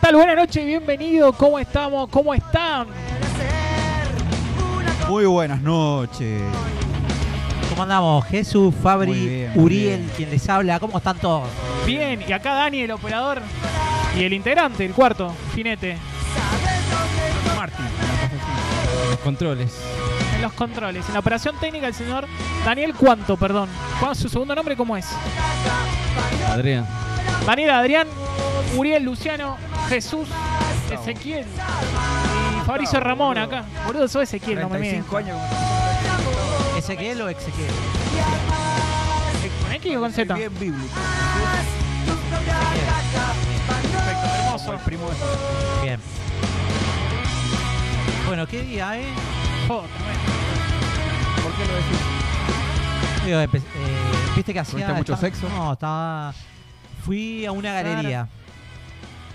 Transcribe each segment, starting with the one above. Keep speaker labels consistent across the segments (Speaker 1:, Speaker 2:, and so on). Speaker 1: tal? Buenas noches, bienvenido. ¿Cómo estamos? ¿Cómo están?
Speaker 2: Muy buenas noches.
Speaker 3: ¿Cómo andamos? Jesús, Fabri,
Speaker 2: Muy bien, muy
Speaker 3: Uriel,
Speaker 2: bien.
Speaker 3: quien les habla. ¿Cómo están todos?
Speaker 1: Bien, y acá Dani, el operador. Y el integrante, el cuarto, jinete,
Speaker 4: Martín. Los controles.
Speaker 1: en los controles. En la operación técnica, el señor Daniel Cuanto, perdón. ¿Cuál es su segundo nombre? ¿Cómo es?
Speaker 4: Adrián.
Speaker 1: Daniel Adrián, Uriel Luciano, Jesús, Ezequiel y Fabricio Ramón acá. Boludo, soy Ezequiel, no me mientas.
Speaker 5: 35 años.
Speaker 3: ¿Ezequiel o Ezequiel?
Speaker 1: ¿Con X o con Z?
Speaker 5: Bien bíblico.
Speaker 1: Perfecto, hermoso.
Speaker 5: Primo de
Speaker 3: Bien. Bueno, qué día, ¿eh?
Speaker 1: Joder, tremendo.
Speaker 5: ¿Por qué lo decís?
Speaker 3: Digo, empe- eh, ¿Viste que hacía?
Speaker 4: ¿Tuviste mucho
Speaker 3: estaba-
Speaker 4: sexo?
Speaker 3: No, estaba... Fui a una
Speaker 1: Claro.
Speaker 3: galería.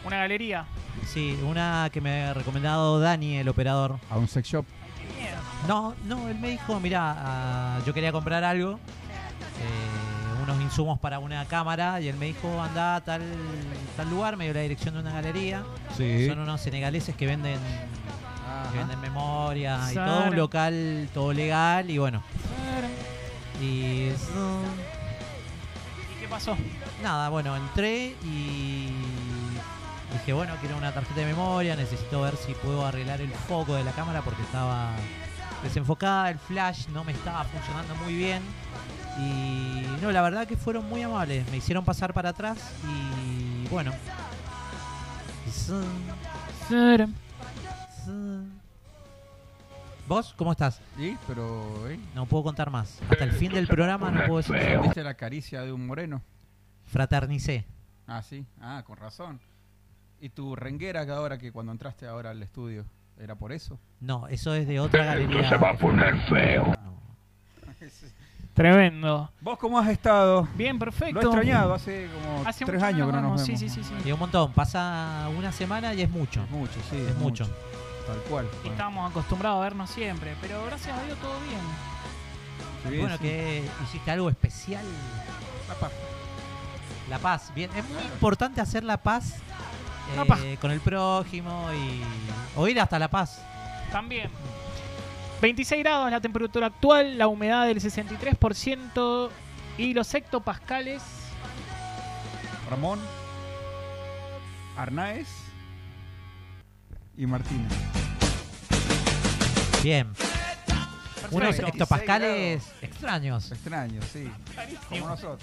Speaker 1: Una galería.
Speaker 3: Sí, una que me ha recomendado Dani, el operador.
Speaker 2: A un sex shop.
Speaker 1: Qué miedo.
Speaker 3: No, no, él me dijo, mirá, ah, yo quería comprar algo, eh, unos insumos para una cámara, y él me dijo, anda a tal, tal lugar, me dio la dirección de una galería.
Speaker 2: Sí.
Speaker 3: Son unos senegaleses que venden, que venden memoria y
Speaker 1: Sara.
Speaker 3: todo un local, todo legal, y bueno. Y
Speaker 1: ¿Y qué pasó?
Speaker 3: nada, bueno, entré y dije, bueno, quiero una tarjeta de memoria, necesito ver si puedo arreglar el foco de la cámara porque estaba desenfocada, el flash no me estaba funcionando muy bien. Y no, la verdad que fueron muy amables, me hicieron pasar para atrás y bueno. Zum, zum. ¿Vos cómo estás?
Speaker 2: Sí, pero. ¿eh?
Speaker 3: No puedo contar más. Hasta el fin del programa no puedo decir.
Speaker 2: ¿Viste la caricia de un moreno?
Speaker 3: Fraternicé.
Speaker 2: Ah, sí. Ah, con razón. ¿Y tu renguera que ahora que cuando entraste ahora al estudio? ¿Era por eso?
Speaker 3: No, eso es de otra galería. No.
Speaker 1: Tremendo.
Speaker 2: ¿Vos cómo has estado?
Speaker 1: Bien, perfecto.
Speaker 2: Lo he extrañado hace como
Speaker 1: Hace
Speaker 2: tres
Speaker 1: mucho
Speaker 2: años que no nos
Speaker 1: vemos.
Speaker 2: vemos.
Speaker 1: Sí, sí, sí. sí.
Speaker 3: Y un montón, pasa una semana y es mucho.
Speaker 2: Es mucho, sí.
Speaker 3: Es mucho.
Speaker 2: Tal cual.
Speaker 1: Y Estábamos acostumbrados a vernos siempre, pero gracias a Dios todo bien.
Speaker 2: Sí,
Speaker 3: Y bueno,
Speaker 2: sí.
Speaker 3: que hiciste algo especial.
Speaker 2: La paz.
Speaker 3: La paz, bien. Es muy importante hacer la paz eh,
Speaker 1: La paz.
Speaker 3: con el prójimo y. o ir hasta la paz.
Speaker 1: También. 26 grados la temperatura actual, la humedad del 63% y los hectopascales.
Speaker 2: Ramón, Arnaez y Martínez.
Speaker 3: Bien. Unos
Speaker 1: Perfecto.
Speaker 3: hectopascales extraños.
Speaker 2: Extraño, sí. Como nosotros.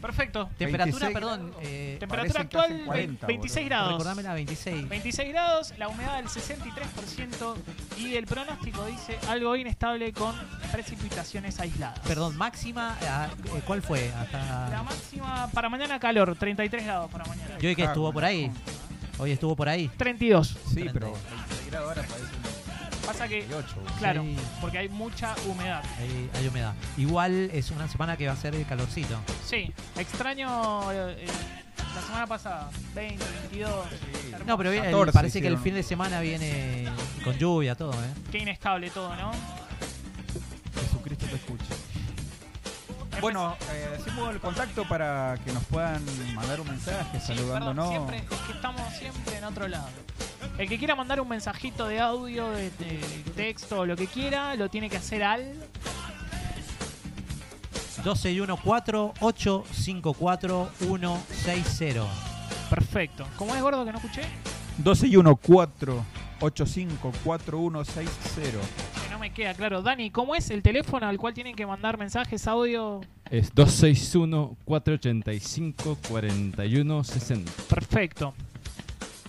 Speaker 1: Perfecto.
Speaker 3: Temperatura,
Speaker 2: 26
Speaker 3: perdón. eh,
Speaker 1: Temperatura
Speaker 2: Parecen que hacen
Speaker 1: actual
Speaker 2: 40,
Speaker 1: 26 grados.
Speaker 3: recordame la 26.
Speaker 1: 26 grados, la humedad del 63% y el pronóstico dice algo inestable con precipitaciones aisladas.
Speaker 3: Perdón, máxima. ah, eh, ¿Cuál fue?
Speaker 1: La
Speaker 3: Hasta.
Speaker 1: máxima para mañana calor, 33 grados para mañana.
Speaker 3: Yo vi que
Speaker 2: Ah,
Speaker 3: estuvo por ahí. Hoy estuvo por ahí.
Speaker 1: 32.
Speaker 2: Sí, pero
Speaker 3: 30.
Speaker 2: 26 grados ahora parecen
Speaker 1: Pasa que,
Speaker 2: 28.
Speaker 1: claro,
Speaker 3: Sí.
Speaker 1: porque hay mucha humedad.
Speaker 3: Hay, hay humedad. Igual es una semana que va a ser el calorcito.
Speaker 1: Sí, extraño eh, eh, la semana pasada, 20, 22. hermoso.
Speaker 3: No, pero bien, el-
Speaker 2: 14
Speaker 3: parece que el
Speaker 2: hicieron.
Speaker 3: fin de semana viene con lluvia, todo, ¿eh?
Speaker 1: Qué inestable todo, ¿no?
Speaker 2: Jesucristo te escucha.
Speaker 1: Em-
Speaker 2: Bueno, eh, decimos el contacto para que nos puedan mandar un mensaje
Speaker 1: Sí,
Speaker 2: saludándonos.
Speaker 1: perdón, siempre, es que estamos siempre en otro lado. El que quiera mandar un mensajito de audio, de, de texto, lo que quiera, lo tiene que hacer al
Speaker 3: 26148541160.
Speaker 1: perfecto. ¿Cómo es gordo que no escuché?
Speaker 2: 12 y 1, 4, 8, 5, 4, 1, 6, 0.
Speaker 1: Que no me queda claro. Dani, ¿cómo es el teléfono al cual tienen que mandar mensajes, audio?
Speaker 4: Es 261-485-4160.
Speaker 1: Perfecto.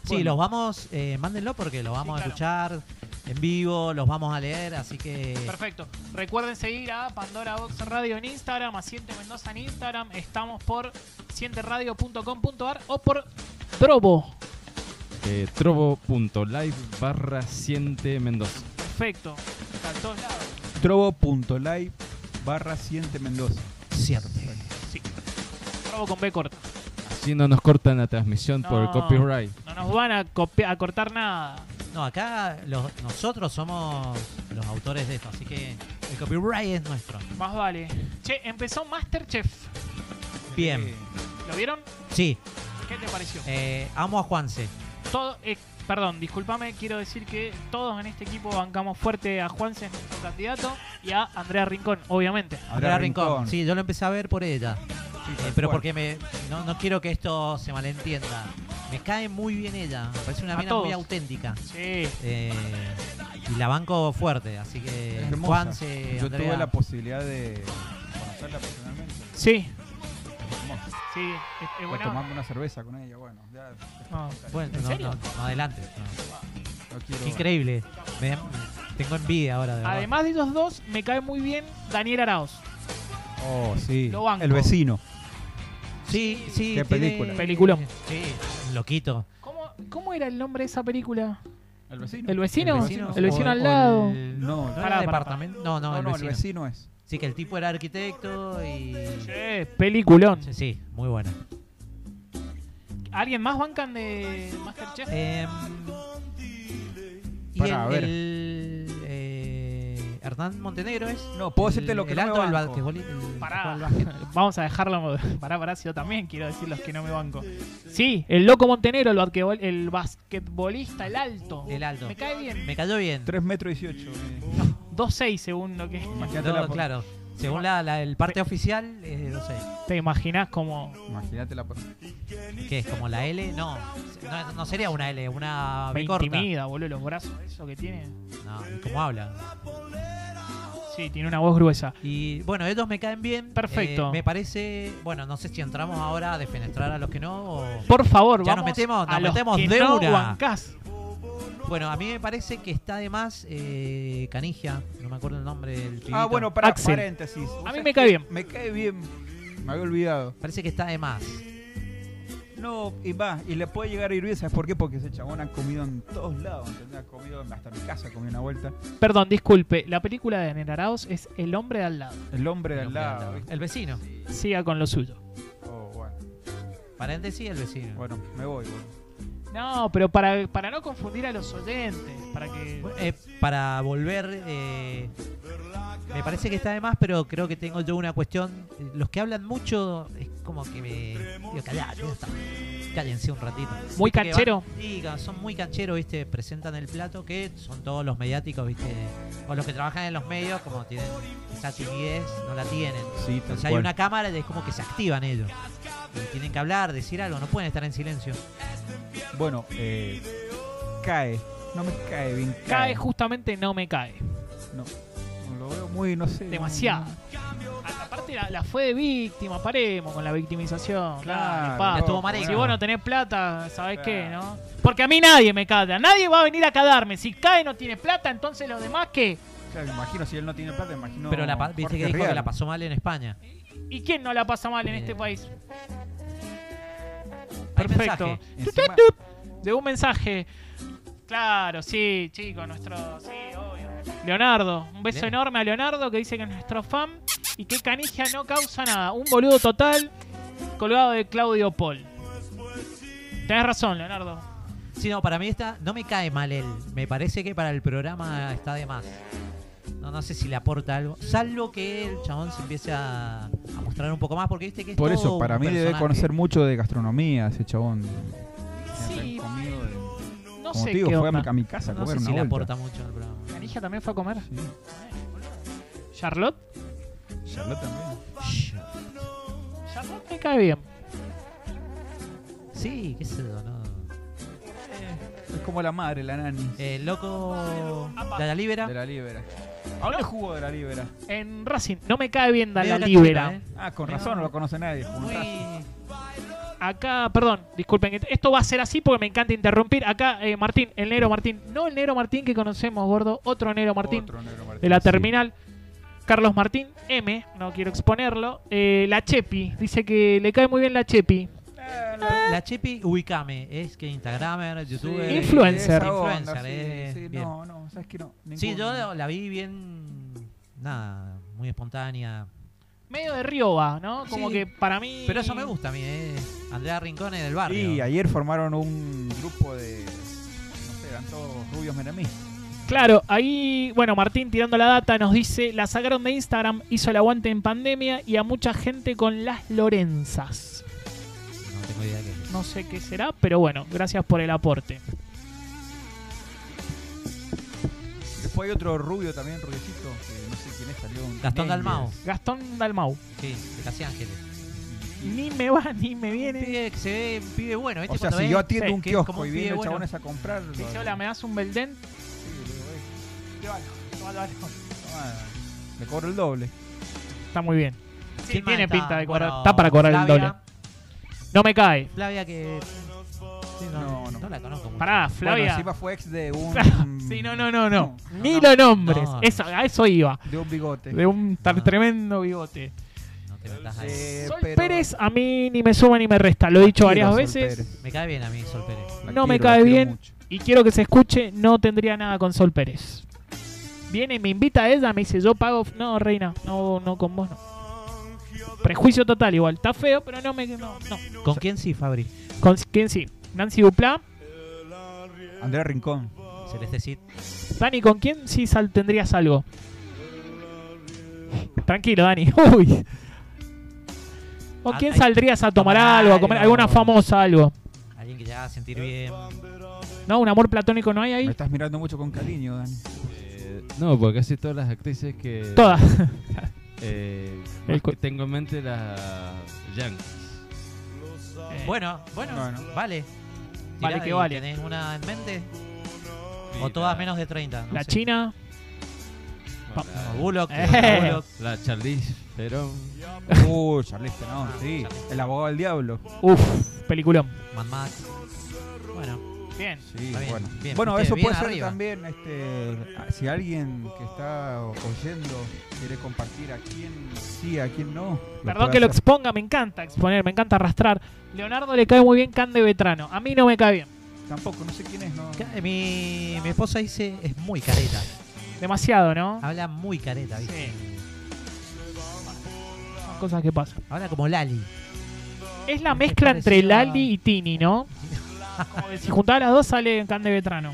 Speaker 3: Sí,
Speaker 1: Bueno.
Speaker 3: los vamos, eh, mándenlo porque los vamos
Speaker 1: Sí,
Speaker 3: a escuchar en vivo, los vamos a leer, así que
Speaker 1: Perfecto. Recuerden seguir a Pandora Box Radio en Instagram, a Siente Mendoza en Instagram. Estamos por sienteradio.com.ar o por Drobo.
Speaker 4: Eh, Trovo.live barra siente Mendoza.
Speaker 1: Perfecto. Está a todos lados.
Speaker 2: Trovo.live barra Siente Mendoza.
Speaker 3: cierto.
Speaker 1: Sí. Drobo con B corta.
Speaker 4: Así no nos cortan la transmisión por
Speaker 1: No.
Speaker 4: copyright.
Speaker 1: No nos van a, copi- a cortar nada.
Speaker 3: No, acá los- nosotros somos los autores de esto, así que el copyright es nuestro.
Speaker 1: Más vale. Che, empezó Masterchef.
Speaker 3: Bien,
Speaker 2: Eh,
Speaker 1: ¿Lo vieron?
Speaker 3: sí,
Speaker 1: ¿Qué te pareció?
Speaker 3: Eh, amo a Juanse.
Speaker 1: Todo, eh, perdón, discúlpame, quiero decir que todos en este equipo bancamos fuerte a Juanse, nuestro candidato, y a Andrea Rincón, obviamente.
Speaker 3: Andrea Rincón. Sí, yo lo empecé a ver por ella. Eh, pero porque me, no, no quiero que esto se malentienda. Me cae muy bien ella. Me parece una
Speaker 1: A
Speaker 3: mina muy
Speaker 1: todos.
Speaker 3: auténtica.
Speaker 1: Sí,
Speaker 3: Eh, y la banco fuerte. Así que Juanse,
Speaker 2: Yo
Speaker 3: Andrea,
Speaker 2: tuve la posibilidad de conocerla personalmente.
Speaker 1: sí,
Speaker 2: Hermosa.
Speaker 1: sí. Es, es
Speaker 2: Pues
Speaker 1: buena-
Speaker 2: tomamos una cerveza con ella, bueno. Ya,
Speaker 1: No,
Speaker 3: bueno,
Speaker 1: ¿En
Speaker 3: no,
Speaker 1: serio?
Speaker 3: no, no, adelante. No.
Speaker 2: no quiero-
Speaker 3: Increíble. Me- tengo envidia ahora. De verdad.
Speaker 1: Además de ellos dos, me cae muy bien Daniel Araoz.
Speaker 2: Oh, sí.
Speaker 1: Lo banco.
Speaker 2: El vecino.
Speaker 3: sí, sí.
Speaker 2: Qué
Speaker 3: tiene-
Speaker 2: película.
Speaker 1: Peliculón.
Speaker 3: Sí, loquito.
Speaker 1: ¿Cómo, ¿Cómo era el nombre de esa película?
Speaker 2: ¿El vecino?
Speaker 1: ¿El vecino?
Speaker 2: El vecino.
Speaker 1: El vecino
Speaker 3: o-
Speaker 1: al
Speaker 3: o
Speaker 1: lado.
Speaker 3: el-
Speaker 2: No,
Speaker 3: no,
Speaker 2: no,
Speaker 3: era
Speaker 1: Pará, pará,
Speaker 3: departamento. No, no, el
Speaker 2: no, el
Speaker 3: vecino.
Speaker 2: vecino es.
Speaker 3: Sí, que el tipo era arquitecto y.
Speaker 1: Che, peliculón.
Speaker 3: Sí, sí, muy buena.
Speaker 1: ¿Alguien más bancan de Masterchef?
Speaker 3: Em, y
Speaker 2: Pará,
Speaker 3: el,
Speaker 2: a ver.
Speaker 3: el, eh, Hernán Montenegro es.
Speaker 2: No, puedo
Speaker 3: el-
Speaker 2: decirte lo que
Speaker 3: el
Speaker 2: no me
Speaker 3: alto del
Speaker 2: banco.
Speaker 3: basquetbol- el-
Speaker 1: Pará,
Speaker 3: el basquet-
Speaker 1: vamos a dejarlo. Pará, pará, si yo también quiero decir los que no me banco. Sí, el loco Montenegro, el, basquetbol- el basquetbolista, el alto.
Speaker 3: El alto.
Speaker 1: Me cae bien.
Speaker 3: Me cayó bien.
Speaker 2: 3 metros 18.
Speaker 1: 2-6 según lo que.
Speaker 2: Imagínate,
Speaker 3: No,
Speaker 2: la po-
Speaker 3: claro. Según la, la- el parte oficial, eh, es de 12.
Speaker 1: ¿Te imaginas como
Speaker 2: Imagínate la. po-
Speaker 3: ¿Qué es? ¿Como la L? No. No, no sería una L, una
Speaker 1: me
Speaker 3: B Ah, corta.
Speaker 1: intimida, boludo, los brazos, eso que tiene?
Speaker 3: No, ¿cómo habla?
Speaker 1: Sí, tiene una voz gruesa.
Speaker 3: Y bueno, ellos me caen bien.
Speaker 1: Perfecto.
Speaker 3: Eh, me parece. Bueno, no sé si entramos ahora a defenestrar a los que no. o-
Speaker 1: Por favor,
Speaker 3: Ya
Speaker 1: vamos
Speaker 3: nos metemos-
Speaker 1: a
Speaker 3: nos
Speaker 1: los
Speaker 3: metemos
Speaker 1: que
Speaker 3: de
Speaker 1: no
Speaker 3: una.
Speaker 1: bancás.
Speaker 3: Bueno, a mí me parece que está de más eh, Canigia, no me acuerdo el nombre del pibito.
Speaker 2: Ah, bueno, para
Speaker 1: Axel.
Speaker 2: paréntesis.
Speaker 1: A mí me cae bien.
Speaker 2: Me cae bien. Me había olvidado.
Speaker 3: Parece que está de más.
Speaker 2: No, y va, y le puede llegar a ir bien, ¿sabes por qué? Porque ese chabón ha comido en todos lados, ¿entendés? Ha comido en- hasta en mi casa, comió una vuelta.
Speaker 1: Perdón, disculpe. La película de Daniel Arauz es El hombre de al lado.
Speaker 2: El hombre de
Speaker 3: El
Speaker 2: al
Speaker 3: hombre de al
Speaker 2: lado,
Speaker 3: lado.
Speaker 2: ¿viste?
Speaker 3: El vecino.
Speaker 1: Siga con lo suyo.
Speaker 2: Oh, bueno.
Speaker 3: Paréntesis, el vecino.
Speaker 2: Bueno, me voy, bueno.
Speaker 1: No, pero para, para no confundir a los oyentes, para que.
Speaker 3: Eh, para volver, eh, me parece que está de más, pero creo que tengo yo una cuestión. Los que hablan mucho es como que me. Digo, callate, ya está. Cállense un ratito.
Speaker 1: Muy
Speaker 3: Viste que van-
Speaker 1: canchero.
Speaker 3: Sí, ca- son muy cancheros, ¿viste? Presentan el plato que son todos los mediáticos, ¿viste? O los que trabajan en los medios, como tienen esa timidez, no la tienen.
Speaker 2: Sí, tal
Speaker 3: Entonces hay una cámara y es como que se activan ellos. Y tienen que hablar, decir algo, no pueden estar en silencio.
Speaker 2: Bueno, eh, cae. No me cae bien.
Speaker 1: Cae justamente no me cae.
Speaker 2: Lo veo muy, no sé.
Speaker 1: Demasiado. A- Aparte la, la fue de víctima, paremos con la victimización.
Speaker 2: Claro.
Speaker 1: Dale, pa.
Speaker 3: Ya estuvo
Speaker 2: Marek.
Speaker 3: Marek.
Speaker 1: Si vos no tenés plata, ¿sabés qué,
Speaker 2: Claro.
Speaker 1: no? Porque a mí nadie me cae. Nadie va a venir a cagarme. Si cae no tiene plata, entonces los demás qué.
Speaker 2: Claro, me imagino, si él no tiene plata, me imagino.
Speaker 3: Pero la, pa- viste
Speaker 2: Jorge
Speaker 3: que dijo que
Speaker 2: Rial.
Speaker 3: la pasó mal en España.
Speaker 1: ¿Y quién no la pasa mal en
Speaker 3: Eh,
Speaker 1: este país?
Speaker 3: Hay
Speaker 1: Perfecto.
Speaker 3: mensaje.
Speaker 2: Encima-
Speaker 1: De un mensaje. Claro, sí, chico, nuestro. Sí, obvio. Leonardo, un beso
Speaker 3: Bien.
Speaker 1: enorme a Leonardo que dice que es nuestro fan y que Canigia no causa nada. Un boludo total colgado de Claudio Paul. Tenés razón, Leonardo.
Speaker 3: Sí, no, para mí está, no me cae mal él. Me parece que para el programa está de más. No, no sé si le aporta algo. Salvo que el chabón se empiece a, a mostrar un poco más, porque viste que es
Speaker 2: Por eso,
Speaker 3: todo
Speaker 2: para
Speaker 3: un
Speaker 2: mí debe
Speaker 3: personaje.
Speaker 2: conocer mucho de gastronomía ese chabón.
Speaker 1: Sí,
Speaker 2: Comido de-
Speaker 1: No
Speaker 2: Como
Speaker 1: sé
Speaker 2: te digo,
Speaker 1: qué
Speaker 2: fue a mi,
Speaker 1: onda.
Speaker 2: a mi casa a
Speaker 3: No
Speaker 2: comer
Speaker 3: sé si
Speaker 2: una
Speaker 3: le
Speaker 2: vuelta.
Speaker 3: aporta mucho al programa.
Speaker 1: ¿Canija también fue a comer?
Speaker 2: Sí.
Speaker 1: ¿Charlotte?
Speaker 2: Charlotte también.
Speaker 3: Shh.
Speaker 1: Charlotte me cae bien.
Speaker 3: Sí, qué sé yo, no.
Speaker 2: Es como la madre, la nani.
Speaker 3: El Eh, loco de la libera.
Speaker 2: De la libera. Ahora jugó de la libera.
Speaker 1: En Racing, no me cae bien la
Speaker 3: medio
Speaker 1: libera.
Speaker 3: canchera,
Speaker 2: Ah, con razón, no lo conoce nadie.
Speaker 3: ¿eh?
Speaker 2: jugó un rato.
Speaker 3: Muy,
Speaker 1: Acá, perdón, disculpen, que esto va a ser así porque me encanta interrumpir. Acá, eh, Martín, el negro Martín, no el negro Martín que conocemos, gordo, otro negro Martín
Speaker 2: Otro negro Martín.
Speaker 1: de la
Speaker 2: Sí.
Speaker 1: terminal. Carlos Martín, M, no quiero exponerlo. Eh, la Chepi, dice que le cae muy bien la Chepi.
Speaker 2: Eh, la-
Speaker 3: La Chepi Ubicame, es que Instagramer, youtuber.
Speaker 2: sí,
Speaker 1: Influencer.
Speaker 2: esa onda,
Speaker 3: Influencer, eh,
Speaker 2: sí, sí,
Speaker 3: bien.
Speaker 2: no, no, sabes que no.
Speaker 3: Sí,
Speaker 2: ningún-
Speaker 3: yo la vi bien. Nada, muy espontánea.
Speaker 1: Medio de Rioba, ¿no? Como
Speaker 3: Sí.
Speaker 1: que para mí.
Speaker 3: Pero eso me gusta a mí, ¿eh? Andrea Rincones del barrio.
Speaker 2: Y ayer formaron un grupo de. No sé, eran todos rubios menemistas.
Speaker 1: Claro, ahí, bueno, Martín tirando la data nos dice, la sacaron de Instagram, hizo el aguante en pandemia y a mucha gente con las Lorenzas.
Speaker 3: No tengo idea de qué es.
Speaker 1: No sé qué será, pero bueno, gracias por el aporte.
Speaker 2: Después hay otro rubio también, rubiecito, que no sé quién es, salió un
Speaker 3: Gastón Dalmau.
Speaker 1: Gastón Dalmau.
Speaker 3: Sí, de Casi Ángeles.
Speaker 1: Ni me va ni me
Speaker 3: Un
Speaker 1: viene.
Speaker 3: pibe que se ve un pibe bueno.
Speaker 1: Este
Speaker 3: ¿viste?
Speaker 2: O sea,
Speaker 3: Cuando
Speaker 2: si
Speaker 3: ves-
Speaker 2: yo atiendo
Speaker 1: sí,
Speaker 2: un
Speaker 3: que es
Speaker 2: kiosco
Speaker 3: como un
Speaker 2: y vienen
Speaker 3: pibe bueno.
Speaker 2: chabones a comprar. lo-
Speaker 1: Dice, hola, ¿me das un Belden?
Speaker 2: Sí, lo- eh,
Speaker 1: Te vale, te vale, te vale.
Speaker 2: toma, Me cobro el doble.
Speaker 1: Está muy bien.
Speaker 3: Sí,
Speaker 1: Sí,
Speaker 3: man,
Speaker 1: tiene
Speaker 3: está,
Speaker 1: pinta de cobrar.
Speaker 3: bueno,
Speaker 1: está para cobrar el
Speaker 3: Flavia-
Speaker 1: doble. No me cae.
Speaker 3: Flavia que. sí, no,
Speaker 2: No, no.
Speaker 3: no la conozco mucho.
Speaker 1: Pará,
Speaker 2: Bueno,
Speaker 1: Flavia.
Speaker 2: encima fue ex de
Speaker 1: Claro,
Speaker 2: un.
Speaker 1: sí, no, no, no, no. Ni
Speaker 3: no,
Speaker 1: los nombres. Ah.
Speaker 3: no.
Speaker 1: Eso- a eso iba.
Speaker 2: Mm, De un bigote.
Speaker 1: De un tan
Speaker 3: No.
Speaker 1: tremendo bigote.
Speaker 3: No te metas ahí.
Speaker 2: Eh,
Speaker 1: Sol
Speaker 2: pero-
Speaker 1: Pérez a mí ni me suma ni me resta. Lo he dicho
Speaker 2: Quiero
Speaker 1: varias
Speaker 2: Sol
Speaker 1: veces.
Speaker 2: Pérez.
Speaker 3: Me cae bien a mí Sol Pérez.
Speaker 2: La
Speaker 1: No me
Speaker 2: quiero, la
Speaker 1: cae
Speaker 2: quiero
Speaker 1: bien.
Speaker 2: mucho.
Speaker 1: Y quiero que se escuche, no tendría nada con Sol Pérez. Viene, me invita a ella, me dice, yo pago... No, reina, no, no con vos no. Prejuicio total igual. Está feo, pero no me... No, no.
Speaker 3: ¿Con quién sí, Fabri?
Speaker 1: ¿Con quién sí? Nancy Duplá.
Speaker 2: Andrea Rincón.
Speaker 3: Celeste Cid.
Speaker 1: Dani, ¿con quién sí sal- tendrías algo? Tranquilo, Dani. Uy. ¿Con
Speaker 3: Ah,
Speaker 1: quién
Speaker 3: hay-
Speaker 1: saldrías a tomar
Speaker 3: tomar
Speaker 1: algo? A comer
Speaker 3: algo.
Speaker 1: alguna famosa algo.
Speaker 3: Alguien que te haga sentir
Speaker 2: Eh,
Speaker 3: bien.
Speaker 1: No, un amor platónico no hay
Speaker 2: Me
Speaker 1: ahí.
Speaker 2: estás mirando mucho con cariño, Dani.
Speaker 4: Eh, no, porque casi todas las actrices que.
Speaker 1: Todas.
Speaker 4: Eh,
Speaker 1: El
Speaker 4: más
Speaker 1: cu-
Speaker 4: que tengo en mente las Yankees.
Speaker 3: Eh, Bueno, bueno,
Speaker 2: Bueno.
Speaker 3: vale.
Speaker 1: Vale
Speaker 3: Tirá
Speaker 1: que
Speaker 3: y
Speaker 1: vale.
Speaker 3: ¿Tenés una en mente? O todas menos de 30. no
Speaker 1: La
Speaker 3: sé.
Speaker 1: China.
Speaker 4: Bueno,
Speaker 3: Como Bullock.
Speaker 1: Eh.
Speaker 3: Sandra Bullock.
Speaker 4: La, la Charlize Theron.
Speaker 2: Uh, Charlize no, sí. El abogado del diablo.
Speaker 1: Uf, peliculón.
Speaker 3: Mad Max. Bueno,
Speaker 1: Bien.
Speaker 2: Sí,
Speaker 3: Está bien,
Speaker 2: bueno.
Speaker 3: bien,
Speaker 2: bueno,
Speaker 3: viste,
Speaker 2: eso
Speaker 3: bien
Speaker 2: puede ser
Speaker 3: arriba.
Speaker 2: también, este, a- si alguien que está o- oyendo quiere compartir a quién sí, a quién no.
Speaker 1: Perdón
Speaker 2: puede
Speaker 1: que lo
Speaker 2: hacer.
Speaker 1: exponga, me encanta exponer, me encanta arrastrar. Leonardo le cae muy bien Cande Vetrano. A mí no me cae bien.
Speaker 2: Tampoco, no sé quién es, no.
Speaker 3: Ca- eh, mi, mi esposa dice es muy careta.
Speaker 1: Demasiado, ¿no?
Speaker 3: Habla muy careta,
Speaker 1: Sí.
Speaker 3: ¿viste?
Speaker 1: Son cosas que pasan.
Speaker 3: Habla como Lali.
Speaker 1: Es la
Speaker 3: Es
Speaker 1: mezcla entre
Speaker 3: parecida-
Speaker 1: Lali y Tini, ¿no? Como que si juntaba las dos sale Cande Vetrano.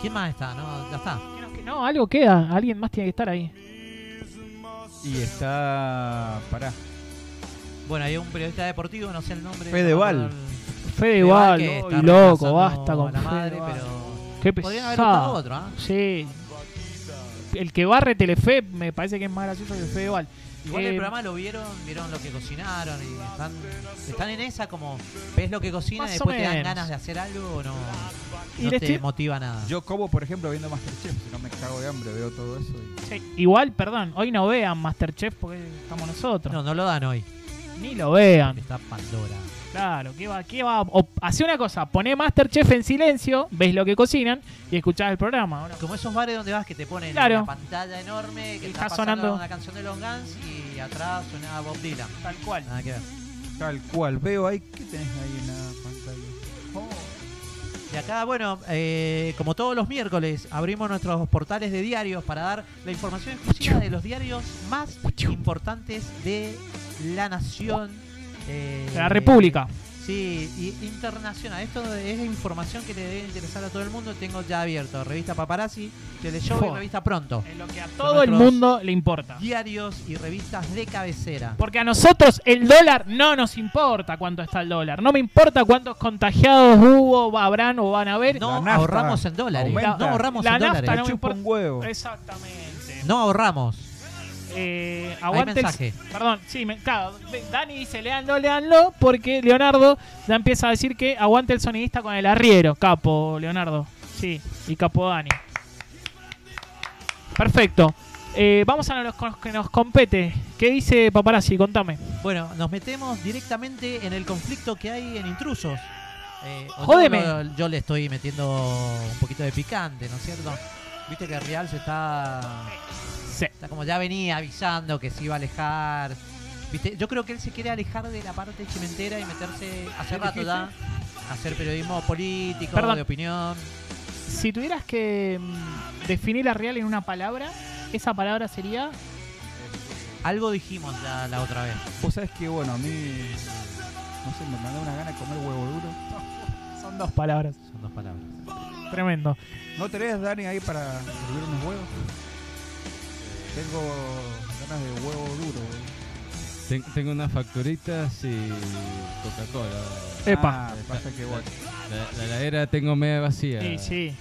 Speaker 3: ¿Quién más está? No, ya está.
Speaker 1: Creo que No, algo queda. Alguien más tiene que estar ahí.
Speaker 2: Y está. Pará.
Speaker 3: Bueno, hay un periodista deportivo, no sé el nombre.
Speaker 2: Fedeval.
Speaker 3: no me acuerdo el-
Speaker 1: Fede igual,
Speaker 3: Fedeval, que está
Speaker 1: y loco,
Speaker 3: reemplazando
Speaker 1: basta
Speaker 3: a
Speaker 1: con
Speaker 3: la
Speaker 1: Fede
Speaker 3: madre,
Speaker 1: Val.
Speaker 3: pero
Speaker 1: Qué
Speaker 3: podrían haber buscado
Speaker 1: pesado.
Speaker 3: otro, ¿ah?
Speaker 1: Sí. El que barre Telefe me parece que es más gracioso que Fede igual.
Speaker 3: Igual
Speaker 1: Eh,
Speaker 3: el programa lo vieron, vieron lo que cocinaron y están, están en esa como ves lo que cocina y
Speaker 1: Más o
Speaker 3: después te dan
Speaker 1: menos.
Speaker 3: ganas de hacer algo o no,
Speaker 1: Y
Speaker 3: no
Speaker 1: le
Speaker 3: te
Speaker 1: estoy-
Speaker 3: motiva nada.
Speaker 2: Yo como, por ejemplo, viendo Masterchef, si no me cago de hambre, veo todo eso. y-
Speaker 1: Sí, Igual, perdón, hoy no vean Masterchef porque estamos nosotros.
Speaker 3: No, no lo dan hoy.
Speaker 1: Ni lo vean.
Speaker 3: Está Pandora.
Speaker 1: Claro, ¿qué va? ¿Qué va? O, hace una cosa, poné Masterchef en silencio, ves lo que cocinan y escuchás el programa. ¿o no?
Speaker 3: Como esos bares donde vas que te ponen
Speaker 1: Claro.
Speaker 3: una pantalla enorme que
Speaker 1: Y
Speaker 3: está,
Speaker 1: está
Speaker 3: pasando
Speaker 1: sonando.
Speaker 3: una canción de Long Guns y atrás suena Bob Dylan.
Speaker 1: Tal cual.
Speaker 3: Nada que ver.
Speaker 2: Tal cual, veo ahí. ¿Qué tenés ahí en la pantalla?
Speaker 3: Y acá, bueno, eh, como todos los miércoles, abrimos nuestros portales de diarios para dar la información exclusiva de los diarios más importantes de la nación. eh,
Speaker 1: De la República.
Speaker 3: Sí, y internacional. Esto es información que le debe interesar a todo el mundo. Tengo ya abierto revista Paparazzi, Teleshow y
Speaker 1: Jo.
Speaker 3: revista Pronto.
Speaker 1: En lo que a
Speaker 3: Son
Speaker 1: todo el
Speaker 3: nuestros-
Speaker 1: mundo le importa.
Speaker 3: Diarios y revistas de cabecera.
Speaker 1: Porque a nosotros el dólar no nos importa cuánto está el dólar. No me importa cuántos contagiados hubo, habrán o van a haber.
Speaker 3: No
Speaker 2: La nafta
Speaker 3: ahorramos en dólares.
Speaker 2: aumenta.
Speaker 3: No ahorramos
Speaker 1: La
Speaker 3: en
Speaker 1: nafta
Speaker 3: dólares.
Speaker 1: no me
Speaker 2: Chupa
Speaker 1: importa.
Speaker 2: un huevo.
Speaker 1: Exactamente.
Speaker 3: No ahorramos.
Speaker 1: Eh, aguante el-
Speaker 3: mensaje.
Speaker 1: Perdón, sí, me, claro, ve- Dani dice, leanlo, leanlo, porque Leonardo ya empieza a decir que aguante el sonidista con el arriero. Capo, Leonardo. Sí, y capo Dani. Perfecto. Eh, vamos a lo con- que nos compete. ¿Qué dice Paparazzi? Contame.
Speaker 3: Bueno, nos metemos directamente en el conflicto que hay en intrusos. Eh, o yo
Speaker 1: Jódeme.
Speaker 3: lo- Yo, le estoy metiendo un poquito de picante, ¿no es cierto? Viste que Real se está,
Speaker 1: Sí.
Speaker 3: está como ya venía avisando que se iba a alejar. Viste, yo creo que él se quiere alejar de la parte chimentera y meterse hace rato ya a hacer periodismo político,
Speaker 1: Perdón.
Speaker 3: de opinión.
Speaker 1: Si tuvieras que mm, definir a Real en una palabra, esa palabra sería...
Speaker 3: Algo dijimos ya la otra vez.
Speaker 2: Vos sabés que, bueno, a mí. No sé, me mandó una gana de comer huevo duro.
Speaker 1: Son dos palabras.
Speaker 3: Son dos palabras.
Speaker 1: Tremendo.
Speaker 2: ¿No tenés, Dani, ahí para hervir ¿eh? unos huevos? Tengo ganas de huevo duro. güey.
Speaker 4: Ten- tengo unas facturitas y Coca-Cola.
Speaker 1: Epa.
Speaker 2: Ah, pasa que bueno.
Speaker 4: La, la heladera tengo media vacía.
Speaker 1: Sí, sí.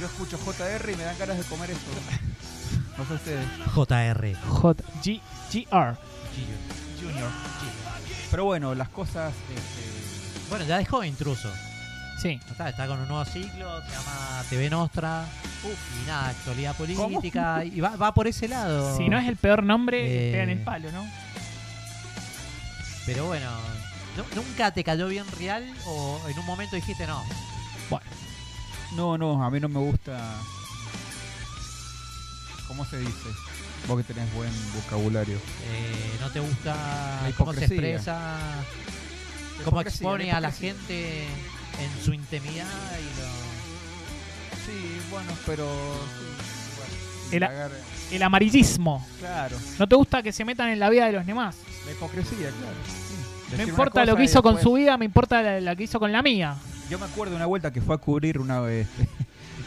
Speaker 2: Yo escucho JR y me dan ganas de comer eso. No sé ustedes.
Speaker 3: JR.
Speaker 1: J G GR.
Speaker 2: Junior. Pero bueno, las cosas. este,
Speaker 3: Bueno, ya dejó intruso.
Speaker 1: Sí.
Speaker 3: Ya Está, está con un nuevo ciclo, se llama TV Nostra. Y nada, actualidad
Speaker 2: ¿Cómo?
Speaker 3: política. Y va, va por ese lado.
Speaker 1: Si no es el peor nombre,
Speaker 3: Eh.
Speaker 1: pegan el palo, ¿no?
Speaker 3: Pero bueno, ¿nu- ¿nunca te cayó bien Real o en un momento dijiste no?
Speaker 2: No, no, a mí no me gusta. ¿Cómo se dice? Vos que tenés buen vocabulario.
Speaker 3: Eh, no te gusta
Speaker 2: La
Speaker 3: cómo se
Speaker 2: hipocresía.
Speaker 3: expresa, cómo
Speaker 2: Hipocresía, la
Speaker 3: expone a la
Speaker 2: hipocresía.
Speaker 3: gente en su intimidad y lo...
Speaker 2: Sí, bueno, pero. sí, bueno,
Speaker 1: El a-
Speaker 2: indagar,
Speaker 1: El amarillismo.
Speaker 2: claro,
Speaker 1: No te gusta que se metan en la vida de los demás.
Speaker 2: la hipocresía, claro. sí. Decir
Speaker 1: No
Speaker 2: una
Speaker 1: importa lo
Speaker 2: cosa
Speaker 1: que
Speaker 2: y
Speaker 1: hizo con
Speaker 2: después-
Speaker 1: su vida, me importa la, la que hizo con la mía.
Speaker 2: Yo me acuerdo una vuelta que fue a cubrir una vez.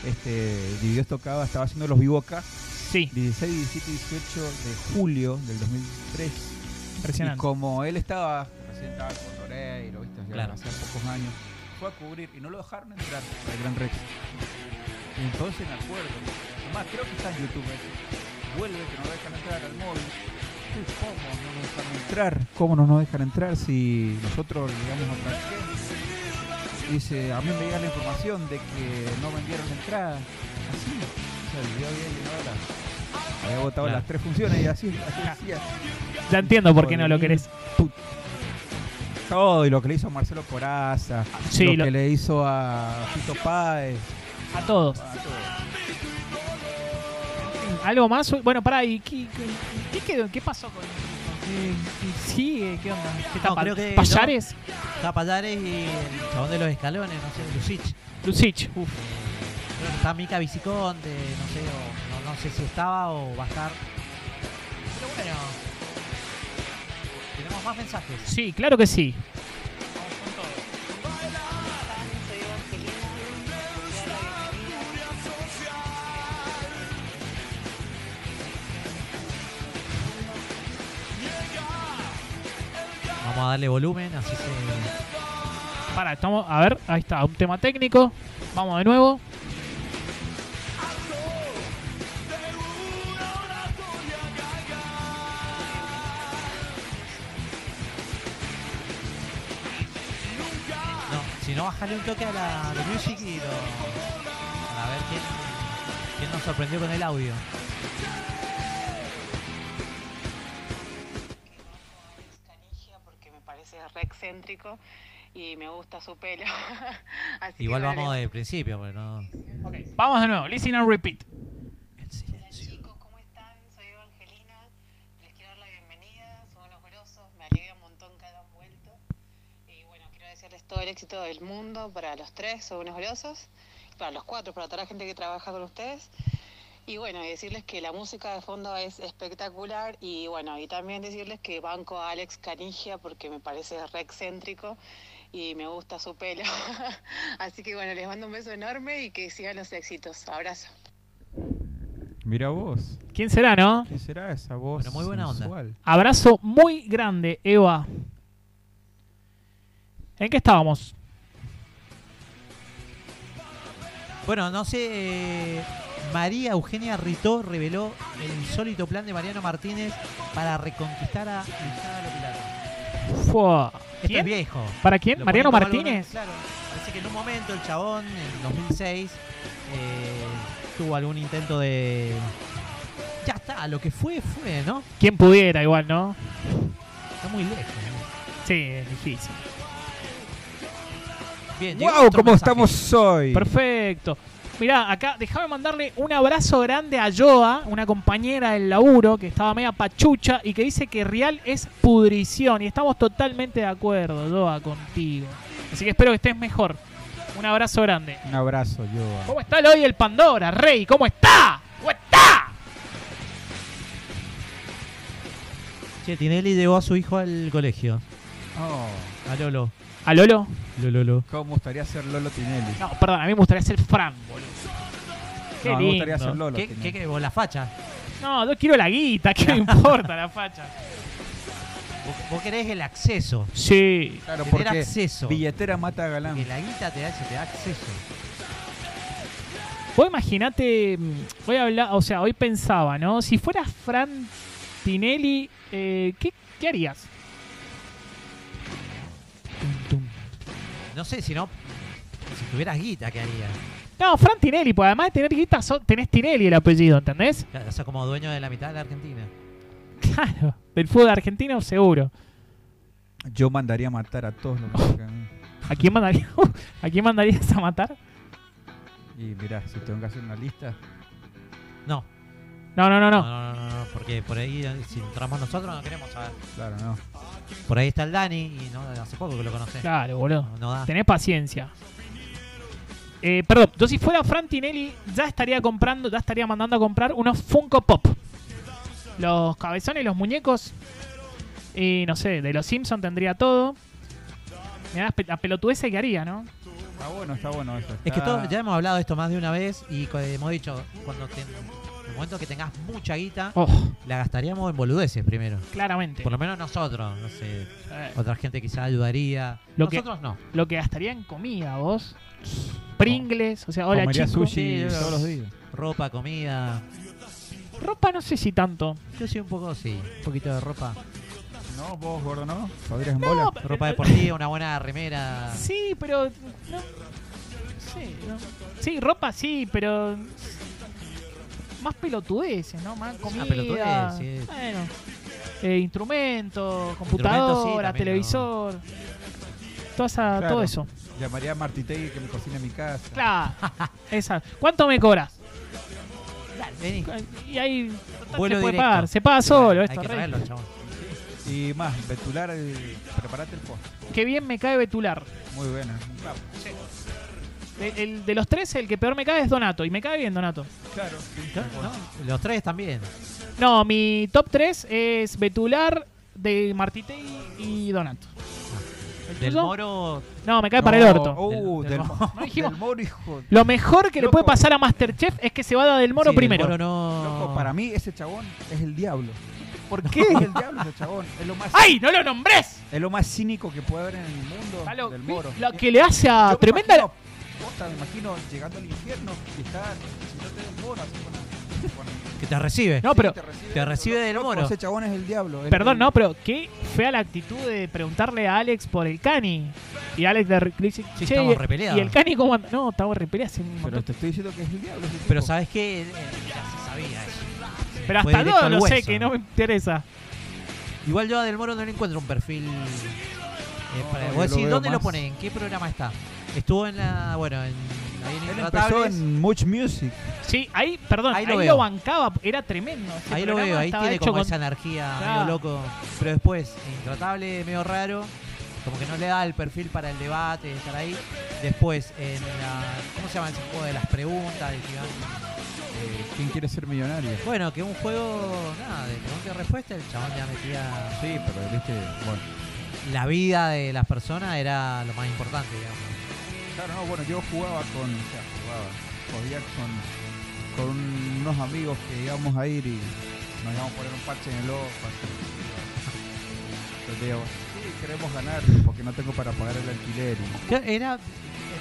Speaker 2: Este, Dividió tocaba, estaba haciendo los bivocas.
Speaker 1: Sí,
Speaker 2: 16, 17, 18 de julio del 2003. Y
Speaker 1: impresionante.
Speaker 2: como él estaba, recién estaba con Oreiro, ¿viste? Ya
Speaker 3: Claro.
Speaker 2: Hacía pocos años, fue a cubrir y no lo dejaron entrar al Gran Rex. Y entonces me acuerdo, además creo que está en YouTube eso. Vuelve que no lo dejan entrar al móvil. Uy, ¿Cómo no nos dejan entrar? ¿Cómo no nos dejan entrar si nosotros llegamos a transgénero? Dice, a mí me llega la información de que no vendieron la entrada. Así. O sea, el video había llenado las- Había votado
Speaker 3: Claro.
Speaker 2: las tres funciones y así, así decía.
Speaker 1: Ya entiendo por qué no lo querés.
Speaker 2: todo y lo que le hizo a Marcelo Coraza,
Speaker 1: Sí,
Speaker 2: lo
Speaker 1: lo-
Speaker 2: que le hizo a Fito Páez,
Speaker 1: A todos.
Speaker 2: a todo.
Speaker 1: ¿Algo más? Bueno, pará, ¿y qué, qué, qué quedó? ¿Qué pasó con.? ¿Qué, qué sigue? ¿Qué onda? ¿Qué está
Speaker 3: No,
Speaker 1: pa-
Speaker 3: creo que
Speaker 1: ¿Payares?
Speaker 3: Está Payares y el chabón de los escalones, no sé, Lucich. Eh,
Speaker 1: Lucich, uf.
Speaker 3: creo que está Mica Viciconte, no sé, o- no, no sé si estaba o va a estar. Pero bueno, tenemos más mensajes.
Speaker 1: Sí, claro que sí.
Speaker 3: Vamos a darle volumen, así se...
Speaker 1: Pará, estamos. A ver, ahí está, un tema técnico. Vamos de nuevo.
Speaker 3: No, si no, bájale un toque a la de Music y lo... Para ver quién, quién nos sorprendió con el audio.
Speaker 6: Canigia porque me parece re excéntrico y me gusta su pelo. Así
Speaker 3: Igual
Speaker 6: que daré
Speaker 3: vamos del principio, porque no...
Speaker 1: Vamos de nuevo, listen and repeat.
Speaker 3: El
Speaker 6: Hola
Speaker 3: silencio.
Speaker 6: chicos, ¿cómo están? Soy Evangelina, les quiero dar la bienvenida, son unos grosos, me alegra un montón que hayan vuelto. Y bueno, quiero desearles todo el éxito del mundo para los tres, son unos grosos, y para los cuatro, para toda la gente que trabaja con ustedes. Y bueno, y decirles que la música de fondo es espectacular y bueno, y también decirles que banco a Alex Canigia porque me parece re excéntrico y me gusta su pelo. Así que bueno, les mando un beso enorme y que sigan los éxitos. Abrazo.
Speaker 2: Mira vos,
Speaker 1: ¿Quién será, no?
Speaker 2: ¿qué será esa voz?
Speaker 3: Bueno, muy buena onda.
Speaker 2: sensual?
Speaker 1: Abrazo muy grande, Eva. ¿En qué estábamos?
Speaker 3: Bueno, no sé... eh, María Eugenia Ritó reveló el insólito plan de Mariano Martínez para reconquistar a Luciana Lopilato.
Speaker 1: Fua.
Speaker 3: Esto es
Speaker 1: ¿Quién?
Speaker 3: viejo.
Speaker 1: ¿Para quién?
Speaker 3: Lo
Speaker 1: ¿Mariano
Speaker 3: ponen como algo
Speaker 1: Martínez?
Speaker 3: nuevo, claro. Parece que en un momento el chabón, en 2006, eh, tuvo algún intento de... Ya está, lo que fue, fue, ¿no?
Speaker 1: Quien pudiera, igual, ¿no?
Speaker 3: Está muy lejos. ¿no?
Speaker 1: Sí, es difícil.
Speaker 3: Bien, llegó
Speaker 2: ¡Wow!
Speaker 3: otro
Speaker 2: ¿Cómo
Speaker 3: mensaje.
Speaker 2: estamos hoy?
Speaker 1: Perfecto. Mirá, acá déjame mandarle un abrazo grande a Joa, una compañera del laburo que estaba media pachucha y que dice que Real es pudrición. Y estamos totalmente de acuerdo, Joa, contigo. Así que espero que estés mejor. Un abrazo grande.
Speaker 2: Un abrazo, yo.
Speaker 1: ¿Cómo está el hoy el Pandora, Rey? ¿Cómo está? ¿Cómo está?
Speaker 3: Che, Tinelli llevó a su hijo al colegio.
Speaker 2: Oh,
Speaker 3: A Lolo.
Speaker 1: ¿A Lolo?
Speaker 3: Lolo.
Speaker 2: ¿Cómo me gustaría ser Lolo Tinelli?
Speaker 1: No, perdón, a mí me gustaría ser Fran, boludo. Qué
Speaker 2: no, me gustaría
Speaker 1: lindo.
Speaker 2: ser Lolo
Speaker 3: ¿Qué,
Speaker 2: Tinelli.
Speaker 3: qué, qué? ¿Vos la facha?
Speaker 1: No, yo quiero la guita, ¿qué me importa la facha?
Speaker 3: Vos, vos querés el acceso.
Speaker 1: Sí.
Speaker 2: Claro,
Speaker 3: tener
Speaker 2: porque
Speaker 3: acceso.
Speaker 2: billetera mata a
Speaker 3: Que
Speaker 2: galán.
Speaker 3: la guita te da, se te da acceso.
Speaker 1: Vos imaginate, mm, hoy habla, o sea, hoy pensaba, ¿no? Si fueras Fran Tinelli, eh, ¿qué, qué harías? Tum, tum.
Speaker 3: No sé, si no. Si tuvieras guita, ¿qué harías?
Speaker 1: No, Fran Tinelli, pues además de tener guita, so- tenés Tinelli el apellido, ¿entendés?
Speaker 3: O sea, como dueño de la mitad de la Argentina.
Speaker 1: Claro, del fútbol argentino seguro.
Speaker 2: Yo mandaría a matar a todos los que
Speaker 3: Oh.
Speaker 2: me tocan.
Speaker 1: ¿A quién mandaría- ¿A quién mandarías a matar?
Speaker 2: Y mirá, si tengo que hacer una lista,
Speaker 3: No.
Speaker 1: No, no, no,
Speaker 3: No,
Speaker 1: no.
Speaker 3: no, no, no, no, porque por ahí eh, si entramos nosotros no queremos saber.
Speaker 2: claro, no.
Speaker 3: Por ahí está el Dani y no hace poco que lo conocés.
Speaker 1: Claro, boludo.
Speaker 3: No, no
Speaker 2: Ah.
Speaker 3: da.
Speaker 1: Tenés paciencia. Eh, perdón, yo si fuera Fran Tinelli ya estaría comprando, ya estaría mandando a comprar unos Funko Pop. Los cabezones, los muñecos. Y no sé, de los Simpsons tendría todo. Mirá la pe- la pelotudeza que haría, ¿no?
Speaker 2: Está bueno, está bueno eso.
Speaker 3: Es que
Speaker 2: está-
Speaker 3: todo- ya hemos hablado de esto más de una vez y co- hemos dicho, cuando te- en el momento que tengas mucha guita,
Speaker 1: Oh,
Speaker 3: la gastaríamos en boludeces primero.
Speaker 1: claramente.
Speaker 3: Por lo menos nosotros, no sé.
Speaker 1: Eh,
Speaker 3: Otra gente quizá ayudaría.
Speaker 1: Lo que-
Speaker 3: nosotros no.
Speaker 1: lo que gastaría en comida, vos. Pringles, o sea, hola
Speaker 2: Oh. Comería
Speaker 1: chicos.
Speaker 2: sushi
Speaker 3: Sí,
Speaker 2: todos los días.
Speaker 3: Ropa, comida.
Speaker 1: Ropa no sé si tanto.
Speaker 3: Yo sí un poco, sí. Un poquito de ropa.
Speaker 2: No, vos, gordo, no. Podrías en bola.
Speaker 1: No,
Speaker 3: Ropa deportiva, una buena remera.
Speaker 1: Sí, pero. No, sí, no. Sí, ropa sí, pero. Más pelotudeces, ¿no? Más comida.
Speaker 3: pelotudez, Ah, sí.
Speaker 1: Bueno. eh, instrumentos, computadora,
Speaker 3: también, ¿no?
Speaker 1: televisor. Toda esa-
Speaker 2: Claro.
Speaker 1: Todo eso.
Speaker 2: Llamaría a Marty Tegui que me cocine en mi casa.
Speaker 1: Claro. esa. ¿Cuánto me cobras?
Speaker 3: Dale, vení.
Speaker 1: Y ahí. total,
Speaker 3: Vuelo
Speaker 1: se puede
Speaker 3: directo.
Speaker 1: pagar. Se paga solo.
Speaker 3: Hay
Speaker 1: esto,
Speaker 3: que
Speaker 1: rey.
Speaker 3: traerlo, chabón.
Speaker 2: Y más, vetular, eh, preparate el postre.
Speaker 1: Qué bien me cae Betular.
Speaker 2: Muy bueno. un capo.
Speaker 1: De, el- de los tres, el que peor me cae es Donato. Y me cae bien Donato.
Speaker 2: Claro.
Speaker 3: ¿No? Los tres también.
Speaker 1: No, mi top 3 es Betular, de Martitegui y Donato. ¿El
Speaker 3: Del
Speaker 1: tuyo?
Speaker 3: Moro.
Speaker 1: No, me cae para el orto.
Speaker 2: Uh,
Speaker 3: Del-
Speaker 2: del,
Speaker 3: del-
Speaker 2: mo-
Speaker 1: No dijimos.
Speaker 2: del moro, hijo.
Speaker 1: Lo mejor que le
Speaker 2: Loco.
Speaker 1: puede pasar a Masterchef es que se vada del Moro
Speaker 3: Sí, del
Speaker 1: primero.
Speaker 3: Moro no.
Speaker 2: Loco, para mí ese chabón es el diablo.
Speaker 1: ¿Por
Speaker 2: ¿Qué es el diablo ese chabón? Es lo más,
Speaker 1: ¡Ay, no lo nombres!
Speaker 2: es lo más cínico que puede haber en el mundo
Speaker 1: Lo,
Speaker 2: del moro.
Speaker 1: lo que le hace a
Speaker 2: Yo me
Speaker 1: tremenda.
Speaker 2: imagino, posta, me imagino llegando al infierno y está, si no te da un moro, así con la- con el-
Speaker 3: Que te recibe.
Speaker 1: No, pero.
Speaker 2: te recibe,
Speaker 3: te recibe del
Speaker 2: Loco,
Speaker 3: moro.
Speaker 2: Ese chabón es el diablo. el-
Speaker 1: Perdón,
Speaker 2: el-
Speaker 1: no, pero qué fea la actitud de preguntarle a Alex por el Cani. Y Alex de le dice,
Speaker 3: Sí,
Speaker 1: "Che,
Speaker 3: estamos
Speaker 1: y-
Speaker 3: repeleados".
Speaker 1: ¿Y el Cani cómo anda? No, estamos repeleados hace un
Speaker 2: Pero
Speaker 1: montón.
Speaker 2: te estoy diciendo que es el diablo. ese
Speaker 3: Pero
Speaker 2: tipo.
Speaker 3: sabes qué? Eh, ya se sabía eso.
Speaker 1: Pero
Speaker 3: Fue
Speaker 1: hasta
Speaker 3: directo
Speaker 1: todo
Speaker 3: al
Speaker 1: lo sé,
Speaker 3: hueso.
Speaker 1: que no me interesa.
Speaker 3: Igual yo a Del Moro no le encuentro un perfil. eh,
Speaker 2: No,
Speaker 3: para-
Speaker 2: no,
Speaker 3: vos
Speaker 2: yo lo
Speaker 3: decís,
Speaker 2: veo
Speaker 3: ¿dónde lo
Speaker 2: más-
Speaker 3: ponen? ¿En qué programa está? Estuvo en la. Bueno, en. Ahí en
Speaker 2: Él empezó
Speaker 3: Intratables.
Speaker 2: en Much Music.
Speaker 1: Sí, ahí, perdón, ahí,
Speaker 3: Ahí lo
Speaker 1: lo,
Speaker 3: veo.
Speaker 1: bancaba, era tremendo. Ese
Speaker 3: Ahí lo
Speaker 1: programa
Speaker 3: veo, ahí
Speaker 1: estaba
Speaker 3: tiene
Speaker 1: hecho
Speaker 3: como
Speaker 1: con-
Speaker 3: esa energía
Speaker 1: Claro.
Speaker 3: medio loco. Pero después, intratable, medio raro. Como que no le da el perfil para el debate, estar ahí. Después, en la. ¿Cómo se llama ese juego de las preguntas? del gigante?
Speaker 2: Eh, ¿Quién quiere ser millonario?
Speaker 3: Bueno, que un juego. Nada, de pregunta y respuesta. El chabón ya metía.
Speaker 2: Sí, pero viste, bueno.
Speaker 3: La vida de las personas era lo más importante, digamos.
Speaker 2: Claro, no, bueno, yo jugaba con, o sea, jugaba, jodía con, con unos amigos que íbamos a ir y nos íbamos a poner un parche en el ojo. así. Entonces digo, sí, queremos ganar porque no tengo para pagar el alquiler. y-
Speaker 3: Claro, Era,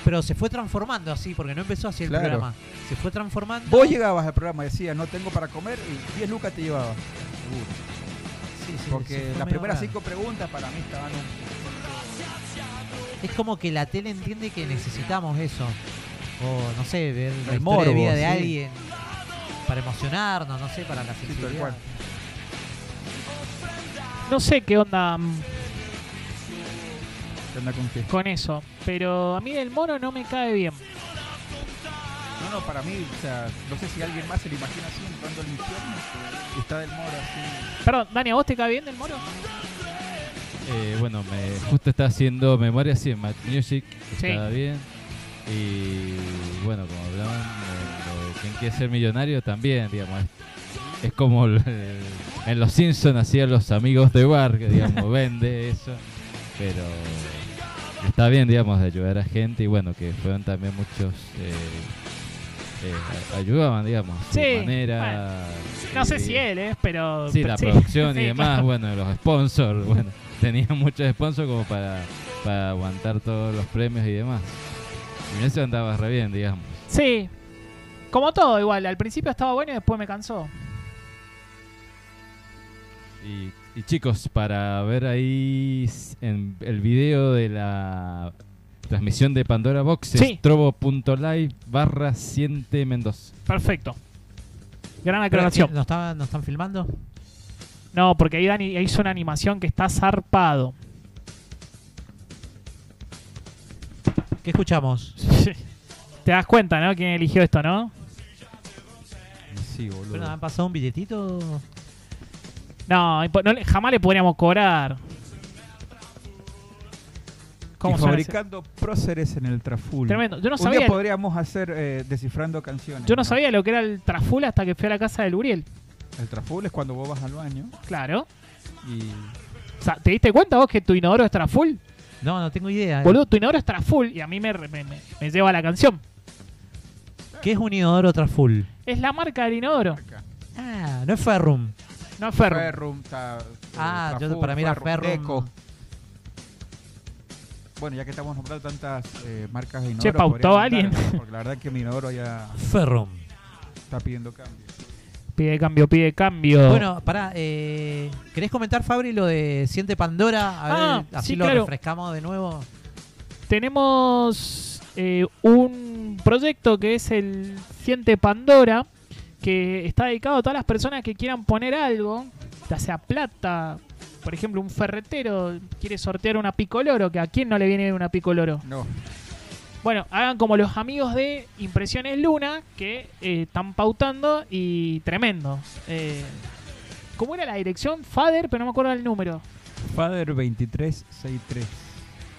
Speaker 3: pero se fue transformando así, porque no empezó así el
Speaker 2: Claro.
Speaker 3: programa. Se fue transformando.
Speaker 2: Vos llegabas al programa y decías, no tengo para comer y 10 lucas te llevabas, seguro.
Speaker 3: Sí, sí, se
Speaker 2: Porque
Speaker 3: fue
Speaker 2: las
Speaker 3: medio
Speaker 2: primeras
Speaker 3: raro.
Speaker 2: 5 preguntas para mí estaban un...
Speaker 3: Es como que la tele entiende que necesitamos eso. O no sé, ver la
Speaker 2: El
Speaker 3: historia
Speaker 2: morbo,
Speaker 3: de vida de
Speaker 2: sí.
Speaker 3: alguien. Para emocionarnos, no sé, para la
Speaker 2: Sí, tal
Speaker 3: sensibilidad.
Speaker 2: cual.
Speaker 1: No sé qué onda mm,
Speaker 2: ¿Qué onda con qué?
Speaker 1: con eso, pero a mí del mono no me cae bien.
Speaker 2: No, no, para mí, o sea, no sé si alguien más se lo imagina así entrando al infierno y está del moro así.
Speaker 1: Perdón, Dani, ¿a vos te cae bien del mono?
Speaker 4: Eh, bueno, me, justo está haciendo memoria así en Mad Music,
Speaker 1: Sí.
Speaker 4: está bien. Y bueno, como hablaban, eh, lo de quien quiere ser millonario también, digamos. es- Es como el- el- en Los Simpsons hacían los amigos de bar, que digamos, vende eso. Pero está bien, digamos, de ayudar a gente y bueno, que fueron también muchos eh, eh, ayudaban, digamos, su
Speaker 1: Sí,
Speaker 4: manera.
Speaker 1: No sé
Speaker 4: y-
Speaker 1: si él, ¿eh? Pero.
Speaker 4: Sí,
Speaker 1: pero
Speaker 4: la producción
Speaker 1: Sí,
Speaker 4: y demás,
Speaker 1: claro.
Speaker 4: bueno, los sponsors, bueno, tenían muchos sponsors como para, para aguantar todos los premios y demás. Y en eso andaba re bien, digamos.
Speaker 1: Sí. Como todo, igual. Al principio estaba bueno y después me cansó.
Speaker 4: Y, y chicos, para ver ahí s- en el video de la transmisión de Pandora Box
Speaker 1: Sí.
Speaker 4: es trobo.live barra siente Mendoza.
Speaker 1: Perfecto. Gran
Speaker 3: Pero, eh,
Speaker 1: aclaración.
Speaker 3: ¿Nos estaban- nos están filmando?
Speaker 1: No, porque ahí Dani hizo una animación que está zarpado.
Speaker 3: ¿Qué escuchamos?
Speaker 1: Te das cuenta, ¿no? ¿Quién eligió esto, no?
Speaker 4: Sí,
Speaker 3: Pero,
Speaker 4: boludo.
Speaker 3: ¿Han pasado un billetito?
Speaker 1: No, impo- no le- jamás le podríamos cobrar. ¿Cómo
Speaker 2: y
Speaker 1: suena ese-
Speaker 2: fabricando próceres en el traful.
Speaker 1: Tremendo. Yo no
Speaker 2: Un día
Speaker 1: sabía.
Speaker 2: podríamos hacer eh, descifrando canciones.
Speaker 1: Yo no sabía lo que era el traful hasta que fui a la casa del Uriel.
Speaker 2: El traful es cuando vos vas al baño
Speaker 1: Claro.
Speaker 2: y
Speaker 1: O sea, ¿te diste cuenta vos que tu inodoro es traful?
Speaker 3: No, no tengo idea.
Speaker 1: Boludo, tu inodoro es traful y a mí me, re- me, me- me lleva a la canción.
Speaker 3: ¿Qué es un inodoro Traful?
Speaker 1: Es la marca del inodoro,
Speaker 2: acá.
Speaker 3: Ah, no es Ferrum.
Speaker 1: no es Ferro.
Speaker 2: Ferrum, ta- eh,
Speaker 3: Ah, yo
Speaker 2: Traful,
Speaker 3: para mí era Ferrum.
Speaker 2: Deco. Bueno, ya que estamos nombrando tantas eh, marcas de inodoro.
Speaker 1: Che, pautó
Speaker 2: podríamos
Speaker 1: alguien.
Speaker 2: hablar, ¿no? Porque la verdad es que mi inodoro ya
Speaker 3: Ferrum.
Speaker 2: está pidiendo cambio.
Speaker 1: Pide cambio, pide cambio.
Speaker 3: Bueno, pará. Eh, ¿Querés comentar, Fabri, lo de Siente Pandora? A
Speaker 1: Ah,
Speaker 3: ver, así
Speaker 1: sí,
Speaker 3: lo
Speaker 1: claro.
Speaker 3: refrescamos de nuevo.
Speaker 1: tenemos eh, un proyecto que es el Siente Pandora, que está dedicado a todas las personas que quieran poner algo, ya sea plata, por ejemplo, un ferretero quiere sortear una picoloro, que a quién no le viene una picoloro.
Speaker 2: No,
Speaker 1: Bueno, hagan como los amigos de Impresiones Luna, que eh, están pautando y tremendo. Eh, ¿Cómo era la dirección? Fader, pero no me acuerdo el número.
Speaker 2: Father 2363.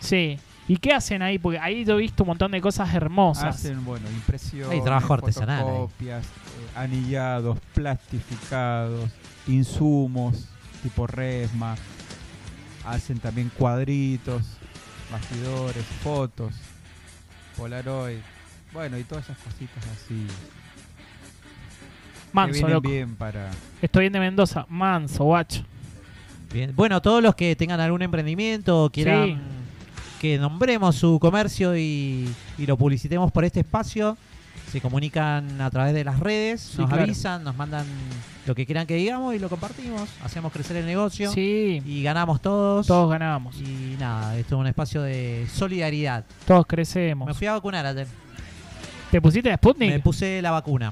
Speaker 1: Sí. ¿Y qué hacen ahí? Porque ahí yo he visto un montón de cosas hermosas.
Speaker 2: Hacen, bueno, impresiones,
Speaker 3: Hay trabajo artesanal ahí.
Speaker 2: fotocopias, eh, anillados, plastificados, insumos tipo resma. Hacen también cuadritos, bastidores, fotos, polaroid. Bueno, y todas esas cositas así. que
Speaker 1: Manso,
Speaker 2: vienen
Speaker 1: loco.
Speaker 2: bien para...
Speaker 1: Estoy bien de Mendoza. Manso, guacho.
Speaker 3: Bien. Bueno, todos los que tengan algún emprendimiento o quieran
Speaker 1: Sí.
Speaker 3: que nombremos su comercio y, y lo publicitemos por este espacio, se comunican a través de las redes, nos
Speaker 1: claro.
Speaker 3: avisan, nos mandan lo que quieran que digamos y lo compartimos. Hacemos crecer el negocio
Speaker 1: Sí,
Speaker 3: y ganamos todos.
Speaker 1: todos ganamos.
Speaker 3: Y nada, esto es un espacio de solidaridad.
Speaker 1: Todos
Speaker 3: Me
Speaker 1: crecemos.
Speaker 3: fui a vacunar ayer.
Speaker 1: ¿Te pusiste la Sputnik?
Speaker 3: Me puse la vacuna.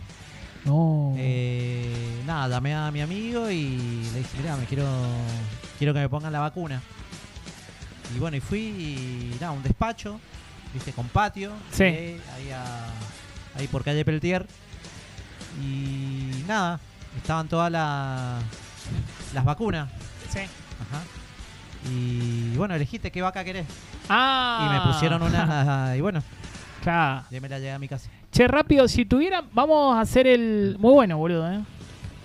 Speaker 1: no.
Speaker 3: Eh, nada, llamé a mi amigo y le dije, mira, me quiero, quiero que me pongan la vacuna. Y bueno, y fui y nada, un despacho, viste, con patio,
Speaker 1: Sí.
Speaker 3: llegué ahí, a- ahí por calle Peltier. Y nada, estaban todas la- las vacunas.
Speaker 1: Sí.
Speaker 3: Ajá. Y bueno, elegiste qué vaca querés.
Speaker 1: Ah.
Speaker 3: Y me pusieron una. y bueno,
Speaker 1: Claro.
Speaker 3: ya me la llevé a mi casa.
Speaker 1: Che, rápido, si tuvieran, vamos a hacer el. Muy bueno, boludo, ¿eh?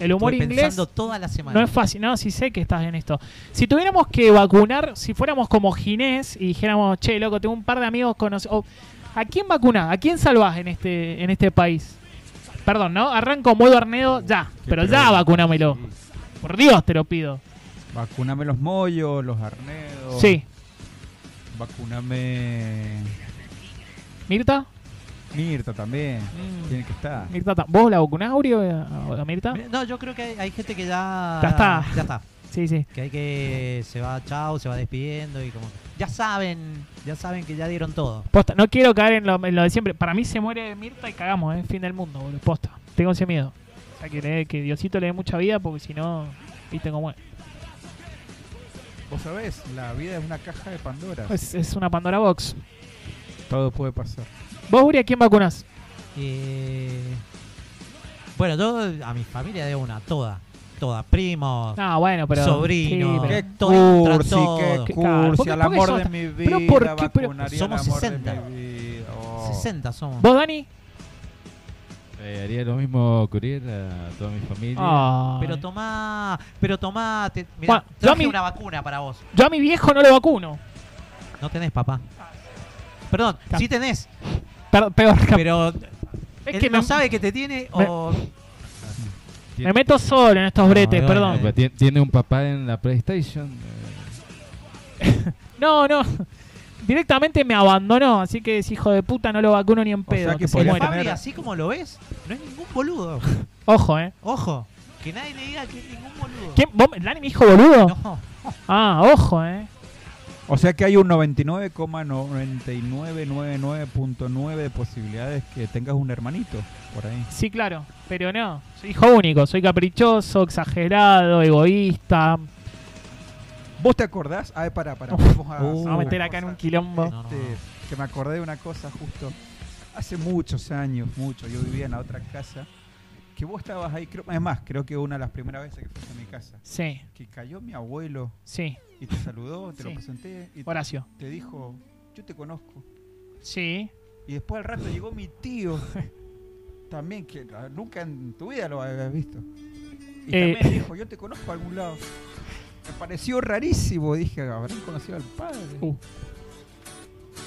Speaker 1: El humor
Speaker 3: Estuve
Speaker 1: inglés.
Speaker 3: pensando toda la semana.
Speaker 1: No es fácil, no, sí sé que estás en esto. Si tuviéramos que vacunar, si fuéramos como Ginés y dijéramos, che, loco, tengo un par de amigos conocidos. ¿A quién vacunás? ¿A quién salvás en este, en este país? Perdón, ¿no? Arranco muy Arnedo ya, pero ya
Speaker 2: Oh, pregunta.
Speaker 1: vacunamelo.
Speaker 2: Sí.
Speaker 1: Por Dios te lo pido.
Speaker 2: Vacuname los mollos, los arnedos.
Speaker 1: Sí.
Speaker 2: Vacuname
Speaker 1: ¿Mirta?
Speaker 2: Mirta también. Tiene que estar.
Speaker 1: Mirta ta- ¿Vos la vacunás, Aurio, a, a Mirta?
Speaker 3: No, yo creo que hay, hay gente que ya.
Speaker 1: Ya está.
Speaker 3: Ya está.
Speaker 1: Sí, sí.
Speaker 3: Que hay que. Se va chao, se va despidiendo y como. Ya saben, ya saben que ya dieron todo.
Speaker 1: Posta, no quiero caer en lo, en lo de siempre. Para mí se muere Mirta y cagamos, ¿eh? Fin del mundo, boludo. Posta. Tengo ese miedo. O sea, que, le- que Diosito le dé mucha vida porque si no, viste cómo es.
Speaker 2: Vos sabés, la vida es una caja de Pandora.
Speaker 3: Pues
Speaker 1: Es, es una Pandora Box.
Speaker 2: Todo puede pasar.
Speaker 1: ¿Vos, Uri, a quién vacunás?
Speaker 3: Eh, bueno, yo a mi familia de una, toda. Toda. Primo.
Speaker 1: Ah, bueno, pero.
Speaker 3: Sobrino.
Speaker 1: Sí, pero-
Speaker 2: Qué
Speaker 3: todo, entra
Speaker 2: Ah. cursi,
Speaker 3: todo.
Speaker 2: qué
Speaker 1: Qué caro.
Speaker 2: cursi,
Speaker 1: Porque-
Speaker 2: al
Speaker 1: porque
Speaker 2: amor
Speaker 1: eso
Speaker 2: de
Speaker 1: está-
Speaker 2: mi vida.
Speaker 1: Pero ¿por qué? Pero-
Speaker 2: vacunaría
Speaker 3: Somos
Speaker 2: al amor
Speaker 3: 60.
Speaker 2: De mi vida. Oh.
Speaker 3: 60 somos.
Speaker 1: ¿Vos, Dani?
Speaker 4: Eh, haría lo mismo ocurrir a toda mi familia.
Speaker 1: Ay.
Speaker 3: Pero tomá, pero tomá. te- mirá,
Speaker 1: eh. Bueno, yo
Speaker 3: traje
Speaker 1: a mi-
Speaker 3: una vacuna para vos.
Speaker 1: Yo a mi viejo no lo vacuno.
Speaker 3: No tenés, papá. Perdón,
Speaker 1: Ca-
Speaker 3: sí tenés,
Speaker 1: Per- peor, cap-
Speaker 3: pero
Speaker 1: Es
Speaker 3: Él
Speaker 1: que
Speaker 3: no
Speaker 1: me-
Speaker 3: sabe que te tiene
Speaker 1: me-
Speaker 3: o
Speaker 1: Me meto solo en estos
Speaker 3: No,
Speaker 1: bretes,
Speaker 3: bueno,
Speaker 1: perdón.
Speaker 3: eh.
Speaker 4: Tiene, tiene un papá en la PlayStation. eh,
Speaker 1: No, no. Directamente me abandonó, así que ese hijo de puta no lo vacuno ni en pedo.
Speaker 2: sea que
Speaker 1: que se
Speaker 2: podría
Speaker 1: muera.
Speaker 2: tener-
Speaker 3: Fabri, así como lo ves, no es ningún boludo.
Speaker 1: Ojo, eh.
Speaker 3: Ojo, que nadie le diga que es ningún boludo.
Speaker 1: ¿Quién? ¿Vos, ¿Lani me dijo boludo?
Speaker 3: No,
Speaker 1: Ah, ojo, eh.
Speaker 2: O sea que hay un 99,9999.9 de posibilidades que tengas un hermanito por ahí.
Speaker 1: Sí, claro, pero no. Soy hijo único, soy caprichoso, exagerado, egoísta.
Speaker 2: ¿Vos te acordás? Ah, pará, pará. Vamos a,
Speaker 3: Uh.
Speaker 1: Vamos a meter acá en un quilombo.
Speaker 3: No, no,
Speaker 2: Este,
Speaker 3: no.
Speaker 2: Que me acordé de una cosa justo. Hace muchos años, mucho, yo vivía en la otra casa. Que vos estabas ahí, creo, es más, creo que una de las primeras veces que fuiste a mi casa.
Speaker 1: Sí,
Speaker 2: Que cayó mi abuelo
Speaker 1: sí,
Speaker 2: y te saludó, te lo
Speaker 1: Sí.
Speaker 2: presenté y
Speaker 1: Horacio.
Speaker 2: te dijo, yo te conozco.
Speaker 1: Sí.
Speaker 2: Y después al rato llegó mi tío. También, que ah, nunca en tu vida lo habías visto. Y
Speaker 1: Eh.
Speaker 2: también dijo, yo te conozco a algún lado. Me pareció rarísimo. Dije, habrán conocido al padre.
Speaker 1: Uh.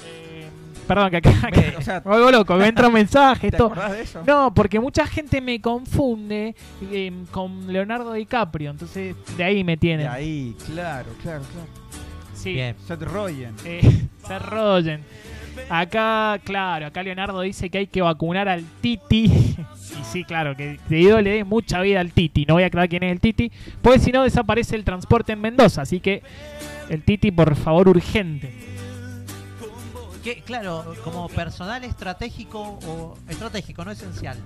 Speaker 1: Eh, perdón, que acá. que-
Speaker 2: o sea,
Speaker 1: me vuelvo loco, me entra un mensaje.
Speaker 2: ¿te
Speaker 1: Esto,
Speaker 2: acordás de eso?
Speaker 1: No, porque mucha gente me confunde eh, con Leonardo DiCaprio, entonces de ahí me
Speaker 2: De
Speaker 1: tienen.
Speaker 2: ahí, claro, claro, claro.
Speaker 1: Sí,
Speaker 3: Bien.
Speaker 2: Seth Rogen.
Speaker 1: eh, se rollen. Acá, claro, acá Leonardo dice que hay que vacunar al Titi. Y sí, claro, que de ido le dé mucha vida al Titi. No voy a aclarar quién es el Titi, porque si no desaparece el transporte en Mendoza. Así que el Titi, por favor, urgente.
Speaker 3: Que, claro, como personal estratégico o estratégico, no esencial.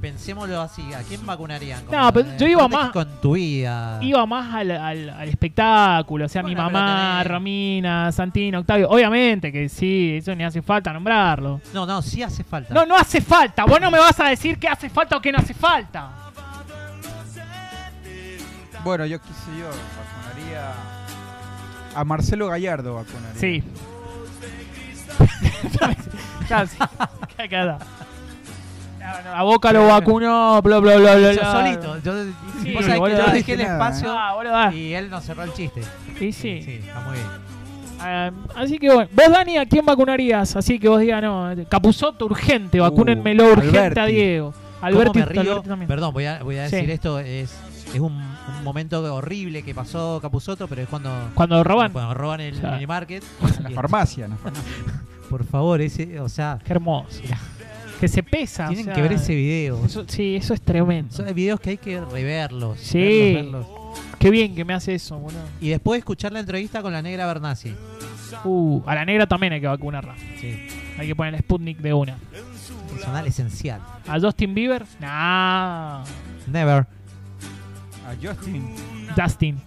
Speaker 3: Pensémoslo así, ¿a quién vacunarían? Como,
Speaker 1: No, pero yo
Speaker 3: eh,
Speaker 1: iba
Speaker 3: estratégico en tu vida.
Speaker 1: iba más al, al- al espectáculo, o sea, mi
Speaker 3: Bueno, pero
Speaker 1: mamá,
Speaker 3: tenés-
Speaker 1: Romina, Santino, Octavio, obviamente que sí, eso ni hace falta nombrarlo.
Speaker 3: No, no, sí hace falta.
Speaker 1: No, no hace falta, vos no me vas a decir qué hace falta o qué no hace falta.
Speaker 2: Bueno, yo qué sé yo, vacunaría a Marcelo Gallardo vacunaría.
Speaker 1: Sí. Ya, sí. Qué cagada. No, no, A Boca lo vacunó, bla, bla, bla, bla.
Speaker 3: yo
Speaker 1: bla.
Speaker 3: solito. Yo,
Speaker 1: Sí,
Speaker 3: vos sabés
Speaker 1: boludo,
Speaker 3: que yo
Speaker 1: no
Speaker 3: dejé el
Speaker 2: dije nada,
Speaker 3: espacio
Speaker 1: Ah, boludo, ah.
Speaker 3: y él nos cerró el chiste.
Speaker 1: Y sí.
Speaker 3: está muy bien.
Speaker 1: Ah, así que bueno. Vos, Dani, ¿a quién vacunarías? Así que vos digas, no. Capuzotto urgente, vacúnenmelo
Speaker 2: Uh,
Speaker 1: urgente a
Speaker 2: Alberti.
Speaker 1: Diego.
Speaker 3: ¿Cómo
Speaker 1: Alberti,
Speaker 3: me río?
Speaker 1: Alberti también.
Speaker 3: Perdón, voy a, voy a
Speaker 1: Sí.
Speaker 3: decir esto. Es, es un, un momento horrible que pasó Capuzoto, pero es cuando,
Speaker 1: Cuando roban.
Speaker 3: cuando roban el
Speaker 1: Ya.
Speaker 3: minimarket.
Speaker 2: En la farmacia, en la farmacia.
Speaker 3: Por favor, ese, o sea,
Speaker 1: Qué hermoso. Que se pesa. o
Speaker 3: tienen
Speaker 1: sea,
Speaker 3: que ver ese video.
Speaker 1: eso- sí, eso es tremendo.
Speaker 3: Son videos que hay que reverlos.
Speaker 1: Sí.
Speaker 3: verlos, verlos.
Speaker 1: Qué bien que me hace eso, boludo.
Speaker 3: Y después escuchar la entrevista con la negra Bernasi.
Speaker 1: Uh, a la negra también hay que vacunarla.
Speaker 3: Sí.
Speaker 1: Hay que poner el Sputnik de una.
Speaker 3: Personal esencial.
Speaker 1: ¿A Justin Bieber? Nah.
Speaker 3: Never.
Speaker 2: A Justin.
Speaker 1: Justin.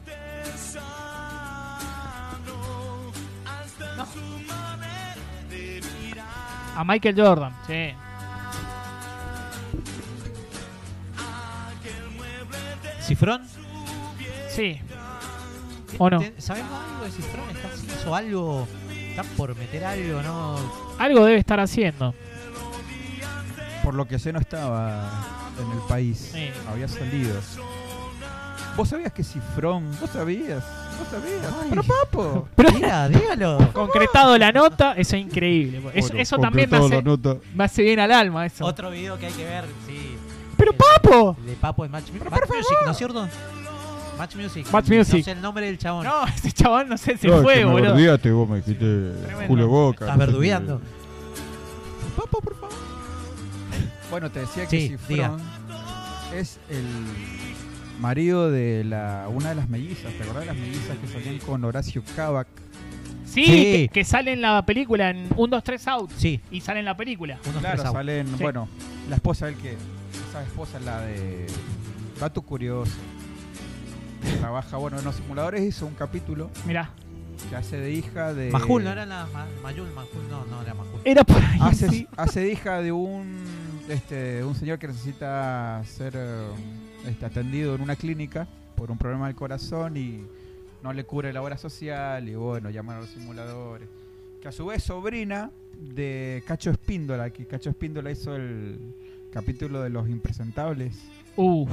Speaker 1: A Michael Jordan, sí.
Speaker 3: ¿Cifrón?
Speaker 1: Sí. ¿O no?
Speaker 3: ¿Te- ¿Sabemos algo de Cifrón? ¿Está así? ¿Hizo algo? ¿Está por meter algo? ¿No?
Speaker 1: Algo debe estar haciendo.
Speaker 2: Por lo que sé no estaba en el país.
Speaker 1: Sí.
Speaker 2: Había salido. ¿Vos sabías que Cifrón? ¿Vos sabías? ¿Vos sabías?
Speaker 3: Ay.
Speaker 2: Pero papo.
Speaker 1: Pero
Speaker 3: Diga, dígalo.
Speaker 1: concretado la nota, eso es increíble. porque Eso, eso también me hace, me hace bien al alma, eso.
Speaker 3: Otro video que hay que ver, sí.
Speaker 1: ¡Pero
Speaker 3: El-
Speaker 1: papo!
Speaker 3: El de Papo es Match, Match Music, ¿no es cierto? Match Music.
Speaker 1: Match Music.
Speaker 3: No sé el nombre del chabón.
Speaker 1: No, ese chabón no sé, se fue, boludo.
Speaker 5: vos me dijiste
Speaker 1: Tremendo.
Speaker 5: Julio Boca.
Speaker 3: Estás verdubiando.
Speaker 2: Papo, por favor. Bueno, te decía
Speaker 3: Sí,
Speaker 2: que Cifrón es el marido de la una de las mellizas. ¿Te acordás de las mellizas que salían con Horacio Cavac?
Speaker 1: Sí,
Speaker 3: Sí.
Speaker 1: Que, que sale en la película, en 1, 2, 3 out.
Speaker 3: Sí,
Speaker 1: Y sale en la película.
Speaker 3: unos
Speaker 2: Claro,
Speaker 3: tres out.
Speaker 2: salen.
Speaker 1: Sí.
Speaker 2: Bueno, la esposa del que. Esa esposa es la de. Dato curioso. Que Trabaja, bueno, en los simuladores hizo un capítulo
Speaker 1: Mirá.
Speaker 2: que hace de hija de.
Speaker 3: Majul, no era la Ma- Mayul, Majul, no, no era Majul.
Speaker 1: Era por ahí.
Speaker 2: Hace,
Speaker 1: Ah, sí.
Speaker 2: hace de hija de un. Este, un señor que necesita ser eh, este, atendido en una clínica por un problema del corazón y no le cubre la obra social y bueno, llaman a los simuladores. Que a su vez es sobrina de Cacho Espíndola, que Cacho Espíndola hizo el capítulo de los impresentables.
Speaker 1: Uf,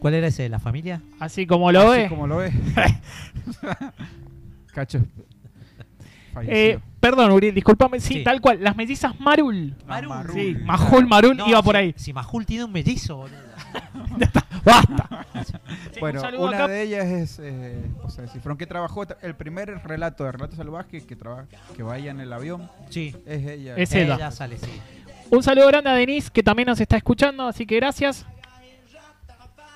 Speaker 3: ¿Cuál era ese? ¿La familia?
Speaker 1: así como lo
Speaker 2: Así
Speaker 1: ves.
Speaker 2: como lo ves. Cacho. Esp-
Speaker 1: Eh,
Speaker 2: falleció.
Speaker 1: perdón, Uriel, discúlpame. Sí,
Speaker 3: Sí.
Speaker 1: tal cual. Las mellizas Marul.
Speaker 3: Marul.
Speaker 2: Marul.
Speaker 1: Sí, Majul Marul
Speaker 3: No,
Speaker 1: iba por
Speaker 3: si-
Speaker 1: ahí.
Speaker 3: Si Majul tiene un mellizo, boludo.
Speaker 1: ¡Basta! Sí,
Speaker 2: Bueno,
Speaker 1: un saludo
Speaker 2: una
Speaker 1: acá.
Speaker 2: de ellas es eh, José de Cifrón, que trabajó tra- el primer relato de Relato Salvaje que, traba- que vaya en el avión.
Speaker 3: Sí.
Speaker 2: Es ella.
Speaker 1: Es
Speaker 3: Ella.
Speaker 1: Ella.
Speaker 3: sale, sí.
Speaker 1: Un saludo grande a Denise, que también nos está escuchando, así que gracias.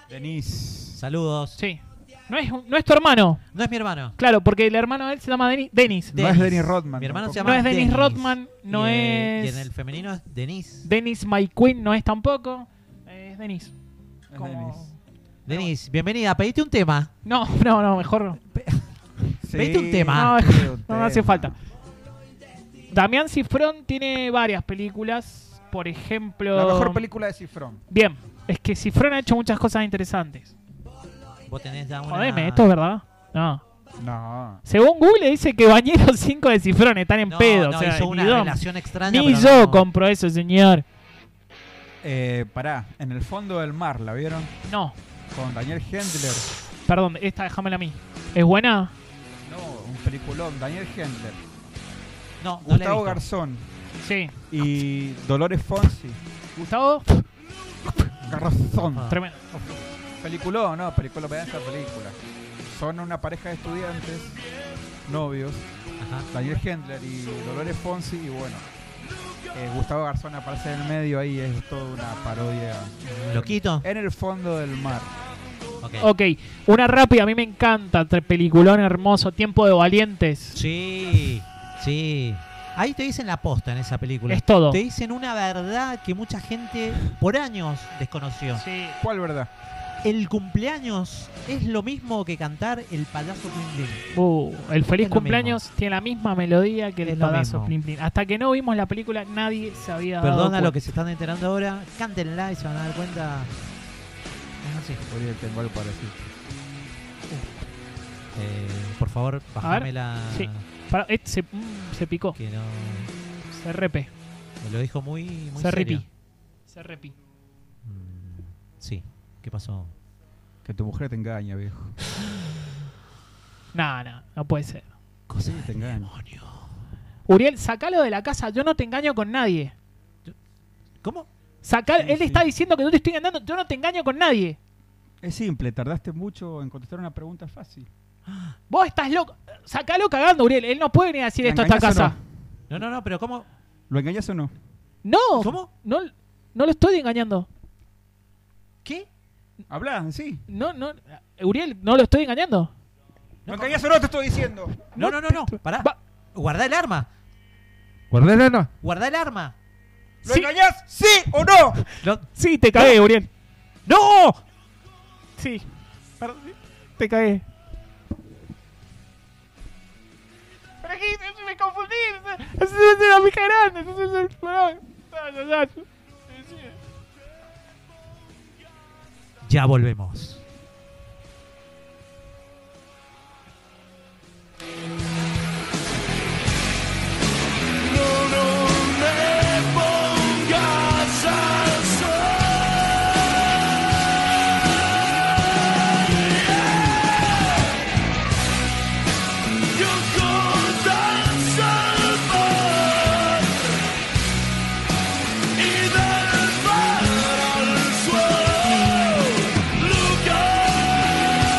Speaker 2: Denise.
Speaker 3: Saludos.
Speaker 1: Sí. No es, un- no es tu hermano.
Speaker 3: No es mi hermano.
Speaker 1: Claro, porque el hermano de él se llama Deni- Denis.
Speaker 2: No es
Speaker 3: Dennis.
Speaker 2: Dennis Rodman
Speaker 3: Mi hermano se
Speaker 2: tampoco.
Speaker 3: llama
Speaker 1: No es Dennis
Speaker 3: Dennis.
Speaker 1: Rodman, no
Speaker 3: Y, eh,
Speaker 1: es-
Speaker 3: Y en el femenino es Denise.
Speaker 1: Denis My Queen no es tampoco. Es Denis.
Speaker 2: Es
Speaker 1: Como-
Speaker 2: Denise.
Speaker 3: Denise, bienvenida. Pedite un tema.
Speaker 1: No, no, no, mejor no.
Speaker 2: Sí,
Speaker 3: Pedite un tema.
Speaker 1: No,
Speaker 2: pedite un
Speaker 1: No, no hace
Speaker 2: tema.
Speaker 1: falta. Damián Cifrón tiene varias películas. Por ejemplo.
Speaker 2: La mejor película de Cifrón.
Speaker 1: Bien, es que Cifrón ha hecho muchas cosas interesantes.
Speaker 3: Vos tenés ya una...
Speaker 1: Jodeme, esto es verdad. No.
Speaker 2: No.
Speaker 1: Según Google dice que Bañeros 5 de Cifrón están en
Speaker 3: No,
Speaker 1: pedo.
Speaker 3: no,
Speaker 1: o sea,
Speaker 3: hizo
Speaker 1: ni
Speaker 3: una
Speaker 1: Dom-
Speaker 3: relación extraña.
Speaker 1: Ni
Speaker 3: pero
Speaker 1: yo
Speaker 3: no-
Speaker 1: compro eso, señor.
Speaker 2: Eh, pará, en el fondo del mar, ¿la vieron?
Speaker 1: No,
Speaker 2: Con Daniel Hendler.
Speaker 1: perdón, esta déjamela a mí. ¿Es buena?
Speaker 2: No, un peliculón. Daniel Hendler.
Speaker 3: No, no la he
Speaker 2: Gustavo
Speaker 3: visto.
Speaker 2: Garzón.
Speaker 1: Sí.
Speaker 2: Y Dolores Fonsi.
Speaker 1: ¿Gustavo?
Speaker 2: Garzón.
Speaker 3: Ah.
Speaker 1: Tremendo.
Speaker 2: Peliculón, no, película, vean esa película. Son una pareja de estudiantes, novios,
Speaker 3: Ajá.
Speaker 2: Daniel Hendler y Dolores Fonsi, y bueno, eh, Gustavo Garzón aparece en el medio ahí, es toda una parodia.
Speaker 3: Loquito.
Speaker 2: En el fondo del mar.
Speaker 3: Ok.
Speaker 1: Ok, una rápida, a mí me encanta. Tre- Peliculón hermoso, Tiempo de Valientes.
Speaker 3: Sí, sí. Ahí te dicen la posta en esa película.
Speaker 1: Es todo.
Speaker 3: Te dicen una verdad que mucha gente por años desconoció.
Speaker 1: Sí.
Speaker 2: ¿Cuál verdad?
Speaker 3: El cumpleaños es lo mismo que cantar el payaso Quintín.
Speaker 1: Uh, el feliz
Speaker 3: Es lo
Speaker 1: cumpleaños tiene la misma melodía que
Speaker 3: Es
Speaker 1: el
Speaker 3: lo
Speaker 1: padazo
Speaker 3: mismo.
Speaker 1: Plim Plim. Hasta que no vimos la película, nadie se había dado
Speaker 3: Perdón a
Speaker 1: cuenta.
Speaker 3: los que se están enterando ahora, cántenla y se van a dar cuenta. Es así.
Speaker 2: Oye, tengo algo para decir.
Speaker 3: Eh, por favor, bájame la.
Speaker 1: sí. Pará, eh, se, mm, se picó.
Speaker 3: Que no.
Speaker 1: Se repe.
Speaker 3: Me lo dijo muy. muy
Speaker 1: Se
Speaker 3: serio.
Speaker 1: repi. Se repi.
Speaker 3: Mm, Sí. ¿Qué pasó?
Speaker 2: Que tu mujer te engaña, viejo.
Speaker 1: No, no, no puede ser.
Speaker 2: Sí, te engaña.
Speaker 1: Uriel, sacalo de la casa. Yo no te engaño con nadie.
Speaker 3: ¿Cómo?
Speaker 1: Saca,
Speaker 2: Sí,
Speaker 1: él
Speaker 2: sí.
Speaker 1: está diciendo que no te estoy engañando. Yo no te engaño con nadie.
Speaker 2: Es simple, tardaste mucho en contestar una pregunta fácil.
Speaker 1: Vos estás loco. Sacalo cagando, Uriel. Él no puede venir a decir
Speaker 2: ¿La
Speaker 1: esto a esta
Speaker 2: engañás o
Speaker 1: casa.
Speaker 3: No, no, no, pero ¿cómo?
Speaker 2: ¿Lo engañas o no?
Speaker 1: No.
Speaker 3: ¿Cómo?
Speaker 1: No, no lo estoy engañando.
Speaker 3: ¿Qué?
Speaker 2: Habla, sí.
Speaker 1: No, no. Uriel, no lo estoy engañando.
Speaker 2: ¿Lo engañas o no? Te estoy diciendo.
Speaker 3: No, no, no, no. Pará.
Speaker 1: Va-
Speaker 3: Guardá el arma.
Speaker 4: Guardala, no.
Speaker 3: Guardá el arma.
Speaker 2: ¿Lo
Speaker 1: Sí.
Speaker 2: engañas? ¿Sí o no?
Speaker 3: Lo-
Speaker 1: Sí, te cagué, Uriel.
Speaker 3: ¡No!
Speaker 1: Sí. Te cagué. Pero aquí me confundí. Es una mija grande.
Speaker 3: Ya volvemos.
Speaker 7: Y del mar al suelo, lugar.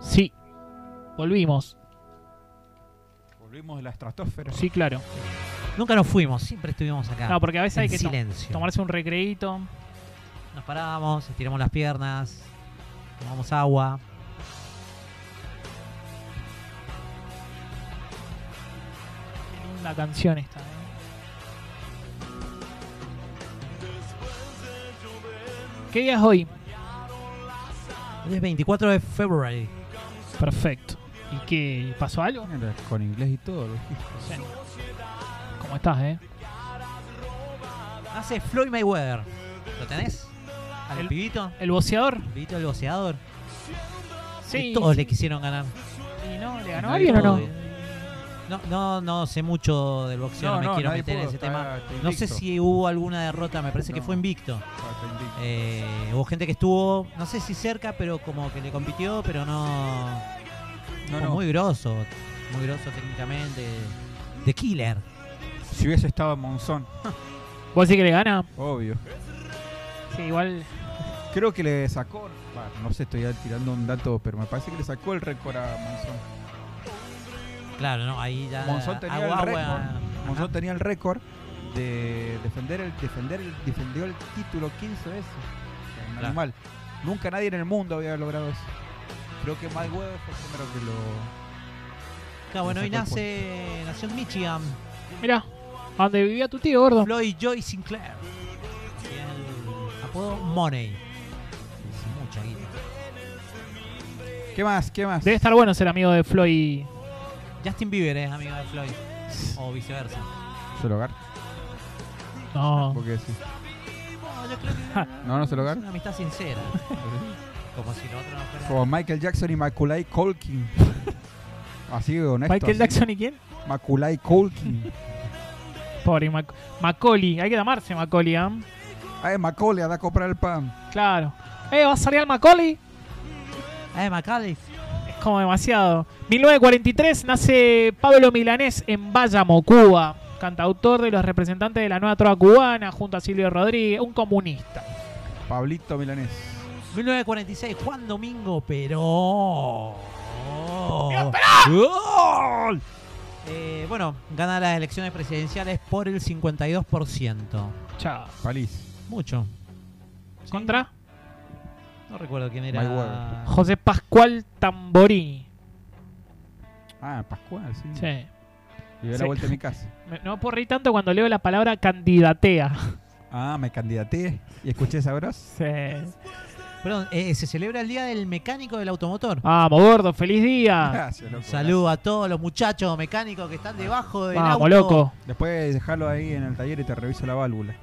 Speaker 1: Sí. Volvimos.
Speaker 2: Volvimos de la estratosfera.
Speaker 1: Sí, claro.
Speaker 3: Nunca nos fuimos, siempre estuvimos acá.
Speaker 1: No, porque a veces
Speaker 3: en
Speaker 1: hay que to-
Speaker 3: silencio.
Speaker 1: tomarse un recreíto.
Speaker 3: Nos paramos, estiramos las piernas, tomamos agua.
Speaker 1: Qué linda canción esta. ¿eh? ¿Qué día es hoy?
Speaker 3: Hoy es 24 de febrero.
Speaker 1: Perfecto. ¿Y qué? ¿Pasó algo?
Speaker 2: Mira, Con inglés y todo. lo-
Speaker 1: Bien. ¿Cómo estás, eh?
Speaker 3: Hace Floyd Mayweather. ¿Lo tenés? ¿Al
Speaker 1: El-
Speaker 3: pibito?
Speaker 1: ¿El boceador?
Speaker 3: ¿El pibito del boxeador?
Speaker 1: Sí.
Speaker 3: Que todos le quisieron ganar.
Speaker 1: ¿Y no? ¿Le ganó
Speaker 2: No,
Speaker 1: alguien o no?
Speaker 3: Todo. No, no, no sé mucho del boxeo, no, me quiero
Speaker 2: nadie
Speaker 3: meter en
Speaker 2: pudo,
Speaker 3: ese
Speaker 2: está-
Speaker 3: tema.
Speaker 2: está
Speaker 3: No sé
Speaker 2: invicto.
Speaker 3: si hubo alguna derrota, me parece que
Speaker 2: No.
Speaker 3: fue invicto.
Speaker 2: Ah, está invicto.
Speaker 3: Eh, hubo gente que estuvo, no sé si cerca, pero como que le compitió, pero no.
Speaker 2: No,
Speaker 3: como
Speaker 2: no.
Speaker 3: Muy grosso, muy grosso técnicamente. De killer.
Speaker 2: Si hubiese estado en Monzón,
Speaker 1: ¿Vos decís que le gana?
Speaker 2: obvio.
Speaker 1: Sí, igual.
Speaker 2: Creo que le sacó. bah, no sé, estoy tirando un dato, pero me parece que le sacó el récord a Monzón.
Speaker 3: Claro, no, ahí ya.
Speaker 2: Monzón tenía
Speaker 3: agua,
Speaker 2: el récord.
Speaker 3: agua.
Speaker 2: Monzón tenía el récord de defender el defender el, defendió el título 15 veces. O sea, un
Speaker 3: Claro.
Speaker 2: animal. Nunca nadie en el mundo había logrado eso. Creo que Mike Webb fue el primero que lo.
Speaker 3: Claro, bueno, hoy
Speaker 2: Sacó el pues.
Speaker 3: nace, nació en Michigan
Speaker 1: Mirá, a donde vivía tu tío, gordo.
Speaker 3: Floyd Joy Sinclair. Tiene el apodo Money. Dice mucha guita.
Speaker 2: ¿Qué más? ¿Qué más?
Speaker 1: Debe estar bueno ser amigo de Floyd.
Speaker 3: Justin Bieber es amigo de Floyd. O viceversa.
Speaker 2: ¿Se lo agarra?
Speaker 1: No.
Speaker 2: Porque sí.
Speaker 3: No, yo creo que
Speaker 2: No, no se lo
Speaker 3: es
Speaker 2: agarra.
Speaker 3: una amistad sincera. Como si lo otro no fuera.
Speaker 2: Como Michael Jackson y Maculay Colkin. Así honesto.
Speaker 1: ¿Michael
Speaker 2: así.
Speaker 1: Jackson y quién?
Speaker 2: Maculay Colkin.
Speaker 1: Pobre Mac Macaulay. Hay que llamarse Macaulay, ¿ah?
Speaker 2: Ay, Macaulay, anda a comprar el pan.
Speaker 1: Claro. ¿Eh? ¿Va a salir al Macaulay?
Speaker 3: Eh, Macaulay.
Speaker 1: Es como demasiado. 1943 nace Pablo Milanés en Bayamo, Cuba. Cantautor de los representantes de la nueva trova cubana junto a Silvio Rodríguez. Un comunista.
Speaker 2: Pablito Milanés.
Speaker 3: 1946, Juan Domingo Perón. ¡Gol! Eh, bueno, gana las elecciones presidenciales por el 52%.
Speaker 1: Chao.
Speaker 2: Palís.
Speaker 3: Mucho. Sí.
Speaker 1: ¿Contra?
Speaker 3: No recuerdo quién
Speaker 2: Mayweather.
Speaker 3: era.
Speaker 1: José Pascual Tamborini.
Speaker 2: Ah, Pascual, sí.
Speaker 1: Sí.
Speaker 2: Y dio
Speaker 1: Sí.
Speaker 2: la vuelta a mi casa.
Speaker 1: Me- No por reír tanto cuando leo la palabra candidatea.
Speaker 2: Ah, me candidaté y escuché esa voz.
Speaker 1: Sí.
Speaker 3: Perdón, eh, se celebra el Día del Mecánico del Automotor.
Speaker 1: Vamos, gordo, feliz día.
Speaker 2: Gracias, loco.
Speaker 3: Saludo a todos los muchachos mecánicos que están debajo del
Speaker 1: Vamos,
Speaker 3: auto.
Speaker 1: loco.
Speaker 2: Después dejarlo ahí en el taller y te reviso la válvula.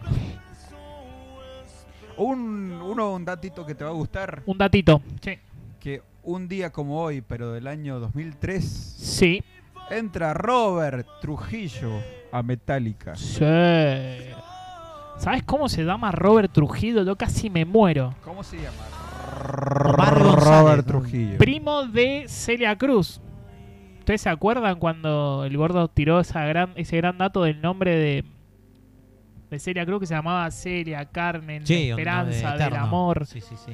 Speaker 2: Un, uno, un datito que te va a gustar,
Speaker 1: Un datito. Sí.
Speaker 2: que un día como hoy, pero del año 2003,
Speaker 1: Sí.
Speaker 2: entra Robert Trujillo a Metallica.
Speaker 1: ¿Sabes cómo se llama Robert Trujillo? Yo casi me muero.
Speaker 2: ¿Cómo se llama?
Speaker 3: Omar González.
Speaker 2: Robert Trujillo.
Speaker 1: Primo de Celia Cruz. ¿Ustedes se acuerdan cuando el gordo tiró esa gran, ese gran dato del nombre de, de Celia Cruz que se llamaba Celia, Carmen,
Speaker 3: Sí, onda de
Speaker 1: Esperanza, del
Speaker 3: eterno.
Speaker 1: amor?
Speaker 3: Sí, sí, sí.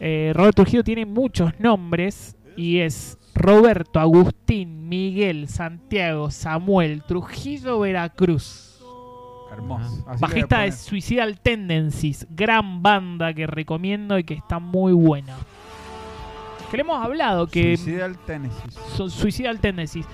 Speaker 1: Eh, Robert Trujillo tiene muchos nombres y es Roberto, Agustín, Miguel, Santiago, Samuel, Trujillo, Veracruz.
Speaker 2: Hermoso. Así le voy a
Speaker 1: Bajista de
Speaker 2: poner.
Speaker 1: Suicidal Tendencies, gran banda que recomiendo y que está muy buena. Que le hemos hablado que
Speaker 2: Suicidal Tennessee.
Speaker 1: son Suicidal Tendencies.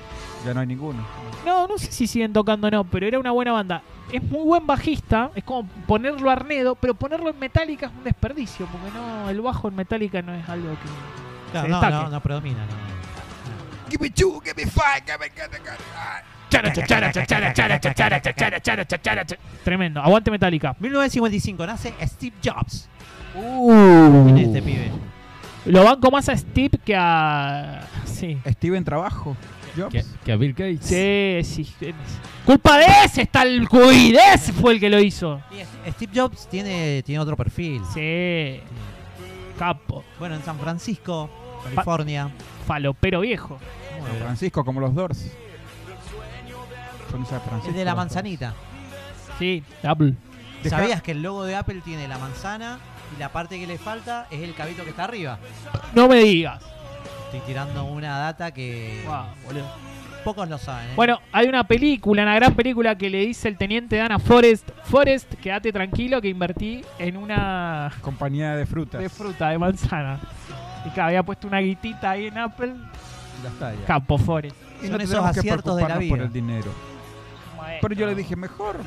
Speaker 2: Ya no hay ninguno.
Speaker 1: No, no sé si siguen tocando o no, pero era una buena banda. Es muy buen bajista, es como ponerlo a Arnedo, pero ponerlo en Metallica es un desperdicio, porque no, el bajo en Metallica no es algo que...
Speaker 3: Claro,
Speaker 1: Se
Speaker 3: no,
Speaker 1: destaque.
Speaker 3: no, no predomina. no, no.
Speaker 2: Give me two, give me five, give me, give me, give me- ah.
Speaker 1: Tremendo, aguante Metallica.
Speaker 3: 1955 nace Steve Jobs.
Speaker 1: Uh,
Speaker 3: ¿Quién es este pibe?
Speaker 1: Lo banco más a Steve que a. Sí.
Speaker 2: Steven Trabajo. Jobs.
Speaker 4: Que, que a Bill Gates.
Speaker 1: Sí, sí. Culpa de ese está el COVID. Ese fue el que lo hizo.
Speaker 3: Y es- Steve Jobs tiene, tiene otro perfil.
Speaker 1: Sí. Capo.
Speaker 3: Bueno, en San Francisco, California.
Speaker 1: Falopero viejo.
Speaker 2: Bueno, Francisco, como los Doors. Son esas Francisco,
Speaker 3: El de la
Speaker 2: los
Speaker 3: manzanita.
Speaker 1: Sí. Apple.
Speaker 2: Doors. Deja-
Speaker 3: ¿Sabías que el logo de Apple tiene la manzana y la parte que le falta es el cabito que está arriba?
Speaker 1: No me digas.
Speaker 3: Estoy tirando una data que
Speaker 1: Wow, boludo.
Speaker 3: pocos lo saben. ¿eh?
Speaker 1: Bueno, hay una película, una gran película que le dice el teniente Dan a Forrest, Forrest, quédate tranquilo que invertí en una
Speaker 2: Compañía de frutas.
Speaker 1: de fruta, de manzana. Y claro, había puesto una guitita ahí en Apple,
Speaker 2: Ya está, ya.
Speaker 1: campo Forrest.
Speaker 2: Y
Speaker 3: Son esos
Speaker 2: tenemos que
Speaker 3: aciertos de la
Speaker 2: preocuparnos
Speaker 3: vida.
Speaker 2: por el dinero. Pero yo le dije, mejor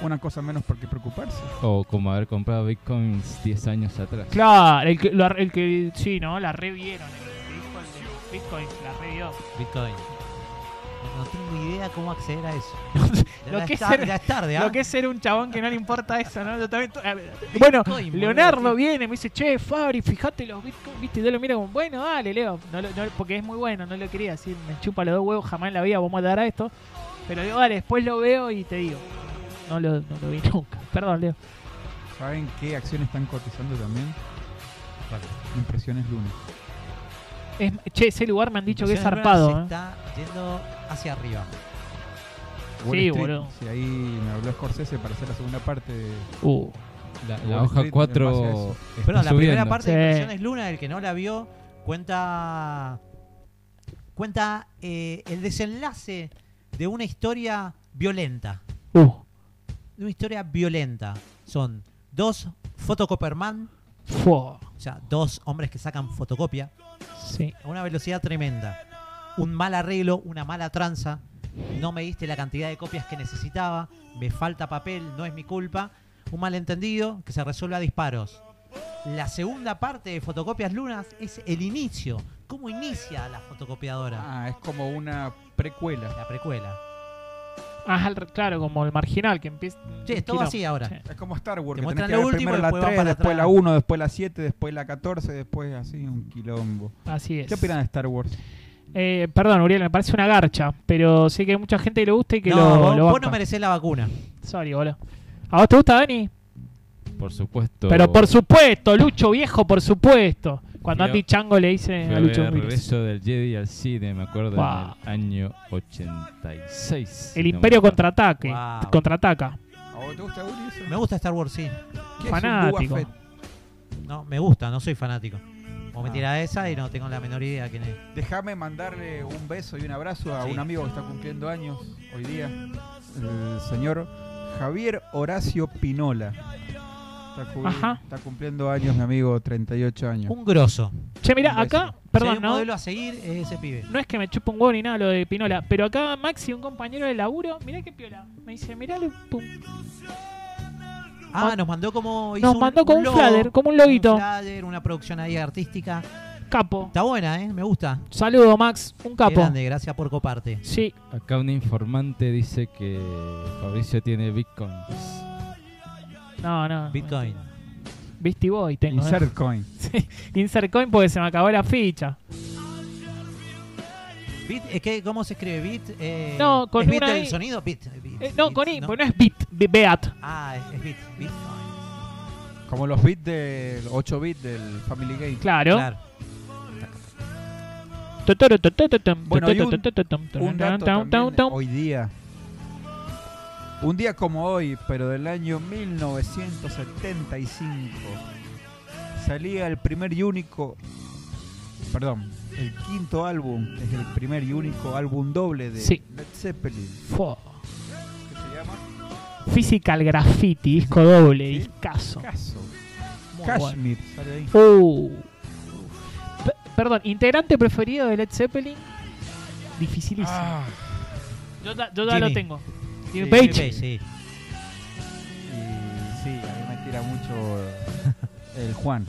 Speaker 2: una cosa menos por qué preocuparse.
Speaker 4: O como haber comprado bitcoins 10 años atrás.
Speaker 1: Claro, el que, lo- el que sí, ¿no? La revieron. El que dijo el de Bitcoin, la revió.
Speaker 3: Bitcoin. No, no tengo idea cómo acceder a eso.
Speaker 1: Lo
Speaker 3: ya,
Speaker 1: que
Speaker 3: es
Speaker 1: es
Speaker 3: tar-
Speaker 1: ser-
Speaker 3: ya es tarde, ¿ah?
Speaker 1: Lo que es ser un chabón que no le importa eso, ¿no? Yo también. a ver, Bueno,
Speaker 3: Bitcoin,
Speaker 1: Leonardo
Speaker 3: boludo,
Speaker 1: viene, me dice, che, Fabri, fíjate los bitcoins, viste, y yo lo miro como, bueno, dale, Leo, no, lo- no- porque es muy bueno, no lo quería decir, me chupa los dos huevos, jamás en la vida vamos a dar a esto. Pero digo, dale, después lo veo y te digo. No lo, no lo vi nunca. Perdón, Leo.
Speaker 2: ¿Saben qué acciones están cotizando también? Impresiones lunes.
Speaker 1: Es, che, ese lugar me han dicho que es
Speaker 3: Impresiones
Speaker 1: zarpado.
Speaker 3: Se
Speaker 1: ¿eh?
Speaker 3: está yendo hacia arriba.
Speaker 2: Wall
Speaker 1: Sí,
Speaker 2: Street,
Speaker 1: boludo.
Speaker 2: Si ahí me habló Scorsese para hacer la segunda parte de
Speaker 1: Uh,
Speaker 4: La,
Speaker 2: Wall
Speaker 4: la hoja
Speaker 2: Street, en base a
Speaker 4: 4
Speaker 2: eso.
Speaker 4: está
Speaker 3: Pero la primera
Speaker 4: subiendo.
Speaker 3: parte
Speaker 1: Sí.
Speaker 3: de Impresiones Luna, el que no la vio, cuenta cuenta eh, el desenlace de una historia violenta.
Speaker 1: uh.
Speaker 3: De una historia violenta. Son dos fotocoperman,
Speaker 1: Fua.
Speaker 3: o sea, dos hombres que sacan fotocopia
Speaker 1: Sí.
Speaker 3: a una velocidad tremenda. Un mal arreglo, una mala tranza. No me diste la cantidad de copias que necesitaba. Me falta papel, no es mi culpa. Un malentendido que se resuelve a disparos. La segunda parte de Fotocopias Lunas es el inicio. ¿Cómo inicia la fotocopiadora?
Speaker 2: Ah, es como una precuela.
Speaker 3: La precuela.
Speaker 1: Ah, al- claro, como el marginal que empieza.
Speaker 3: Che, es todo
Speaker 1: Quilombo.
Speaker 3: así ahora.
Speaker 1: Sí.
Speaker 2: Es como Star Wars,
Speaker 3: Te
Speaker 2: que tenés
Speaker 3: muestran
Speaker 2: que
Speaker 3: lo
Speaker 2: ver
Speaker 3: último,
Speaker 2: primero la
Speaker 3: después va
Speaker 2: 3,
Speaker 3: para
Speaker 2: después la
Speaker 3: atrás.
Speaker 2: 1, después la 7, después la 14, después así, un quilombo.
Speaker 1: Así es.
Speaker 2: ¿Qué opinan de Star Wars?
Speaker 1: Eh, perdón, Uriel, me parece una garcha, pero sé que hay mucha gente que le gusta y que
Speaker 3: no,
Speaker 1: lo,
Speaker 3: vos,
Speaker 1: lo
Speaker 3: vos
Speaker 1: banca.
Speaker 3: no merecés la vacuna.
Speaker 1: Sorry, boludo. ¿A vos te gusta, Dani?
Speaker 4: Por supuesto.
Speaker 1: Pero por supuesto, Lucho viejo, por supuesto. Cuando
Speaker 4: Fui a-
Speaker 1: Andy Chango le dice
Speaker 4: Fui
Speaker 1: a
Speaker 4: a
Speaker 1: Lucho
Speaker 4: ver
Speaker 1: Willis.
Speaker 4: regreso del Jedi al cine, me acuerdo,
Speaker 1: Wow.
Speaker 4: en el año 86.
Speaker 1: El
Speaker 4: si no
Speaker 1: Imperio
Speaker 4: me
Speaker 1: contraataque.
Speaker 3: Wow.
Speaker 1: Contraataca.
Speaker 2: ¿A vos te gusta Uri eso?
Speaker 3: Me gusta Star Wars, sí.
Speaker 2: ¿Qué es
Speaker 1: fanático.
Speaker 2: un Boba Fett?
Speaker 3: No, me gusta, no soy fanático. Vos me
Speaker 2: Ah.
Speaker 3: tirás esa y no tengo la menor idea quién es.
Speaker 2: Déjame mandarle un beso y un abrazo a
Speaker 3: Sí.
Speaker 2: un amigo que está cumpliendo años hoy día, el señor Javier Horacio Pinola. Está, cu-
Speaker 1: Ajá.
Speaker 2: está cumpliendo años, mi amigo, 38 años.
Speaker 3: Un grosso.
Speaker 1: Che, mira,
Speaker 2: Un beso.
Speaker 1: acá,
Speaker 3: Si hay
Speaker 1: Ah, perdón,
Speaker 3: un
Speaker 1: ¿no?
Speaker 3: modelo a seguir es ese pibe.
Speaker 1: No es que me chupa un huevo ni nada lo de Pinola, pero acá Maxi, un compañero de laburo, mirá qué piola. Me dice, mirá, lo- pum.
Speaker 3: Ah,
Speaker 1: Man-
Speaker 3: nos mandó como. hizo
Speaker 1: Ah, nos mandó con un,
Speaker 3: logo,
Speaker 1: flader, como un
Speaker 3: Un
Speaker 1: loguito.
Speaker 3: flyer, una producción ahí artística.
Speaker 1: Capo.
Speaker 3: Está buena, ¿eh? Me gusta.
Speaker 1: Saludo, Max. Un
Speaker 3: Qué
Speaker 1: capo.
Speaker 3: grande, gracias por coparte.
Speaker 1: Sí,
Speaker 4: acuerdo. Acá un informante dice que Fabricio tiene bitcoins.
Speaker 1: no, no.
Speaker 3: Bitcoin.
Speaker 1: Beastie Boy tengo. ¿eh?
Speaker 2: Insert coin.
Speaker 1: Insert coin porque se me acabó la ficha.
Speaker 3: Bit, es que, ¿Cómo se escribe? Bit. Eh,
Speaker 1: No, con
Speaker 3: ¿Es bit
Speaker 1: una
Speaker 3: del
Speaker 1: I.
Speaker 3: sonido? Bit. bit,
Speaker 1: Eh, no,
Speaker 3: bit,
Speaker 1: con I, porque no es Beat, de Beat.
Speaker 3: Ah, es, es bit. Bitcoin.
Speaker 2: Como los bits del 8 bits del Family Game.
Speaker 1: Claro.
Speaker 3: Claro.
Speaker 2: Bueno, hay un- Un dato también hoy día. Un día como hoy, pero del año 1975, salía el primer y único, perdón, el quinto álbum, es el primer y único álbum doble de
Speaker 1: Sí.
Speaker 2: Led Zeppelin,
Speaker 1: Fua.
Speaker 2: que se llama
Speaker 1: Physical Graffiti, disco doble,
Speaker 2: Sí.
Speaker 1: discazo.
Speaker 2: Caso.
Speaker 1: Muy
Speaker 2: Kashmir, sale ahí.
Speaker 1: bueno. Uh. P- Perdón, integrante preferido de Led Zeppelin. Dificilísimo.
Speaker 2: Ah,
Speaker 1: yo ta- yo ya lo
Speaker 3: Jimmy.
Speaker 1: tengo. Jimmy
Speaker 2: Sí,
Speaker 1: Page.
Speaker 3: Sí, sí.
Speaker 2: y sí, a mí me tira mucho el Juan,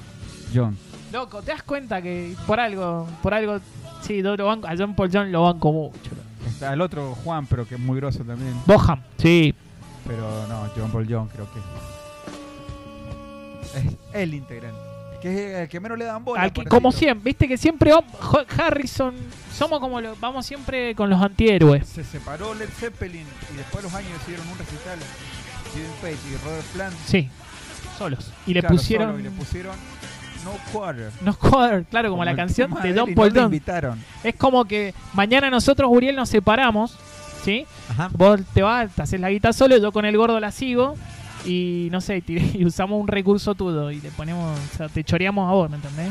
Speaker 2: John.
Speaker 1: Loco, ¿te das cuenta que por algo, por algo, sí, yo lo banco, a John Paul John lo banco mucho.
Speaker 2: Está el otro Juan, pero que es muy grosso también.
Speaker 1: Boham, sí.
Speaker 2: Pero no, John Paul John creo que es el integrante. Que es el que menos le dan bola.
Speaker 1: Al que-
Speaker 2: pobrecito.
Speaker 1: como siempre, viste que siempre hom- Jo- Harrison, somos como los, vamos siempre con los antihéroes.
Speaker 2: Se separó Led Zeppelin y después de los años hicieron un recital. Jimmy Page y Robert Plant.
Speaker 1: Sí, solos. Y le
Speaker 2: claro,
Speaker 1: pusieron.
Speaker 2: solo, y le pusieron No Quarter.
Speaker 1: No Quarter, claro, como, la
Speaker 2: el
Speaker 1: canción
Speaker 2: tema
Speaker 1: de
Speaker 2: él, y
Speaker 1: Don
Speaker 2: no
Speaker 1: Paul
Speaker 2: le
Speaker 1: John.
Speaker 2: invitaron.
Speaker 1: Es como que mañana nosotros, Uriel, nos separamos, ¿sí?
Speaker 3: Ajá.
Speaker 1: Vos te vas, te haces la guita solo, yo con el gordo la sigo y no sé, tiré- y usamos un recurso todo y le ponemos, o sea, te choreamos a vos, ¿me entendés?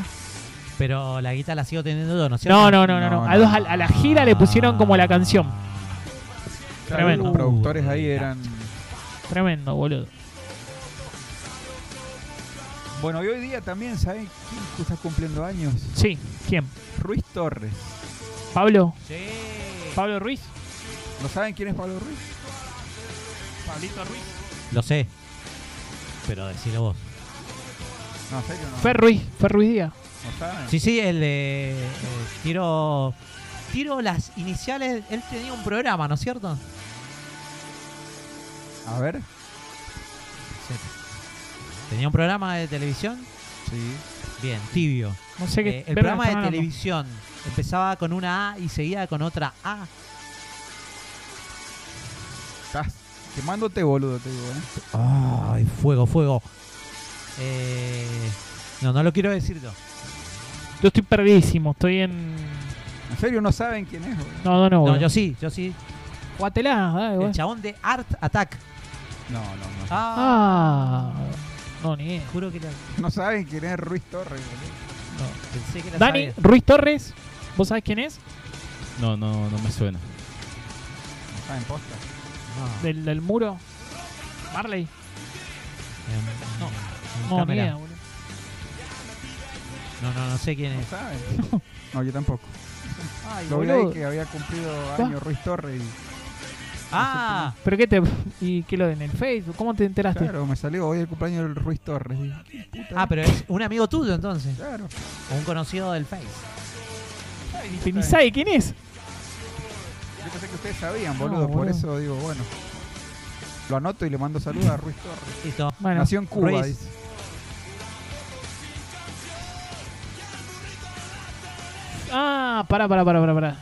Speaker 3: Pero la guita la sigo teniendo yo, ¿no es cierto?
Speaker 1: No, no, no, no. no.
Speaker 2: No,
Speaker 1: A, los- a- a la gira le pusieron como la canción.
Speaker 2: Claro,
Speaker 1: Tremendo. Uh,
Speaker 2: Los productores ahí eran.
Speaker 1: Tremendo, boludo.
Speaker 2: Bueno, y hoy día también, ¿saben quién está cumpliendo años?
Speaker 1: Sí, ¿quién?
Speaker 2: Ruiz Torres.
Speaker 1: Pablo.
Speaker 3: Sí.
Speaker 1: Pablo Ruiz.
Speaker 2: ¿No saben quién es Pablo Ruiz?
Speaker 1: Pablito Ruiz.
Speaker 3: Lo sé. Pero decilo vos.
Speaker 2: No, en serio, no.
Speaker 1: Fer Ruiz, Fer Ruiz Díaz.
Speaker 2: ¿No saben?
Speaker 3: Sí, sí, el de. eh, tiro. Tiro las iniciales. Él tenía un programa, ¿no es cierto?
Speaker 2: A ver.
Speaker 3: Tenía un programa de televisión.
Speaker 2: Sí.
Speaker 3: Bien, tibio.
Speaker 1: No sé qué.
Speaker 3: Eh, el
Speaker 1: verga
Speaker 3: programa
Speaker 1: están
Speaker 3: de
Speaker 1: hablando.
Speaker 3: televisión empezaba con una A y seguía con otra A.
Speaker 2: Estás quemándote, boludo, te digo, ¿eh?
Speaker 3: Ay, fuego, fuego. Eh, no, no lo quiero decir yo.
Speaker 1: Yo estoy perdidísimo. Estoy en.
Speaker 2: En serio, no saben quién es, boludo.
Speaker 1: No, no, no.
Speaker 3: No,
Speaker 1: boludo.
Speaker 3: yo sí, yo sí.
Speaker 1: Guatelá, dale,
Speaker 3: El
Speaker 1: güey.
Speaker 3: chabón de Art Attack.
Speaker 2: No, no, no.
Speaker 3: Ah,
Speaker 1: Ah. No, ni idea.
Speaker 3: juro que la-
Speaker 2: No saben quién es Ruiz Torres, boludo.
Speaker 3: pensé que la
Speaker 1: Dani
Speaker 3: sabía.
Speaker 1: Ruiz Torres. ¿Vos sabés quién es?
Speaker 4: No, no, no me suena.
Speaker 2: No saben posta.
Speaker 3: No,
Speaker 1: Del, del muro. Marley.
Speaker 3: em,
Speaker 1: no,
Speaker 3: em,
Speaker 1: No, ni
Speaker 3: cámara.
Speaker 1: idea, boludo.
Speaker 3: no, no, no sé quién
Speaker 2: No
Speaker 3: es.
Speaker 2: saben. No, yo tampoco.
Speaker 1: Ay,
Speaker 2: Lo vi
Speaker 1: boludo. Ah.
Speaker 2: ahí que había cumplido años Ruiz Torres y
Speaker 3: Ah,
Speaker 1: ¿Pero qué te.? ¿Y qué lo en el Facebook? ¿Cómo te enteraste?
Speaker 2: claro, me salió hoy el cumpleaños del Ruiz Torres. Dije, "¿Qué puta
Speaker 3: ah, pero es un amigo tuyo entonces.
Speaker 2: Claro.
Speaker 3: O un conocido del Face.
Speaker 1: Que ni sabe quién es.
Speaker 2: Yo pensé que ustedes sabían,
Speaker 1: No,
Speaker 2: boludo, por
Speaker 1: boludo.
Speaker 2: eso digo, bueno. Lo anoto y le mando saludos a Ruiz Torres.
Speaker 3: Listo.
Speaker 1: Bueno,
Speaker 2: Nació en Cuba,
Speaker 3: Ruiz.
Speaker 2: dice.
Speaker 1: Ah, pará, pará, pará, pará, pará.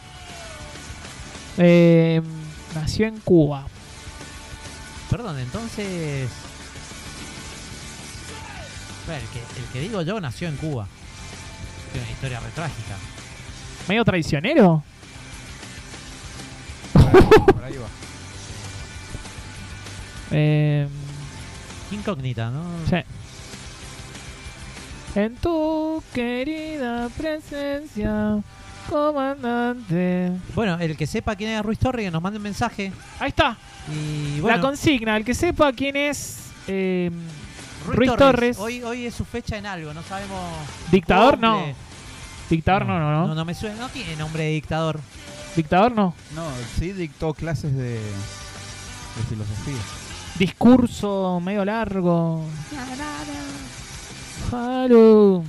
Speaker 1: Eh, nació en Cuba.
Speaker 3: Perdón, entonces. Bueno, el, que, el que digo yo nació en Cuba. Tiene una historia re trágica.
Speaker 1: ¿Medio traicionero?
Speaker 2: Por ahí va.
Speaker 1: Eh,
Speaker 3: Qué incógnita, ¿no?
Speaker 1: sí. En tu querida presencia, comandante.
Speaker 3: Bueno, el que sepa quién es Ruiz Torres, que nos mande un mensaje.
Speaker 1: Ahí está,
Speaker 3: Y bueno,
Speaker 1: la consigna. El que sepa quién es eh, Ruiz, Torres,
Speaker 3: Hoy, hoy es su fecha en algo, no sabemos.
Speaker 1: dictador, no.
Speaker 3: Cumple.
Speaker 1: Dictador, no, no, no.
Speaker 3: No, me suena, no tiene nombre de dictador.
Speaker 1: Dictador, no.
Speaker 2: No, sí dictó clases de, de filosofía.
Speaker 1: Discurso medio largo. Haru.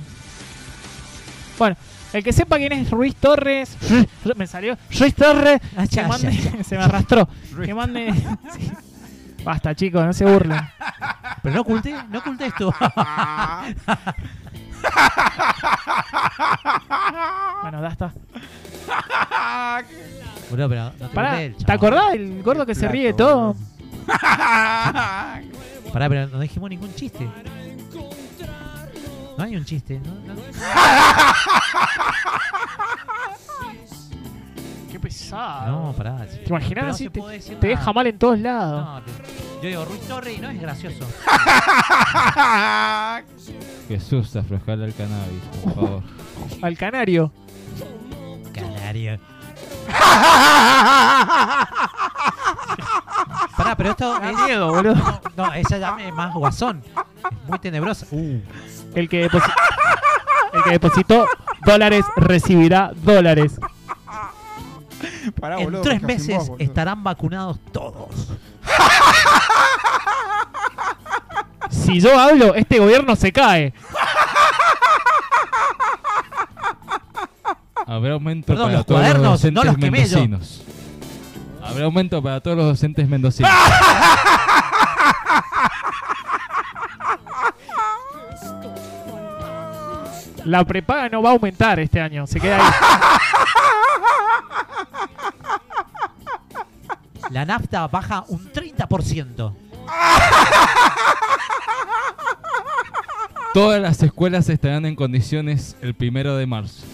Speaker 1: Bueno, el que sepa quién es Ruiz Torres, me salió Ruiz Torres,
Speaker 3: Ah,
Speaker 1: que
Speaker 3: ya,
Speaker 1: mande-
Speaker 3: ya,
Speaker 1: se me arrastró.
Speaker 2: Ruiz
Speaker 1: Que mande. sí. Basta, chicos, no se burlen.
Speaker 3: Pero no oculté, no oculté esto.
Speaker 1: Bueno, ya está.
Speaker 3: Boludo, pero no te
Speaker 1: Pará,
Speaker 3: oculté el
Speaker 1: ¿te
Speaker 3: chabón.
Speaker 1: acordás del gordo que se ríe de todo?
Speaker 3: Pará, pero no dijimos ningún chiste. No hay un chiste, ¿no? No-
Speaker 1: Qué pesado.
Speaker 3: No, pará.
Speaker 1: Ah. ¿Te imaginas
Speaker 3: Pero no
Speaker 1: así?
Speaker 3: se
Speaker 1: Te,
Speaker 3: puede decir
Speaker 1: te deja
Speaker 3: nada.
Speaker 1: mal en todos lados.
Speaker 3: No, te- yo digo, Ruiz Torres y no es gracioso.
Speaker 4: Jesús, aflojale el cannabis, por favor.
Speaker 1: Al canario.
Speaker 3: Canario. Pará, pero esto.
Speaker 1: Da
Speaker 3: es-
Speaker 1: miedo, boludo.
Speaker 3: No, esa ya es más guasón. Es muy tenebrosa. Uh,
Speaker 1: El que, deposi- el que depositó dólares recibirá dólares.
Speaker 2: Pará,
Speaker 3: en
Speaker 2: boludo,
Speaker 3: tres
Speaker 2: porque sin
Speaker 3: meses
Speaker 2: vos, boludo.
Speaker 3: estarán vacunados todos.
Speaker 1: Si yo hablo, este gobierno se cae.
Speaker 4: Habrá aumento
Speaker 3: Perdón,
Speaker 4: para
Speaker 3: los
Speaker 4: todos
Speaker 3: cuadernos,
Speaker 4: los
Speaker 3: no
Speaker 4: docentes
Speaker 3: los quemé yo.
Speaker 4: mendocinos. Habrá aumento para todos los docentes mendocinos.
Speaker 1: La prepaga no va a aumentar este año. Se queda ahí.
Speaker 3: La nafta baja un 30%.
Speaker 4: Todas las escuelas estarán en condiciones el primero de marzo.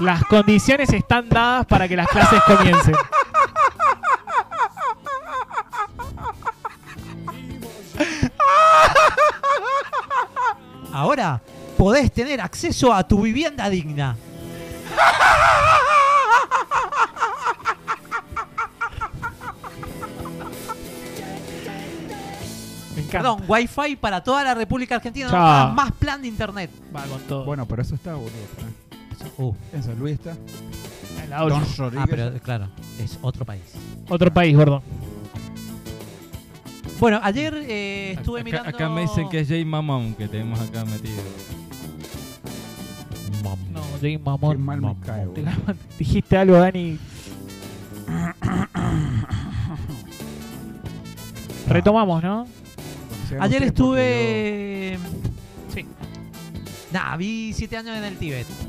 Speaker 1: Las condiciones están dadas para que las clases comiencen.
Speaker 3: Ahora podés tener acceso a tu vivienda digna.
Speaker 1: Me encanta.
Speaker 3: Perdón, Wi-Fi para toda la República Argentina. no
Speaker 1: Chao.
Speaker 3: pagan más plan de internet.
Speaker 1: Va con todo.
Speaker 2: Bueno, pero eso está, boludo. pará.
Speaker 3: Uh,
Speaker 2: En San Luis está.
Speaker 1: El audio.
Speaker 2: Don
Speaker 3: ah,
Speaker 2: Rodríguez.
Speaker 3: pero claro, es otro país.
Speaker 1: Otro país, gordo.
Speaker 3: Bueno, ayer eh, estuve
Speaker 4: acá,
Speaker 3: mirando.
Speaker 4: acá me dicen que es Jay Mamón que tenemos acá metido.
Speaker 1: No, Jay
Speaker 2: Qué
Speaker 1: Mamón.
Speaker 2: mal me
Speaker 3: Mamón.
Speaker 2: cae,
Speaker 1: Te
Speaker 2: boludo.
Speaker 1: la- Dijiste algo, Dani. Retomamos, ¿no?
Speaker 2: Cuando sea
Speaker 3: Ayer
Speaker 2: usted, porque
Speaker 3: estuve.
Speaker 1: Sí.
Speaker 3: Nah, vi siete años en el Tíbet.
Speaker 2: yo-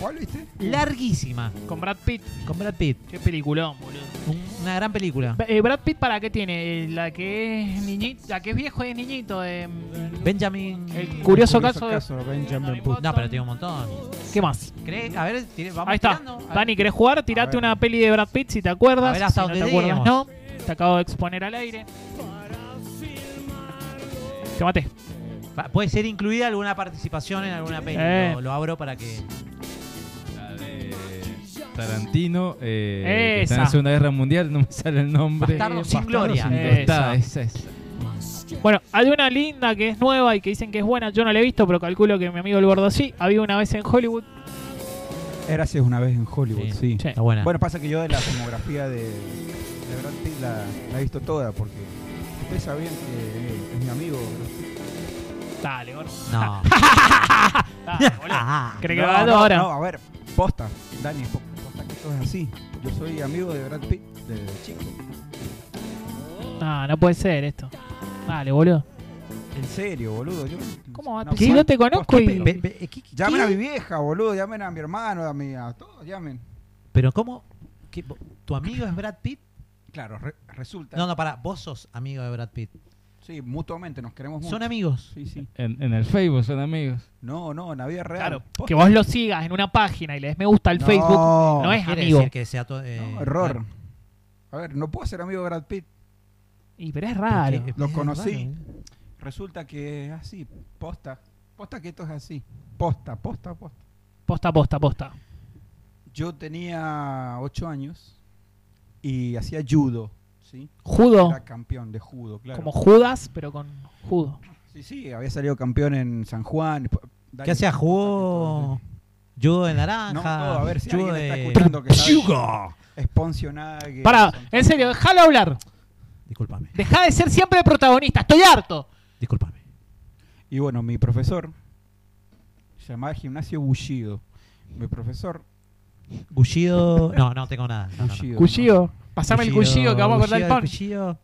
Speaker 2: ¿Cuál viste?
Speaker 3: Larguísima.
Speaker 1: Con Brad Pitt.
Speaker 3: Con Brad Pitt.
Speaker 1: Qué peliculón, boludo.
Speaker 3: Un- una gran película.
Speaker 1: Eh, ¿Brad Pitt para qué tiene? Eh, La que es niñito, la que es viejo y es niñito. em,
Speaker 3: Benjamin.
Speaker 1: el curioso, caso, de...
Speaker 2: Benjamin
Speaker 1: No, no
Speaker 2: Button.
Speaker 3: No, pero tiene un montón.
Speaker 1: ¿Qué más?
Speaker 3: ¿Crees? A ver, tire- vamos
Speaker 1: Ahí está.
Speaker 3: tirando. A ver.
Speaker 1: Dani, ¿querés jugar? Tirate
Speaker 2: ver.
Speaker 1: una peli de Brad Pitt si te acuerdas.
Speaker 3: A ver hasta
Speaker 1: si no
Speaker 3: dónde
Speaker 1: te acuerdas,
Speaker 3: lleguemos.
Speaker 1: no. Te acabo de exponer al aire. Te
Speaker 3: Eh,
Speaker 1: maté.
Speaker 3: Pa- Puede ser incluida alguna participación en alguna peli.
Speaker 1: Eh.
Speaker 3: Lo, lo abro para que.
Speaker 4: La de Tarantino, eh, que está en
Speaker 1: Esa.
Speaker 4: la Segunda Guerra Mundial, no me sale el nombre.
Speaker 3: Bastardos sin
Speaker 1: Bastardos
Speaker 3: gloria.
Speaker 1: sin-
Speaker 4: Eh, Está,
Speaker 1: Esa.
Speaker 4: esa, esa.
Speaker 1: Bueno, hay una linda que es nueva y que dicen que es buena. Yo no la he visto, pero calculo que mi amigo el gordo sí. Había una vez en Hollywood.
Speaker 2: Era hace una vez en Hollywood,
Speaker 3: Sí.
Speaker 2: sí.
Speaker 1: Sí.
Speaker 3: Está buena.
Speaker 2: Bueno, pasa que yo de la filmografía de, de Brad Pitt la, la he visto toda, porque ustedes sabían que es mi amigo.
Speaker 1: Dale, gordo.
Speaker 3: No.
Speaker 1: Dale, boludo.
Speaker 3: Ah,
Speaker 1: ¿Crees que
Speaker 2: no,
Speaker 1: va
Speaker 2: no,
Speaker 1: ahora?
Speaker 2: no, a ver, posta, Dani, po- posta que esto es así. Yo soy amigo de Brad Pitt desde chico.
Speaker 1: No, no puede ser esto. Dale, boludo.
Speaker 2: En serio, boludo. Yo,
Speaker 1: ¿Cómo va?
Speaker 2: no,
Speaker 1: Si
Speaker 2: posta,
Speaker 1: yo te conozco
Speaker 2: posta,
Speaker 1: y-
Speaker 2: pero-
Speaker 3: Ve- ve- eh, ¿qué- qué-
Speaker 2: Llamen
Speaker 3: qué?
Speaker 2: a mi vieja, boludo. Llamen a mi hermano, a, mi, a todos, llamen.
Speaker 3: Pero ¿cómo? ¿Qué- vo-
Speaker 2: Ah,
Speaker 3: ¿Tu amigo es Brad Pitt?
Speaker 2: Claro, re- resulta.
Speaker 3: No, no, para. Vos sos amigo de Brad Pitt.
Speaker 2: Sí, mutuamente, nos queremos mucho.
Speaker 3: Son em- amigos.
Speaker 2: Sí, sí.
Speaker 4: En, en el Facebook son amigos.
Speaker 2: No, no, en la vida real.
Speaker 1: Claro,
Speaker 2: Posta.
Speaker 1: que vos lo sigas en una página y le des me gusta al
Speaker 2: No.
Speaker 1: Facebook. No es
Speaker 3: Quiere
Speaker 1: amigo.
Speaker 3: decir que sea to- eh,
Speaker 2: No, error.
Speaker 3: claro.
Speaker 2: A ver, no puedo ser amigo de Brad Pitt.
Speaker 1: Y pero es raro.
Speaker 3: Porque es
Speaker 2: Lo
Speaker 3: medio
Speaker 2: conocí.
Speaker 3: raro, ¿eh?
Speaker 2: Resulta que es así, posta. Posta que esto es así. Posta, posta, posta.
Speaker 1: Posta, posta, posta.
Speaker 2: Yo tenía 8 años y hacía judo, ¿sí?
Speaker 1: Judo,
Speaker 2: Era campeón de judo, claro.
Speaker 1: Oh. como Judas, pero con judo.
Speaker 2: Sí, sí, había salido campeón en San Juan.
Speaker 3: ¿Qué hacía? ¿Jugó judo de naranja?
Speaker 2: No, todo, a ver si
Speaker 3: judo
Speaker 2: alguien está
Speaker 3: de-
Speaker 2: escuchando que sabe. Es Poncio Nagel,
Speaker 1: Pará,
Speaker 2: San-
Speaker 1: en serio, déjalo hablar.
Speaker 3: Disculpame,
Speaker 1: Deja de ser siempre el protagonista. Estoy harto.
Speaker 3: disculpame.
Speaker 2: Y bueno, mi profesor, se llamaba Gimnasio Bullido. Mi profesor,
Speaker 3: Gullido... No, no tengo nada. No, no, no.
Speaker 2: Bullido.
Speaker 1: Cuchillo. Pasame el cuchillo que vamos a cortar el
Speaker 3: Gullido,
Speaker 1: pan.
Speaker 3: Gullido.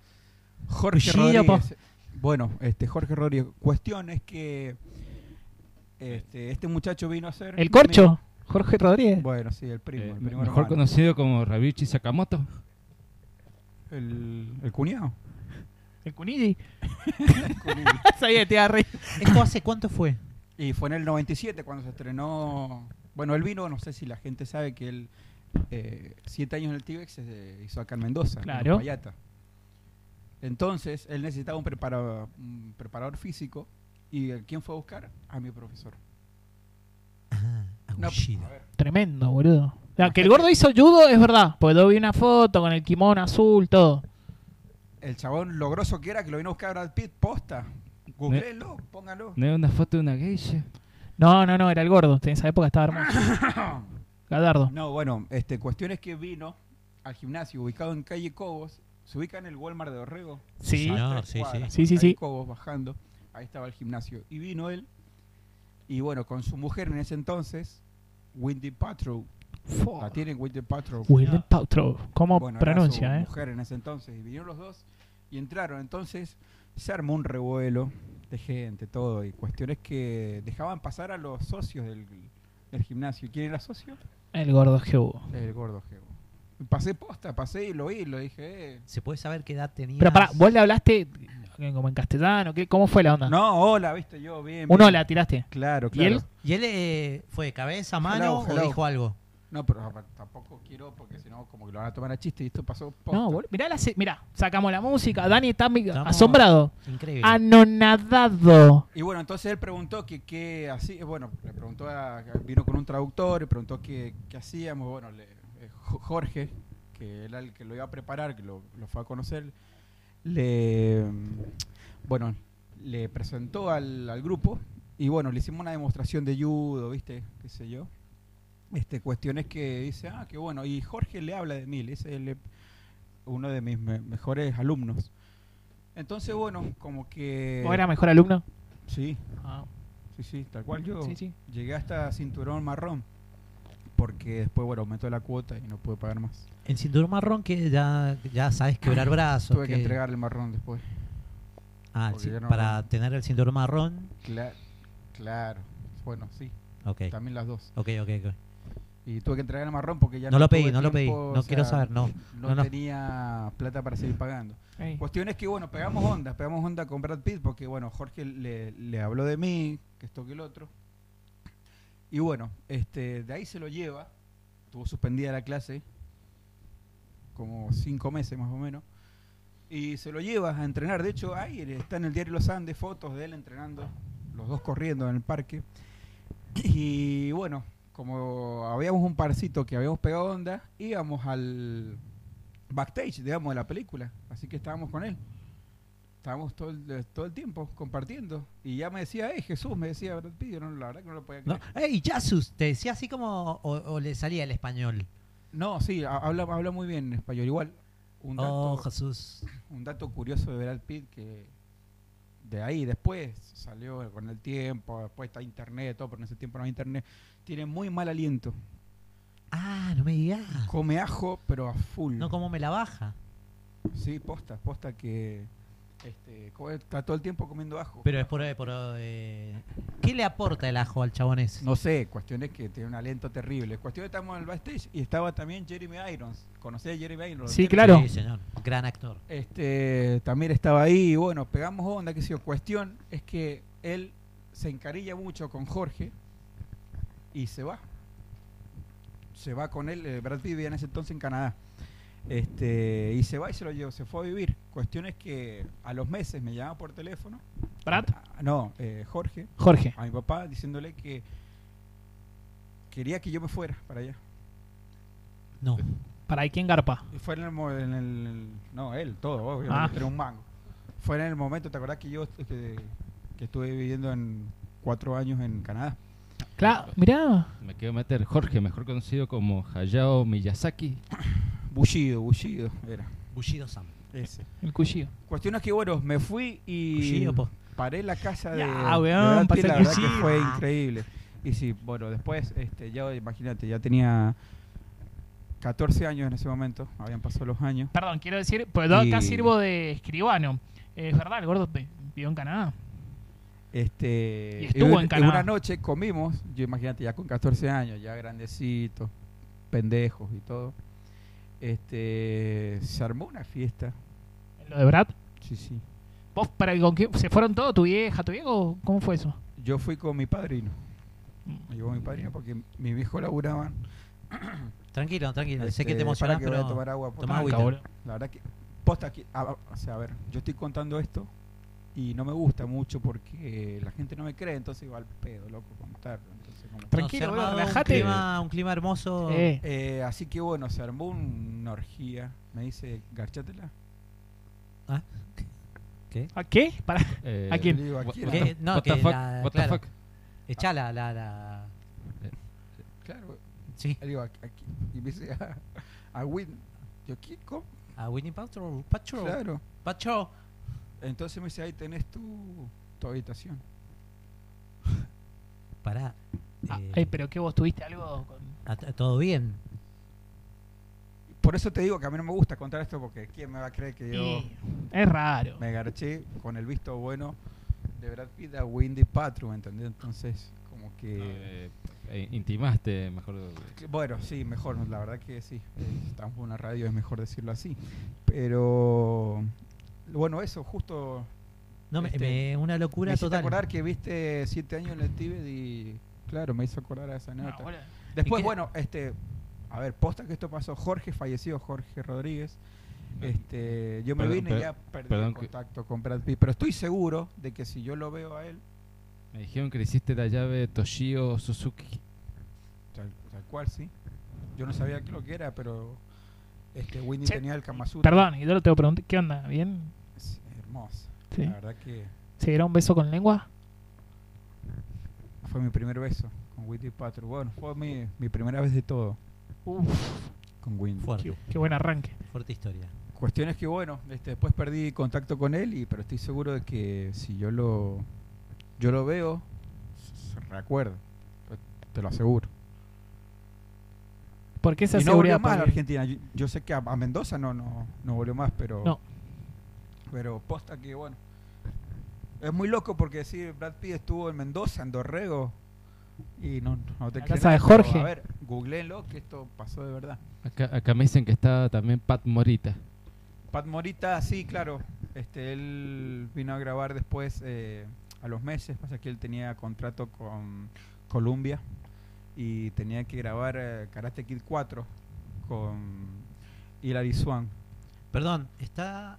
Speaker 2: Jorge
Speaker 3: Cuchillo, po.
Speaker 2: Rodríguez. Bueno, este Jorge Rodríguez. Cuestión es que este, este muchacho vino a ser.
Speaker 1: El corcho. Jorge Rodríguez.
Speaker 2: Bueno, sí, el primo.
Speaker 4: Eh,
Speaker 2: el primo
Speaker 4: mejor
Speaker 2: hermano.
Speaker 4: conocido como Rabichi Sakamoto.
Speaker 2: El, el cuñado.
Speaker 1: El cunilli. Sabía que te iba a reír.
Speaker 3: ¿Esto hace cuánto fue?
Speaker 2: y fue en el 97 cuando se estrenó. Bueno, él vino, no sé si la gente sabe que él. eh, siete años en el Tíbex se hizo acá en Mendoza, en
Speaker 1: Claro.
Speaker 2: Payata. Entonces, él necesitaba un, prepara- un preparador físico. ¿Y eh, quién fue a buscar? A mi profesor.
Speaker 3: Ah, a
Speaker 2: No,
Speaker 3: Gullido.
Speaker 2: a ver.
Speaker 1: Tremendo, boludo. O sea, Ah, que el gordo hizo judo es verdad. Porque yo vi una foto con el kimono azul, todo.
Speaker 2: El chabón, lo grosso que era, que lo vino a buscar Brad Pitt, posta. Googleenlo, póngalo.
Speaker 4: ¿No era una foto de una geisha?
Speaker 1: No, no, no, era el gordo. En esa época estaba hermoso. Gadardo.
Speaker 2: No, bueno, este, cuestión es que vino al gimnasio ubicado en calle Cobos. Se ubica en el Walmart de Dorrego.
Speaker 1: Sí.
Speaker 3: Señor,
Speaker 2: a tres
Speaker 3: sí, sí.
Speaker 2: cuadras,
Speaker 1: Sí, sí,
Speaker 2: calle
Speaker 1: sí.
Speaker 2: Cobos bajando. Ahí estaba el gimnasio. Y vino él. Y bueno, con su mujer en ese entonces, Wendy Patrow. La tienen Wendy Patrow.
Speaker 1: Willem Paltrow. ¿Cómo
Speaker 2: Bueno, era su
Speaker 1: pronuncia, eh?
Speaker 2: mujer en ese entonces. Y vinieron los dos y entraron. Entonces se armó un revuelo de gente, todo. Y cuestiones que dejaban pasar a los socios del, del gimnasio. ¿Y ¿Quién era socio?
Speaker 1: El gordo que hubo.
Speaker 2: El gordo Geo. Pasé posta, pasé y lo vi, lo dije. eh.
Speaker 3: ¿Se puede saber qué edad tenía?
Speaker 1: Pero pará, vos le hablaste eh, como en castellano. ¿qué? ¿Cómo fue la onda?
Speaker 2: No, hola, viste yo, bien.
Speaker 1: Un
Speaker 2: bien.
Speaker 1: hola tiraste.
Speaker 2: Claro,
Speaker 1: Ah. ¿Y él?
Speaker 2: claro.
Speaker 3: ¿Y él eh, fue cabeza, mano
Speaker 2: Hello, hello.
Speaker 3: o dijo algo?
Speaker 2: No, pero apa- tampoco quiero porque si no, como que lo van a tomar a chiste y esto pasó. posta.
Speaker 1: No, boludo. Mirá, la se- mirá, sacamos la música. Dani está mi-
Speaker 3: Estamos-
Speaker 1: asombrado.
Speaker 3: Increíble.
Speaker 1: Anonadado.
Speaker 2: Y bueno, entonces él preguntó que qué así, bueno, le preguntó a, vino con un traductor, le preguntó qué, qué hacíamos, bueno, le- eh, Jo- Jorge, que era el que lo iba a preparar, que lo, lo fue a conocer, le mm, bueno, le presentó al, al grupo y bueno, le hicimos una demostración de judo, ¿viste? qué sé yo. Este, cuestiones que dice, ah, qué bueno, y Jorge le habla de mí, le dice, le- uno de mis me- mejores alumnos. Entonces, bueno, como que...
Speaker 1: ¿Vos eras mejor alumno?
Speaker 2: Sí, Sí, sí, tal cual Ah, yo
Speaker 1: Sí, sí.
Speaker 2: llegué hasta cinturón marrón porque después, bueno, aumentó la cuota y no pude pagar más.
Speaker 3: En cinturón marrón que ya, ya sabes quebrar brazos.
Speaker 2: Ah, Tuve que entregar el marrón después.
Speaker 3: Ah,
Speaker 2: porque
Speaker 3: sí,
Speaker 2: ya no-
Speaker 3: para tener el cinturón marrón.
Speaker 2: Cla- claro, bueno, sí,
Speaker 3: Ok, ok,
Speaker 2: también las dos.
Speaker 3: ok. ok.
Speaker 2: Y tuve que entregar el marrón porque ya
Speaker 3: No lo pedí,
Speaker 2: tuve
Speaker 3: no lo pedí.
Speaker 2: tiempo,
Speaker 3: No
Speaker 2: o
Speaker 3: quiero saber, no.
Speaker 2: No,
Speaker 3: No, no.
Speaker 2: tenía plata para seguir pagando.
Speaker 1: Ey.
Speaker 2: Cuestión es que, bueno, pegamos onda, pegamos onda con Brad Pitt porque, bueno, Jorge le, le habló de mí, que esto que el otro. Y bueno, este, de ahí se lo lleva. Estuvo suspendida la clase, como cinco meses más o menos. Y se lo lleva a entrenar. De hecho, ahí está en el diario Los Andes fotos de él entrenando, los dos corriendo en el parque. Y bueno, como habíamos un parcito que habíamos pegado onda, íbamos al backstage, digamos, de la película. Así que estábamos con él. Estábamos todo el, eh, todo el tiempo compartiendo. Y ya me decía, eh, Jesús, me decía Brad Pitt. Yo no, la verdad que no lo podía
Speaker 3: No.
Speaker 2: creer.
Speaker 3: ¡Ey, Yasus! Te decía así como. O, o le salía el español.
Speaker 2: No, sí, ha- habla, habla muy bien en español. Igual, un dato,
Speaker 3: Oh, Jesús.
Speaker 2: un dato curioso de Brad Pitt que de ahí después salió con el tiempo, después está internet, todo, pero en ese tiempo no había internet. Tiene muy mal aliento.
Speaker 3: Ah, no me digas.
Speaker 2: Come ajo, pero a full.
Speaker 3: No, ¿cómo me la baja?
Speaker 2: Sí, posta, posta que este, co- está todo el tiempo comiendo ajo.
Speaker 3: Pero es por. eh, por, eh, ¿Qué le aporta el ajo al chabón ese?
Speaker 2: No sé, cuestiones que tiene un aliento terrible. Cuestión que estamos en el backstage y estaba también Jeremy Irons. ¿Conocés a Jeremy Irons?
Speaker 1: Sí,
Speaker 2: Jeremy-
Speaker 1: claro.
Speaker 3: Sí, señor. Gran actor.
Speaker 2: Este, también estaba ahí y bueno, pegamos onda, qué sé yo. Cuestión es que él se encarilla mucho con Jorge y se va. Se va con él, eh, Brad Pitt vivía en ese entonces en Canadá. Este, y se va y se lo llevó, se fue a vivir. Cuestión es que a los meses me llamaba por teléfono.
Speaker 1: Brad,
Speaker 2: Ah, No, eh, Jorge
Speaker 1: Jorge.
Speaker 2: a mi papá diciéndole que quería que yo me fuera para allá.
Speaker 3: No.
Speaker 1: ¿Para ahí quién garpa?
Speaker 2: Y fue en el, mo- en el- no, él, todo, obvio,
Speaker 1: Ah.
Speaker 2: era un mango. Fue en el momento, ¿te acordás que yo eh, que, que estuve viviendo en cuatro años en Canadá?
Speaker 1: Claro, mirá.
Speaker 4: Me quiero meter Jorge, mejor conocido como Hayao Miyazaki.
Speaker 2: Bullido, bullido era.
Speaker 3: Bullido Sam.
Speaker 2: Ese.
Speaker 1: El cuchillo.
Speaker 2: Cuestión es que, bueno, me fui y
Speaker 3: Bullido, po.
Speaker 2: paré en la casa de,
Speaker 1: Ya,
Speaker 2: de
Speaker 1: weón,
Speaker 2: Brad Pitt,
Speaker 1: pasa
Speaker 2: la
Speaker 1: el
Speaker 2: verdad que
Speaker 1: cuchillo.
Speaker 2: fue increíble. Y sí, bueno, después, este, ya imagínate, ya tenía 14 años en ese momento, habían pasado los años.
Speaker 1: Perdón, quiero decir, pues yo acá
Speaker 2: Y-
Speaker 1: sirvo de escribano. Es verdad, el gordo vi- vivió en Canadá.
Speaker 2: Este,
Speaker 1: Y estuvo en Canadá.
Speaker 2: una noche comimos, yo imagínate, ya con 14 años, ya grandecitos, pendejos y todo. Este, se armó una fiesta.
Speaker 1: Lo de Brad.
Speaker 2: Sí, sí.
Speaker 1: ¿Vos para con quién? ¿Se fueron todos? ¿Tu vieja, tu viejo? ¿Cómo fue eso?
Speaker 2: Yo fui con mi padrino. Me llevó mi padrino porque mi viejo laburaba.
Speaker 3: Tranquilo, tranquilo. sé que
Speaker 2: Este,
Speaker 3: te emocionás,
Speaker 2: pará que voy a
Speaker 3: pero.
Speaker 2: tomar agua, posta.
Speaker 3: Tomá
Speaker 1: Ah,
Speaker 3: agüita.
Speaker 1: cabrón.
Speaker 2: La verdad que, posta aquí, a- a- o sea, a ver, yo estoy contando esto y no me gusta mucho porque la gente no me cree, entonces va al pedo, loco, contarlo. Entonces, como-
Speaker 3: No, se
Speaker 1: Tranquilo,
Speaker 3: ha
Speaker 1: boludo,
Speaker 3: armado
Speaker 1: relajate.
Speaker 3: Un clima, un clima hermoso.
Speaker 1: Eh,
Speaker 2: Eh, así que bueno, se armó una orgía. Me dice, garchatela.
Speaker 1: ¿A qué? Para,
Speaker 4: Eh,
Speaker 1: ¿A quién?
Speaker 2: Le digo, ¿a
Speaker 4: what-
Speaker 2: quién?
Speaker 4: what
Speaker 3: ¿Qué?
Speaker 4: the-
Speaker 3: No,
Speaker 4: what the
Speaker 3: que
Speaker 4: fuck,
Speaker 3: la-
Speaker 4: what the
Speaker 3: claro.
Speaker 4: fuck.
Speaker 3: Echá la, la, la-
Speaker 2: Claro.
Speaker 3: Sí,
Speaker 2: Le digo, ¿a, a quién? Y me dice, a, a Whitney. Yo, ¿quién? ¿Cómo?
Speaker 3: a Winnie Paltrow. Paltrow.
Speaker 2: Claro.
Speaker 3: Paltrow.
Speaker 2: Entonces me dice, ahí tenés tu, tu habitación.
Speaker 3: Pará.
Speaker 1: Ah,
Speaker 3: eh,
Speaker 1: eh, pero que vos tuviste algo con-
Speaker 3: a- a- ¿Todo bien?
Speaker 2: Por eso te digo que a mí no me gusta contar esto porque ¿quién me va a creer que yo
Speaker 1: Y- Es raro.
Speaker 2: me garché con el visto bueno de Brad Pitt a Windy Patru, ¿entendés? Entonces, como que...
Speaker 4: No, eh, eh, intimaste, mejor.
Speaker 2: Que- Bueno, sí, mejor, la verdad que sí. eh, Estamos en una radio, es mejor decirlo así. Pero, bueno, eso, justo.
Speaker 3: No, me-
Speaker 2: Este,
Speaker 3: me- una
Speaker 2: Me
Speaker 3: locura
Speaker 2: hiciste
Speaker 3: total.
Speaker 2: acordar que viste siete años en el Tíbet y, claro, me hizo acordar a esa
Speaker 1: No,
Speaker 2: nota.
Speaker 1: boludo.
Speaker 2: Después,
Speaker 3: ¿Y qué-
Speaker 2: bueno, este a ver, posta que esto pasó. Jorge falleció, Jorge Rodríguez. Este, yo me
Speaker 4: Perdón,
Speaker 2: vine
Speaker 4: per-
Speaker 2: y ya perdí
Speaker 4: perdón
Speaker 2: el
Speaker 4: que-
Speaker 2: contacto con Brad Pitt, pero estoy seguro de que si yo lo veo a él,
Speaker 4: Me dijeron que le hiciste la llave de Toshio Suzuki.
Speaker 2: tal, tal cual sí. Yo no sabía qué lo que era, pero este Winnie
Speaker 1: Che,
Speaker 2: tenía el Kama Sutra.
Speaker 1: Perdón, y yo lo tengo que preguntar. ¿Qué onda? ¿Bien?
Speaker 2: Es hermoso.
Speaker 1: Sí.
Speaker 2: La verdad que
Speaker 1: ¿Se dieron un beso con lengua?
Speaker 2: fue mi primer beso con Winnie Patrick. Bueno, fue mi, mi primera vez de todo
Speaker 1: Uf,
Speaker 2: con Winnie.
Speaker 3: Fuerte,
Speaker 1: qué buen arranque.
Speaker 3: fuerte historia.
Speaker 2: Cuestión es que, bueno, este, después perdí contacto con él, y, pero estoy seguro de que si yo lo, yo lo veo, se- se recuerda. Te lo aseguro.
Speaker 1: ¿Por qué esa
Speaker 2: y no
Speaker 1: seguridad?
Speaker 2: volvió más a la
Speaker 1: Porque-
Speaker 2: Argentina. Yo, yo sé que a, a Mendoza no, no, no volvió más, pero.
Speaker 1: No.
Speaker 2: Pero posta que, bueno. Es muy loco porque decir Brad Pitt estuvo en Mendoza, en Dorrego. Y no, no te
Speaker 1: La
Speaker 2: creo
Speaker 1: casa de
Speaker 2: nada, pero,
Speaker 1: Jorge.
Speaker 2: A ver, googleenlo, que esto pasó de verdad.
Speaker 4: Acá, acá me dicen que está también Pat Morita.
Speaker 2: Pat Morita, sí, claro. Este, él vino a grabar después eh, a los meses, pasa que él tenía contrato con Columbia y tenía que grabar eh, Karate Kid 4 con Hilary Swan.
Speaker 3: Perdón, está,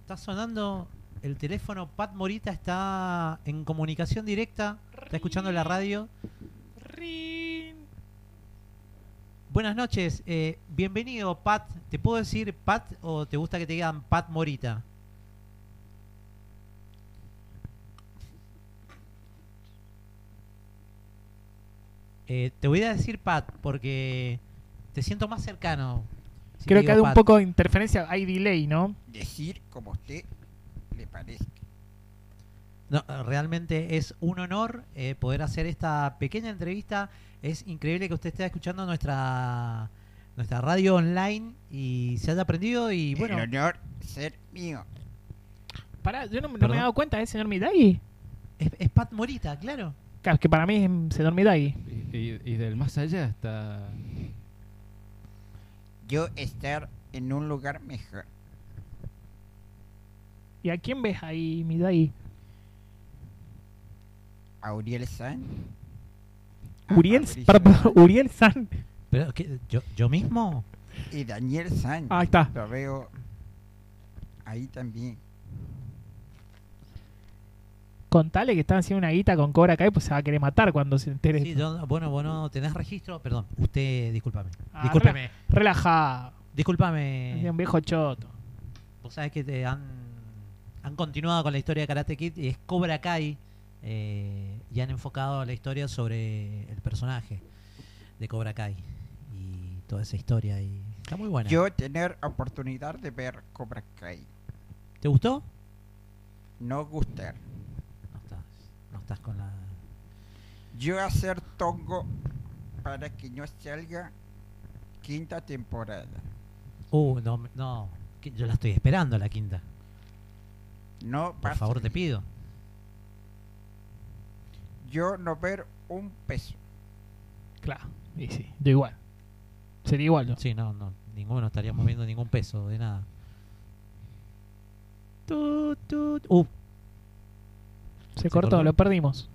Speaker 3: está sonando el teléfono. Pat Morita está en comunicación directa, está escuchando la radio.
Speaker 1: Rin.
Speaker 3: Buenas noches, eh, bienvenido Pat. ¿Te puedo decir Pat o te gusta que te digan Pat Morita? Eh, te voy a decir Pat porque te siento más cercano. si te
Speaker 1: Creo que
Speaker 3: digo
Speaker 1: hay un
Speaker 3: Pat.
Speaker 1: poco de interferencia, hay delay, ¿no?
Speaker 2: Decir como usted le parece.
Speaker 3: No, realmente es un honor eh, poder hacer esta pequeña entrevista. Es increíble que usted esté escuchando nuestra nuestra radio online y se haya aprendido y bueno,
Speaker 2: honor ser mío.
Speaker 1: Pará, yo no, no me
Speaker 3: ¿Perdón?
Speaker 1: he dado cuenta, ¿es señor Midagi?
Speaker 3: es, es Pat Morita, claro.
Speaker 1: Claro, es que para mí es mm, señor Midagi.
Speaker 4: Y, y- y del más allá está.
Speaker 2: Yo estar en un lugar mejor.
Speaker 1: ¿Y a quién ves ahí, Midagi?
Speaker 2: Auriel San.
Speaker 1: Uriel, para- para- Uriel San.
Speaker 3: Pero ¿qué? yo yo mismo
Speaker 2: Y Daniel San.
Speaker 1: Ah, ahí está.
Speaker 2: Lo veo ahí también.
Speaker 1: Contale que están haciendo una guita con Cobra Kai, pues se va a querer matar cuando se entere.
Speaker 3: Sí, yo- bueno, vos no tenés registro, perdón. Usted, discúlpame.
Speaker 1: Ah,
Speaker 3: Discúlpeme.
Speaker 1: Relajado. Es
Speaker 3: Discúlpame.
Speaker 1: un viejo choto.
Speaker 3: Vos sabés que te han, han continuado con la historia de Karate Kid y es Cobra Kai eh, y han enfocado la historia sobre el personaje de Cobra Kai y toda esa historia y está muy buena.
Speaker 5: Yo tener oportunidad de ver Cobra Kai.
Speaker 3: ¿Te gustó?
Speaker 5: No gustar.
Speaker 3: No estás, no estás con la...
Speaker 5: Yo hacer tongo para que no salga quinta temporada.
Speaker 3: Uh, no, me- no, que yo la estoy esperando la quinta.
Speaker 5: No
Speaker 3: Por
Speaker 5: pasa.
Speaker 3: favor, te pido.
Speaker 5: Yo no ver un peso.
Speaker 1: Claro, y sí, yo igual. Sería igual yo.
Speaker 3: Sí, no, no, ninguno estaríamos viendo ningún peso de nada. Tut, tut. Uh,
Speaker 1: Se cortó,
Speaker 3: cortó.
Speaker 1: lo perdimos.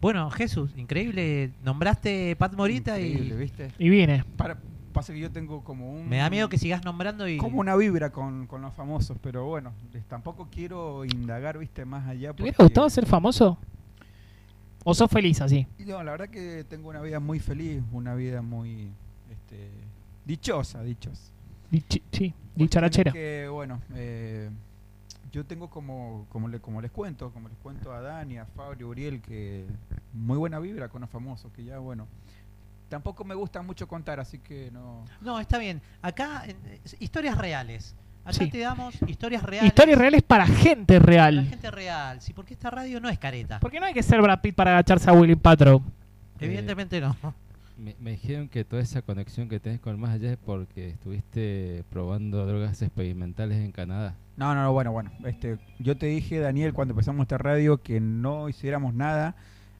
Speaker 3: bueno, Jesús, increíble. Nombraste Pat Morita
Speaker 2: Increíble,
Speaker 3: y...
Speaker 2: ¿viste?
Speaker 1: Y viene.
Speaker 2: Para- pasa que yo tengo como un.
Speaker 3: Me da miedo que sigas nombrando y.
Speaker 2: Como una vibra con, con los famosos, pero bueno, les- tampoco quiero indagar, viste, más allá.
Speaker 1: ¿Te hubiera
Speaker 2: porque-
Speaker 1: gustado ser famoso? ¿O sos feliz así?
Speaker 2: Y No, la verdad que tengo una vida muy feliz, una vida muy. Este, dichosa, dichosa.
Speaker 1: Dichi- sí,
Speaker 2: Cuestión
Speaker 1: dicharachera.
Speaker 2: es Que, bueno, eh, yo tengo como, como, le- como les cuento, como les cuento a Dani, a Fabio, a Uriel, que muy buena vibra con los famosos, que ya, bueno. Tampoco me gusta mucho contar, así que no.
Speaker 3: No, está bien. Acá, en- eh, historias reales. Acá
Speaker 1: Sí.
Speaker 3: te damos historias reales.
Speaker 1: Historias reales para gente
Speaker 3: La
Speaker 1: real.
Speaker 3: gente real. Sí, porque esta radio no es careta.
Speaker 1: Porque no hay que ser Brad Pitt para agacharse a Willy Patro.
Speaker 3: Evidentemente no.
Speaker 4: Me, me dijeron que toda esa conexión que tenés con el más allá es porque estuviste probando drogas experimentales en Canadá.
Speaker 2: No, no, no, bueno, bueno. Este, yo te dije, Daniel, cuando empezamos esta radio, que no hiciéramos nada,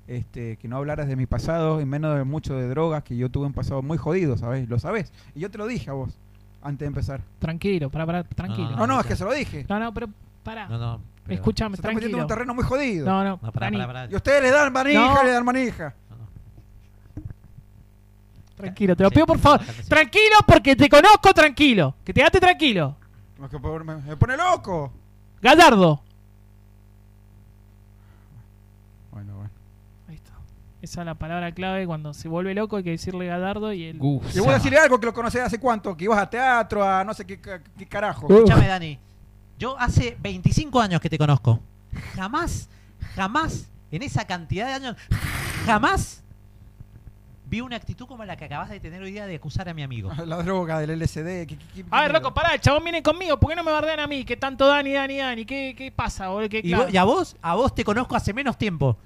Speaker 2: este, que no hablaras de mi pasado, y menos de mucho de drogas, que yo tuve un pasado muy jodido, ¿sabes? Lo sabes. Y yo te lo dije a vos, antes de empezar.
Speaker 1: Tranquilo, pará, pará, tranquilo.
Speaker 2: No,
Speaker 1: No, no,
Speaker 2: no, es que se lo dije.
Speaker 1: pero pará.
Speaker 3: No, no. pero-
Speaker 2: Se
Speaker 1: Escúchame,
Speaker 2: están metiendo
Speaker 1: tranquilo.
Speaker 2: en un terreno muy jodido.
Speaker 1: No, no,
Speaker 3: No, pará,
Speaker 1: Dani,
Speaker 3: pará, pará.
Speaker 2: Y ustedes le dan manija,
Speaker 1: No.
Speaker 2: le dan manija.
Speaker 3: No, no.
Speaker 1: Tranquilo, te lo
Speaker 3: Sí,
Speaker 1: pido por favor.
Speaker 3: bastante, sí.
Speaker 1: Tranquilo porque te conozco tranquilo. Que te date tranquilo.
Speaker 2: Lo que por- me, me pone loco.
Speaker 1: Gallardo.
Speaker 2: Bueno, bueno.
Speaker 1: Ahí está. Esa es la palabra clave cuando se vuelve loco hay que decirle Gallardo y él...
Speaker 2: Y voy a decirle algo que lo conocés hace cuánto, que ibas a teatro, a no sé qué, ca- qué carajo.
Speaker 3: Escúchame, Dani. Yo hace 25 años que te conozco. Jamás, jamás, en esa cantidad de años, jamás vi una actitud como la que acabas de tener hoy día de acusar a mi amigo.
Speaker 2: La droga, del LSD. ¿qué- qué- qué-
Speaker 1: A ver, loco, pará, el chabón viene conmigo. ¿Por qué no me bardean a mí? ¿Qué tanto Dani, Dani, Dani? ¿Qué, qué pasa, boludo? ¿Qué,
Speaker 3: Y,
Speaker 1: claro?
Speaker 3: vos- y a vos, a vos te conozco hace menos tiempo.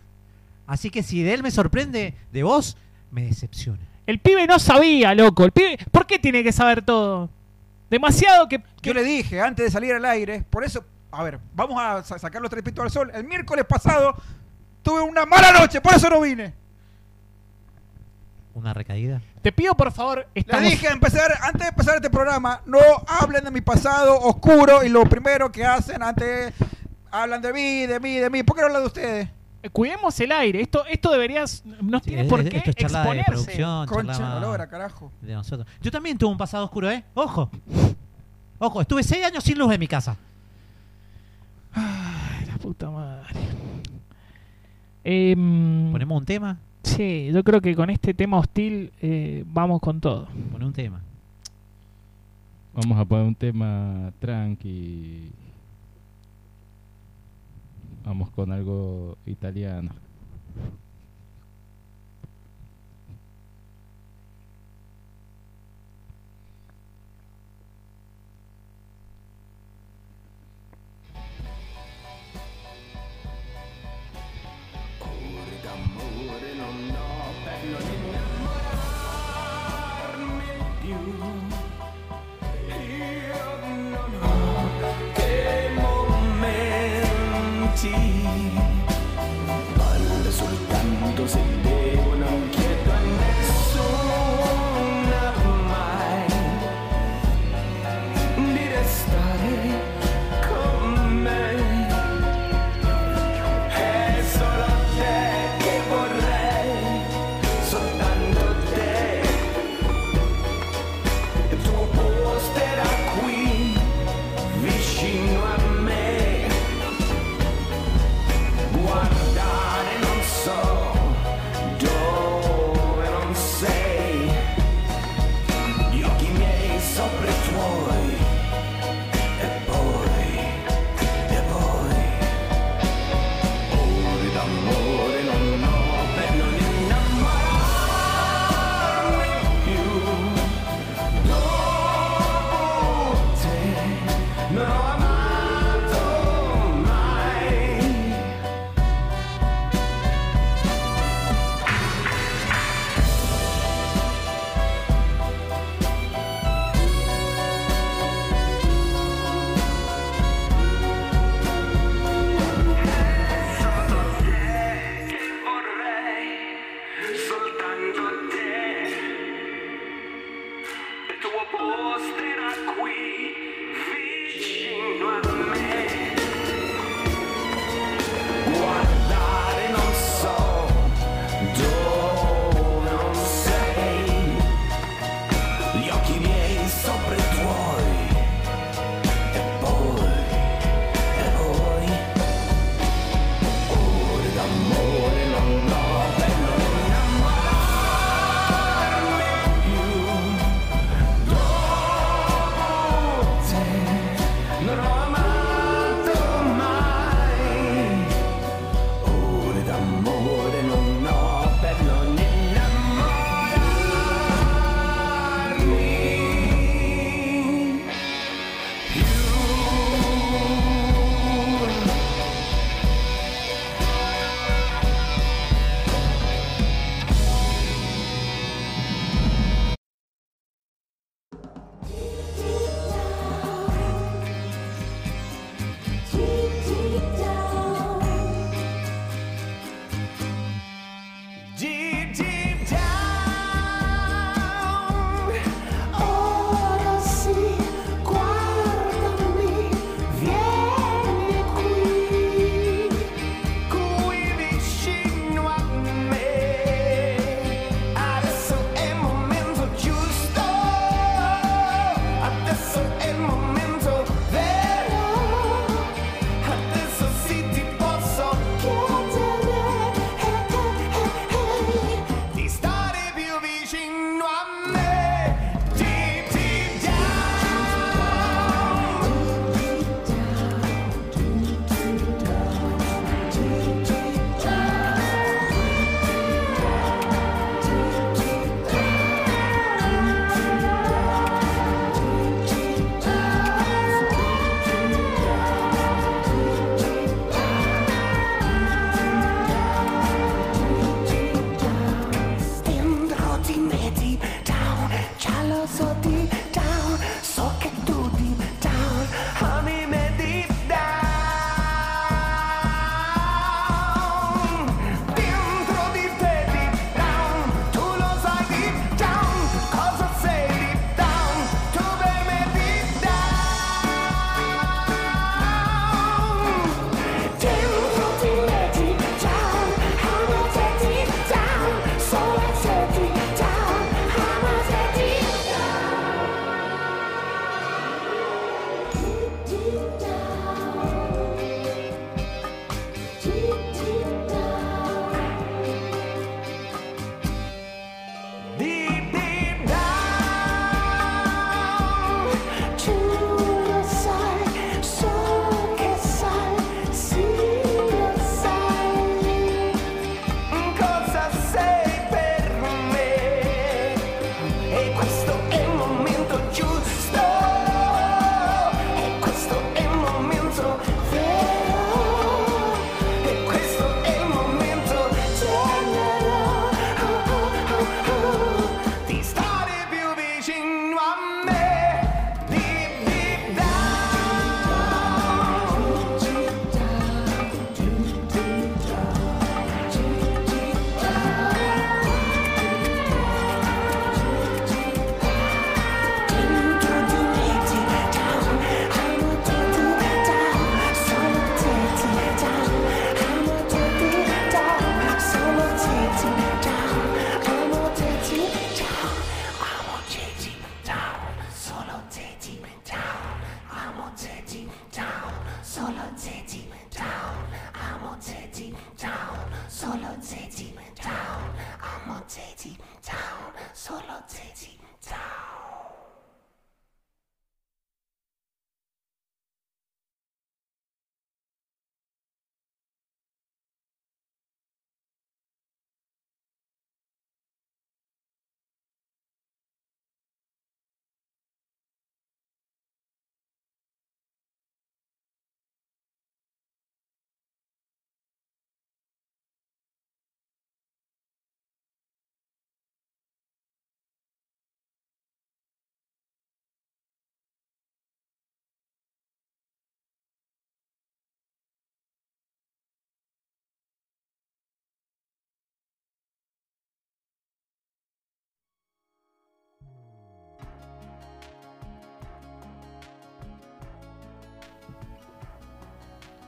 Speaker 3: Así que si de él me sorprende, de vos me decepciona.
Speaker 1: El pibe no sabía, loco. El pibe, ¿Por qué tiene que saber todo? Demasiado que...
Speaker 2: Yo le dije antes de salir al aire, por eso, a ver, vamos a sa- sacar los tres pitos al sol. El miércoles pasado tuve una mala noche, por eso no vine.
Speaker 3: Una recaída.
Speaker 1: Te pido por favor...
Speaker 2: Le
Speaker 1: Estamos...
Speaker 2: dije, empezar, antes de empezar este programa, no hablen de mi pasado oscuro y lo primero que hacen antes hablan de mí, de mí, de mí. ¿Por qué no hablan de ustedes?
Speaker 1: Eh, Cuidemos el aire. Esto, esto deberías... No tiene
Speaker 3: Sí,
Speaker 1: por
Speaker 3: es-
Speaker 1: qué
Speaker 3: esto es charla de
Speaker 1: exponerse.
Speaker 3: producción,
Speaker 2: Concha,
Speaker 3: charla
Speaker 2: no logra, carajo.
Speaker 3: de nosotros. Yo también tuve un pasado oscuro, ¿eh? Ojo. Ojo, estuve seis años sin luz en mi casa.
Speaker 1: Ay, la puta madre. Em,
Speaker 3: Ponemos un tema,
Speaker 1: sí, yo creo que con este tema hostil eh, vamos con todo.
Speaker 3: ponemos un tema.
Speaker 4: Vamos a poner un tema tranqui. Vamos con algo italiano.
Speaker 7: Palle soltanto se devo non chiedo a nessuna mai di restare con me è solo te che vorrei soltanto te il tuo posto era qui vicino a me guardare non so dove non sei gli occhi miei sopra i tuoi e poi e poi ore d'amore non ho per non innamorarmi più dopo te non ho amato mai soltanto te. Il tuo posto era qui, vicino a me. Guardare non so dove non sei. Gli occhi miei sopra i tuoi. E poi, e poi, ore d'amore non ho per non innamorarmi più. Dopo er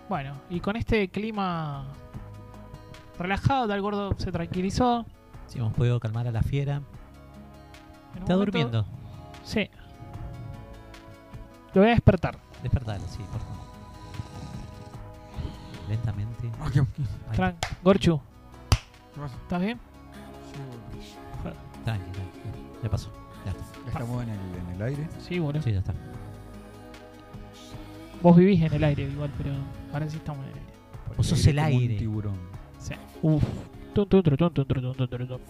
Speaker 1: Bueno, y con este clima relajado, Dal Gordo se tranquilizó.
Speaker 3: Si hemos podido calmar a la fiera.
Speaker 1: En un
Speaker 3: Está
Speaker 1: momento-
Speaker 3: durmiendo.
Speaker 1: Sí. Lo voy a despertar.
Speaker 3: Despertala, sí, por favor. Lentamente.
Speaker 5: Ah, qué- qué-
Speaker 3: Ahí,
Speaker 1: Tran- Gorchu,
Speaker 5: qué pasa.
Speaker 1: ¿estás bien?
Speaker 3: Tranqui, tranqui. Ya pasó. Ya.
Speaker 5: Ya Estamos en el, en el aire.
Speaker 1: Sí, boludo.
Speaker 3: Sí, ya está.
Speaker 1: Vos vivís en el aire igual, pero ahora sí estamos en el aire.
Speaker 3: Vos sos el
Speaker 5: como un
Speaker 3: aire.
Speaker 5: tiburón.
Speaker 1: Sí. Uf. Tun, tun, tru, tun, tun, tru, tun, tun, tru, tun.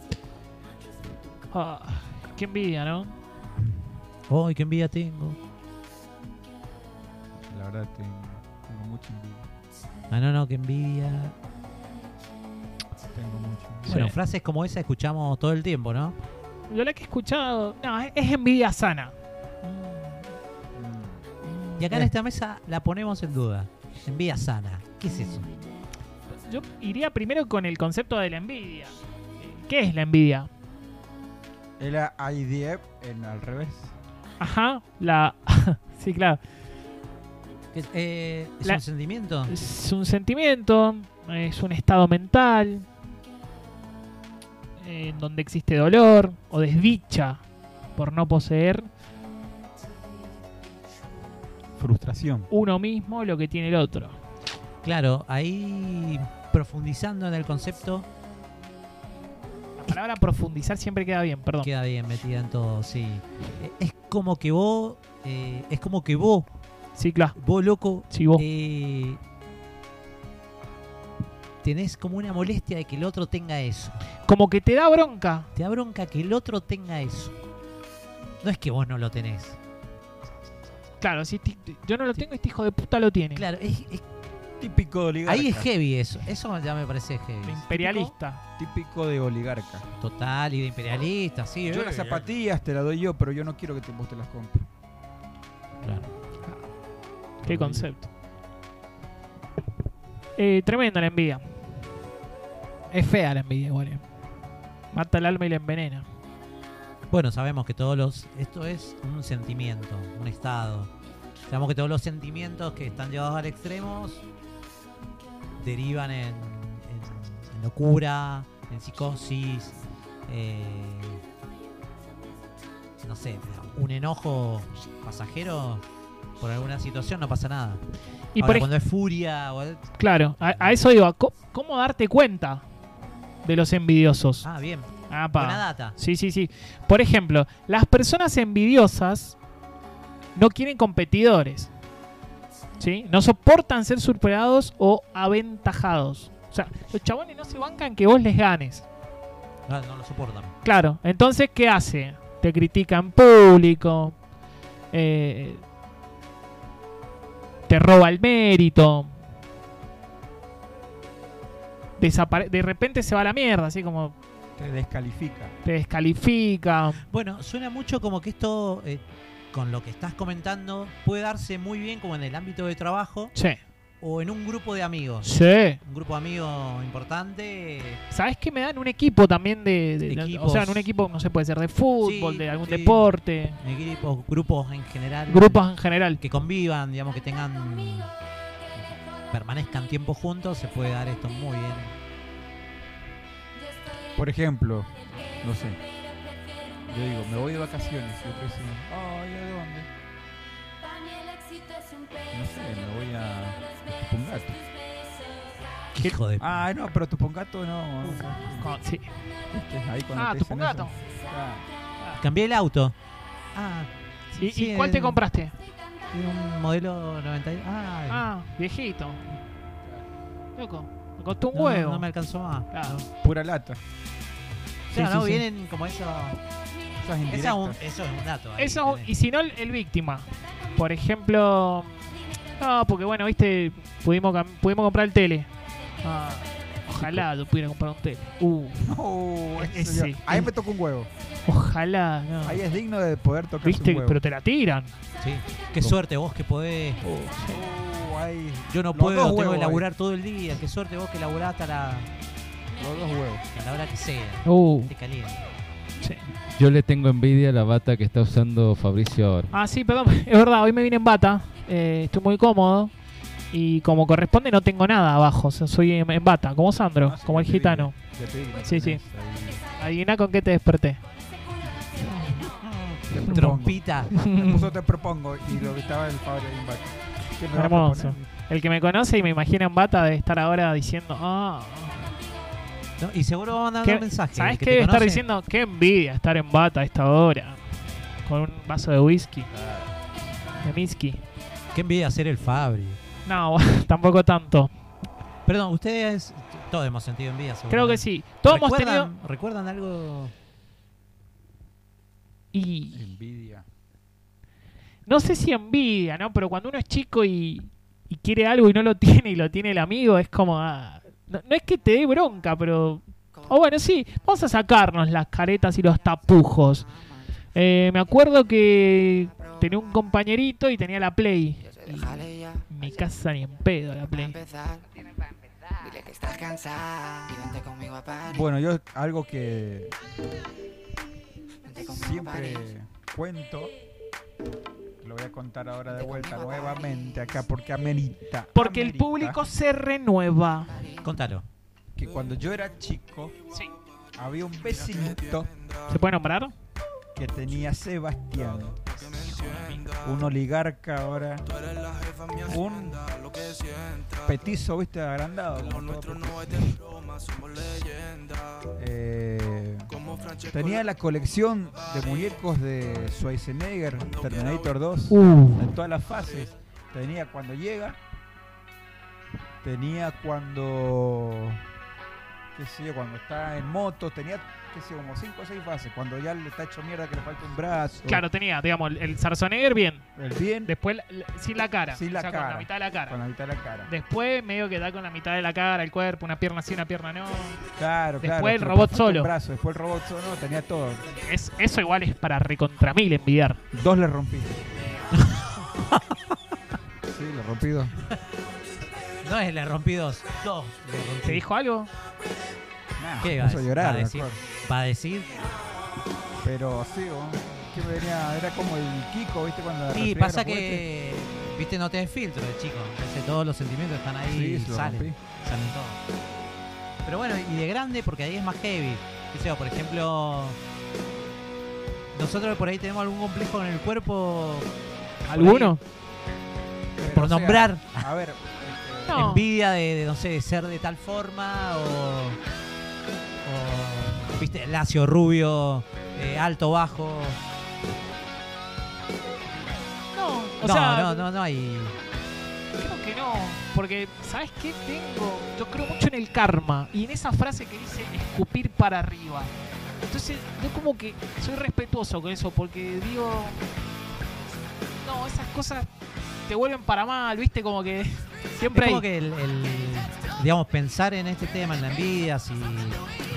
Speaker 1: Ah, qué envidia, ¿no?
Speaker 3: ¡Ay, qué envidia tengo!
Speaker 5: La verdad, tengo, tengo mucha envidia.
Speaker 3: Ah, no, no, qué envidia.
Speaker 5: Tengo mucha envidia.
Speaker 3: Bueno,
Speaker 1: Sí.
Speaker 3: frases como esa escuchamos todo el tiempo, ¿no?
Speaker 1: Yo la que he escuchado. No, es, es envidia sana.
Speaker 5: Mm.
Speaker 3: Y acá en
Speaker 5: Eh.
Speaker 3: esta mesa la ponemos en duda. Envidia sana. ¿Qué es eso?
Speaker 1: Yo iría primero con el concepto de la envidia. Eh, ¿Qué es la envidia?
Speaker 5: Era IDF en al revés.
Speaker 1: Ajá, la. sí, claro.
Speaker 3: ¿Qué ¿Es, eh, ¿es
Speaker 1: La-
Speaker 3: un sentimiento?
Speaker 1: Es un sentimiento, es un estado mental. eh, En donde existe dolor o desdicha por no poseer
Speaker 5: Frustración.
Speaker 1: uno mismo lo que tiene el otro.
Speaker 3: Claro, ahí profundizando en el concepto,
Speaker 1: La palabra profundizar siempre queda bien, perdón.
Speaker 3: queda bien metida en todo, sí. Eh, Es como que vos, eh, es como que vos,
Speaker 1: Sí, claro.
Speaker 3: vos loco,
Speaker 1: Sí, vos.
Speaker 3: eh, tenés como una molestia de que el otro tenga eso.
Speaker 1: Como que te da bronca.
Speaker 3: Te da bronca que el otro tenga eso. No es que vos no lo tenés.
Speaker 1: Claro, si ti- yo no lo tengo, este hijo de puta lo tiene.
Speaker 3: Claro, es- es-
Speaker 5: Típico de oligarca.
Speaker 3: ahí es heavy eso. Eso ya me parece heavy.
Speaker 1: Imperialista.
Speaker 5: Típico de oligarca.
Speaker 3: Total y de imperialista, sí.
Speaker 5: Yo
Speaker 3: eh.
Speaker 5: las zapatillas te las doy yo, pero yo no quiero que te, vos te las compres.
Speaker 3: Claro.
Speaker 1: Qué concepto. Eh, tremenda la envidia. Es fea la envidia, igual. eh. Mata el alma y la envenena.
Speaker 3: Bueno, sabemos que todos los. Esto es un sentimiento, un estado. Sabemos que todos los sentimientos que están llevados al extremo derivan en, en- en locura, en psicosis. eh, no sé, un enojo pasajero por alguna situación no pasa nada.
Speaker 1: Y
Speaker 3: Ahora,
Speaker 1: por ej-
Speaker 3: cuando es furia o. el-
Speaker 1: claro, a, a eso iba. Co- ¿Cómo darte cuenta de los envidiosos?
Speaker 3: Ah, bien.
Speaker 1: Ah, pa.
Speaker 3: Buena data.
Speaker 1: Sí, sí, sí. Por ejemplo, las personas envidiosas no quieren competidores. ¿Sí? No soportan ser superados o aventajados. O sea, los chabones no se bancan que vos les ganes.
Speaker 3: Ah, no lo soportan.
Speaker 1: Claro, entonces, ¿qué hace? Te critica en público, eh, te roba el mérito, desapare- de repente se va a la mierda, así como
Speaker 5: Te descalifica.
Speaker 1: te descalifica.
Speaker 3: Bueno, suena mucho como que esto, eh, con lo que estás comentando, puede darse muy bien como en el ámbito de trabajo
Speaker 1: Sí,
Speaker 3: o en un grupo de amigos.
Speaker 1: sí.
Speaker 3: Un grupo de amigos importante. eh,
Speaker 1: ¿Sabés qué me dan un equipo también de, de- de- O
Speaker 3: Equipos.
Speaker 1: sea, en un equipo, no sé, puede ser de fútbol,
Speaker 3: Sí,
Speaker 1: de algún
Speaker 3: sí.
Speaker 1: deporte,
Speaker 3: Equipos, grupos en general.
Speaker 1: grupos en general.
Speaker 3: Que convivan, digamos, que tengan. permanezcan tiempo juntos, se puede dar esto muy bien.
Speaker 5: Por ejemplo, no sé. Yo digo, me voy de vacaciones. Y otro dice, ay, ¿a dónde? No sé, me voy a Tupungato.
Speaker 3: Qué hijo de.
Speaker 5: Ah, no, pero Tupungato no. no sé.
Speaker 1: Con- sí.
Speaker 5: Viste, Ahí cuando
Speaker 1: Ah,
Speaker 5: te dicen
Speaker 1: Tupungato.
Speaker 5: eso, ah,
Speaker 3: Cambié el auto. Ah,
Speaker 1: ¿Y, y
Speaker 3: sí,
Speaker 1: cuál te
Speaker 3: el-
Speaker 1: compraste?
Speaker 3: Era un modelo 90. y- Ah,
Speaker 1: Ah, viejito. Loco, me costó un
Speaker 3: no,
Speaker 1: huevo.
Speaker 3: No me alcanzó más.
Speaker 1: Claro.
Speaker 3: No.
Speaker 2: Pura lata.
Speaker 3: Claro,
Speaker 2: sí,
Speaker 3: no,
Speaker 2: sí.
Speaker 3: vienen como eso.
Speaker 2: Esas
Speaker 3: esa es
Speaker 2: indirectas.
Speaker 3: un- eso es un dato. ahí
Speaker 1: Eso,
Speaker 3: tenés.
Speaker 1: y si no, el, el víctima. Por ejemplo, no, porque bueno, viste, pudimos, cam- pudimos comprar el tele. Ah, ojalá yo pudiera comprar un tele. Uh,
Speaker 2: No, ese
Speaker 1: Ese.
Speaker 2: señor. Ahí me tocó un huevo.
Speaker 1: ojalá, no.
Speaker 2: Ahí es digno de poder tocar
Speaker 1: Ah. Viste,
Speaker 2: un huevo.
Speaker 1: pero te la tiran.
Speaker 3: Sí. Qué suerte vos que podés.
Speaker 2: Oh, ahí.
Speaker 3: Yo no
Speaker 2: Los
Speaker 3: puedo,
Speaker 2: dos
Speaker 3: tengo
Speaker 2: huevos ahí.
Speaker 3: que laburar todo el día. Qué suerte vos que laburás hasta la,
Speaker 2: Los dos huevos.
Speaker 3: a la hora que sea.
Speaker 1: Uh,
Speaker 3: Te calienta.
Speaker 1: sí.
Speaker 4: Yo le tengo envidia a la bata que está usando Fabricio ahora.
Speaker 1: Ah, sí, perdón, es verdad, hoy me vine en bata. eh, estoy muy cómodo. Y como corresponde, no tengo nada abajo. o sea, soy en, en bata, como Sandro,
Speaker 2: Ah, sí,
Speaker 1: como el
Speaker 2: ya te vi,
Speaker 1: gitano.
Speaker 2: ya te vi, no
Speaker 1: Sí,
Speaker 2: tenés
Speaker 1: Adivina con qué te desperté.
Speaker 2: ahí. Te propongo.
Speaker 3: Trompita.
Speaker 2: Me puso te propongo y lo que estaba el Fabio ahí en back. ¿Qué me va a
Speaker 1: Hermoso.
Speaker 2: proponer?
Speaker 1: El que me conoce y me imagina en bata de estar ahora diciendo, ah,
Speaker 3: No, Y seguro va a mandar
Speaker 1: ¿Qué-
Speaker 3: un mensaje.
Speaker 1: ¿Sabes
Speaker 3: el
Speaker 1: qué
Speaker 3: que te
Speaker 1: debe estar
Speaker 3: conoce.
Speaker 1: diciendo? Qué envidia estar en bata a esta hora. Con un vaso de whisky. De whisky.
Speaker 3: Qué envidia hacer el Fabri.
Speaker 1: No, tampoco tanto.
Speaker 3: Perdón, ustedes. Todos hemos sentido envidia, seguro.
Speaker 1: Creo que sí. Todos hemos
Speaker 3: ¿Recuerdan-
Speaker 1: tenido.
Speaker 3: ¿Recuerdan algo?
Speaker 1: Y
Speaker 2: Envidia.
Speaker 1: no sé si envidia, ¿no? Pero cuando uno es chico y, y quiere algo y no lo tiene y lo tiene el amigo, es como. ah, no, no es que te dé bronca, pero. O bueno, sí, vamos a sacarnos las caretas y los tapujos. Eh, me acuerdo que tenía un compañerito y tenía la Play.
Speaker 8: Déjale ya,
Speaker 1: En mi casa ni en pedo la
Speaker 8: para
Speaker 3: Ah,
Speaker 1: Play.
Speaker 8: empezar. Dile que estás cansada y vente conmigo a París.
Speaker 2: Bueno, yo algo que
Speaker 8: Vente conmigo a
Speaker 2: siempre
Speaker 8: París.
Speaker 2: cuento, lo voy a contar ahora de
Speaker 8: Vente
Speaker 2: vuelta
Speaker 8: conmigo a
Speaker 2: nuevamente acá porque amerita.
Speaker 1: Porque el
Speaker 2: amerita
Speaker 1: público se renueva.
Speaker 3: Contalo.
Speaker 2: Que cuando yo era chico, había un vecinito
Speaker 1: ¿Se puede nombrar?
Speaker 2: que tenía Sebastián. Un oligarca ahora. Un petizo, viste, agrandado. como todo petizo. Eh, tenía la colección de muñecos de Schwarzenegger, Terminator 2, en todas las fases. Tenía cuando llega. Tenía cuando. qué sé yo, cuando está en moto. Tenía, qué sé yo, como 5 o 6 fases. Cuando ya le está hecho mierda que le falta un brazo.
Speaker 1: Claro, tenía, digamos, el- el Schwarzenegger bien.
Speaker 2: El bien
Speaker 1: Después la- la- sin la cara.
Speaker 2: Sin la
Speaker 1: o sea, con
Speaker 2: cara.
Speaker 1: la mitad de la
Speaker 2: con
Speaker 1: cara.
Speaker 2: la mitad de la cara.
Speaker 1: Después medio que da con la mitad de la cara, el cuerpo, una pierna sí, una pierna no.
Speaker 2: Claro,
Speaker 1: Después
Speaker 2: claro.
Speaker 1: el
Speaker 2: pero
Speaker 1: robot
Speaker 2: falta un
Speaker 1: solo.
Speaker 2: brazo, después el robot solo, tenía todo.
Speaker 1: Es, eso igual es para recontra mil envidiar.
Speaker 2: Dos le rompí. sí, le rompí dos.
Speaker 3: No es le rompí dos. Dos. le rompí.
Speaker 1: ¿Te dijo algo?
Speaker 2: Nah,
Speaker 3: ¿Qué
Speaker 2: me
Speaker 3: iba a
Speaker 2: puso a
Speaker 3: decir?
Speaker 2: llorar,
Speaker 3: Va a
Speaker 2: me
Speaker 3: decir.
Speaker 2: acuerdo.
Speaker 3: Va a decir.
Speaker 2: Pero sí, vos, que me venía, era como el Kiko, ¿viste? Cuando
Speaker 3: Sí,
Speaker 2: rastreaba
Speaker 3: pasa
Speaker 2: los juguetes.
Speaker 3: que. Viste, no tenés filtro, de chico. Entonces todos los sentimientos están ahí
Speaker 2: Sí,
Speaker 3: y
Speaker 2: se lo rompí.
Speaker 3: salen. Salen todos. Pero bueno, y de grande, porque ahí es más heavy. Qué sé yo, por ejemplo. Nosotros por ahí tenemos algún complejo en el cuerpo. por ahí,
Speaker 1: ¿Alguno?
Speaker 5: Eh,
Speaker 2: Pero,
Speaker 3: por
Speaker 2: o sea,
Speaker 3: nombrar.
Speaker 2: a ver,
Speaker 5: este,
Speaker 1: No.
Speaker 3: envidia de, de, no sé, de ser de tal forma o, o, viste, lacio, rubio, eh, alto, bajo.
Speaker 1: No, o
Speaker 3: no,
Speaker 1: sea,
Speaker 3: no, no, no hay.
Speaker 1: creo que no. Porque, ¿sabes qué tengo? Yo creo mucho en el karma. Y en esa frase que dice escupir para arriba. Entonces, yo como que soy respetuoso con eso, porque digo. No, esas cosas te vuelven para mal, viste, como que. Siempre
Speaker 3: es como
Speaker 1: hay.
Speaker 3: que el, el, digamos, pensar en este tema, en la envidia, si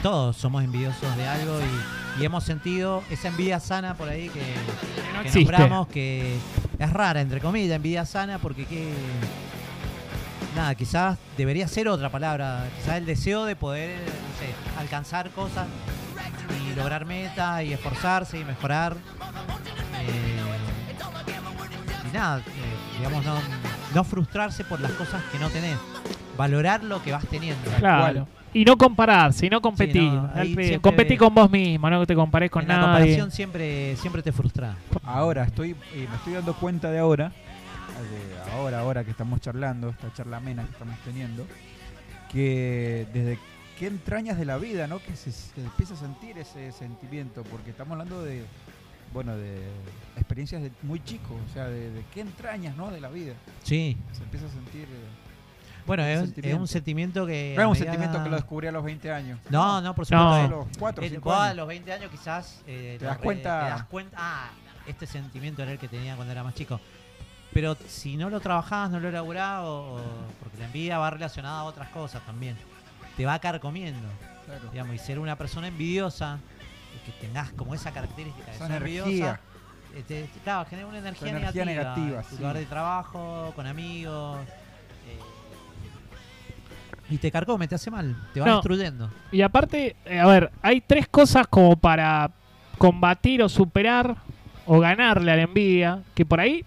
Speaker 3: todos somos envidiosos de algo y, y hemos sentido esa envidia sana por ahí que,
Speaker 1: que no
Speaker 3: que
Speaker 1: existe.
Speaker 3: nombramos, que es rara, entre comillas, envidia sana, porque que. Nada, quizás debería ser otra palabra. Quizás el deseo de poder no sé, alcanzar cosas y lograr metas y esforzarse y mejorar. Eh, y nada, eh, digamos, no, no frustrarse por las cosas que no tenés. Valorar lo que vas teniendo.
Speaker 1: Claro. Y no compararse, y no competir.
Speaker 3: Sí, no, ahí
Speaker 1: Al pedo.
Speaker 3: siempre-
Speaker 1: Competí con vos mismo, no te compares con
Speaker 3: en la
Speaker 1: nadie.
Speaker 3: comparación siempre, siempre te frustras.
Speaker 2: ahora estoy, eh, me estoy dando cuenta de ahora, de ahora, ahora que estamos charlando, esta charla amena que estamos teniendo, que desde
Speaker 5: qué entrañas de la vida, ¿no? Que se, se empieza a sentir ese sentimiento, porque estamos hablando de, bueno, de experiencias de muy chico, o sea, de, de qué entrañas, ¿no? De la vida.
Speaker 3: Sí.
Speaker 5: Se empieza a sentir... eh,
Speaker 3: Bueno,
Speaker 5: Un
Speaker 3: es,
Speaker 5: sentimiento.
Speaker 3: es un sentimiento que.
Speaker 5: no
Speaker 3: a
Speaker 5: es un
Speaker 3: medida-
Speaker 5: sentimiento que lo descubrí a los 20 años.
Speaker 3: No, no, por
Speaker 1: No.
Speaker 5: A
Speaker 3: supuesto.
Speaker 5: los 4
Speaker 3: Eh,
Speaker 5: 5
Speaker 3: vos a
Speaker 5: años.
Speaker 3: los 20 años quizás eh,
Speaker 5: Te
Speaker 3: lo
Speaker 5: das
Speaker 3: re-
Speaker 5: cuenta.
Speaker 3: te das cuenta, ah, este sentimiento era el que tenía cuando era más chico. Pero si no lo trabajabas, no lo elaborabas, o- o- porque la envidia va relacionada a otras cosas también. Te va carcomiendo,
Speaker 5: Claro.
Speaker 3: digamos, y ser una persona envidiosa, y que tengas como esa característica de
Speaker 5: Esa
Speaker 3: ser envidiosa,
Speaker 5: energía.
Speaker 3: eh, te- te- claro, genera una energía,
Speaker 5: energía
Speaker 3: negativa,
Speaker 5: negativa,
Speaker 3: en tu
Speaker 5: sí.
Speaker 3: lugar de trabajo, con amigos. eh, y te carcome, te hace mal, te va
Speaker 1: No.
Speaker 3: destruyendo.
Speaker 1: Y aparte, eh, a ver, hay tres cosas como para combatir o superar o ganarle a la envidia, que por ahí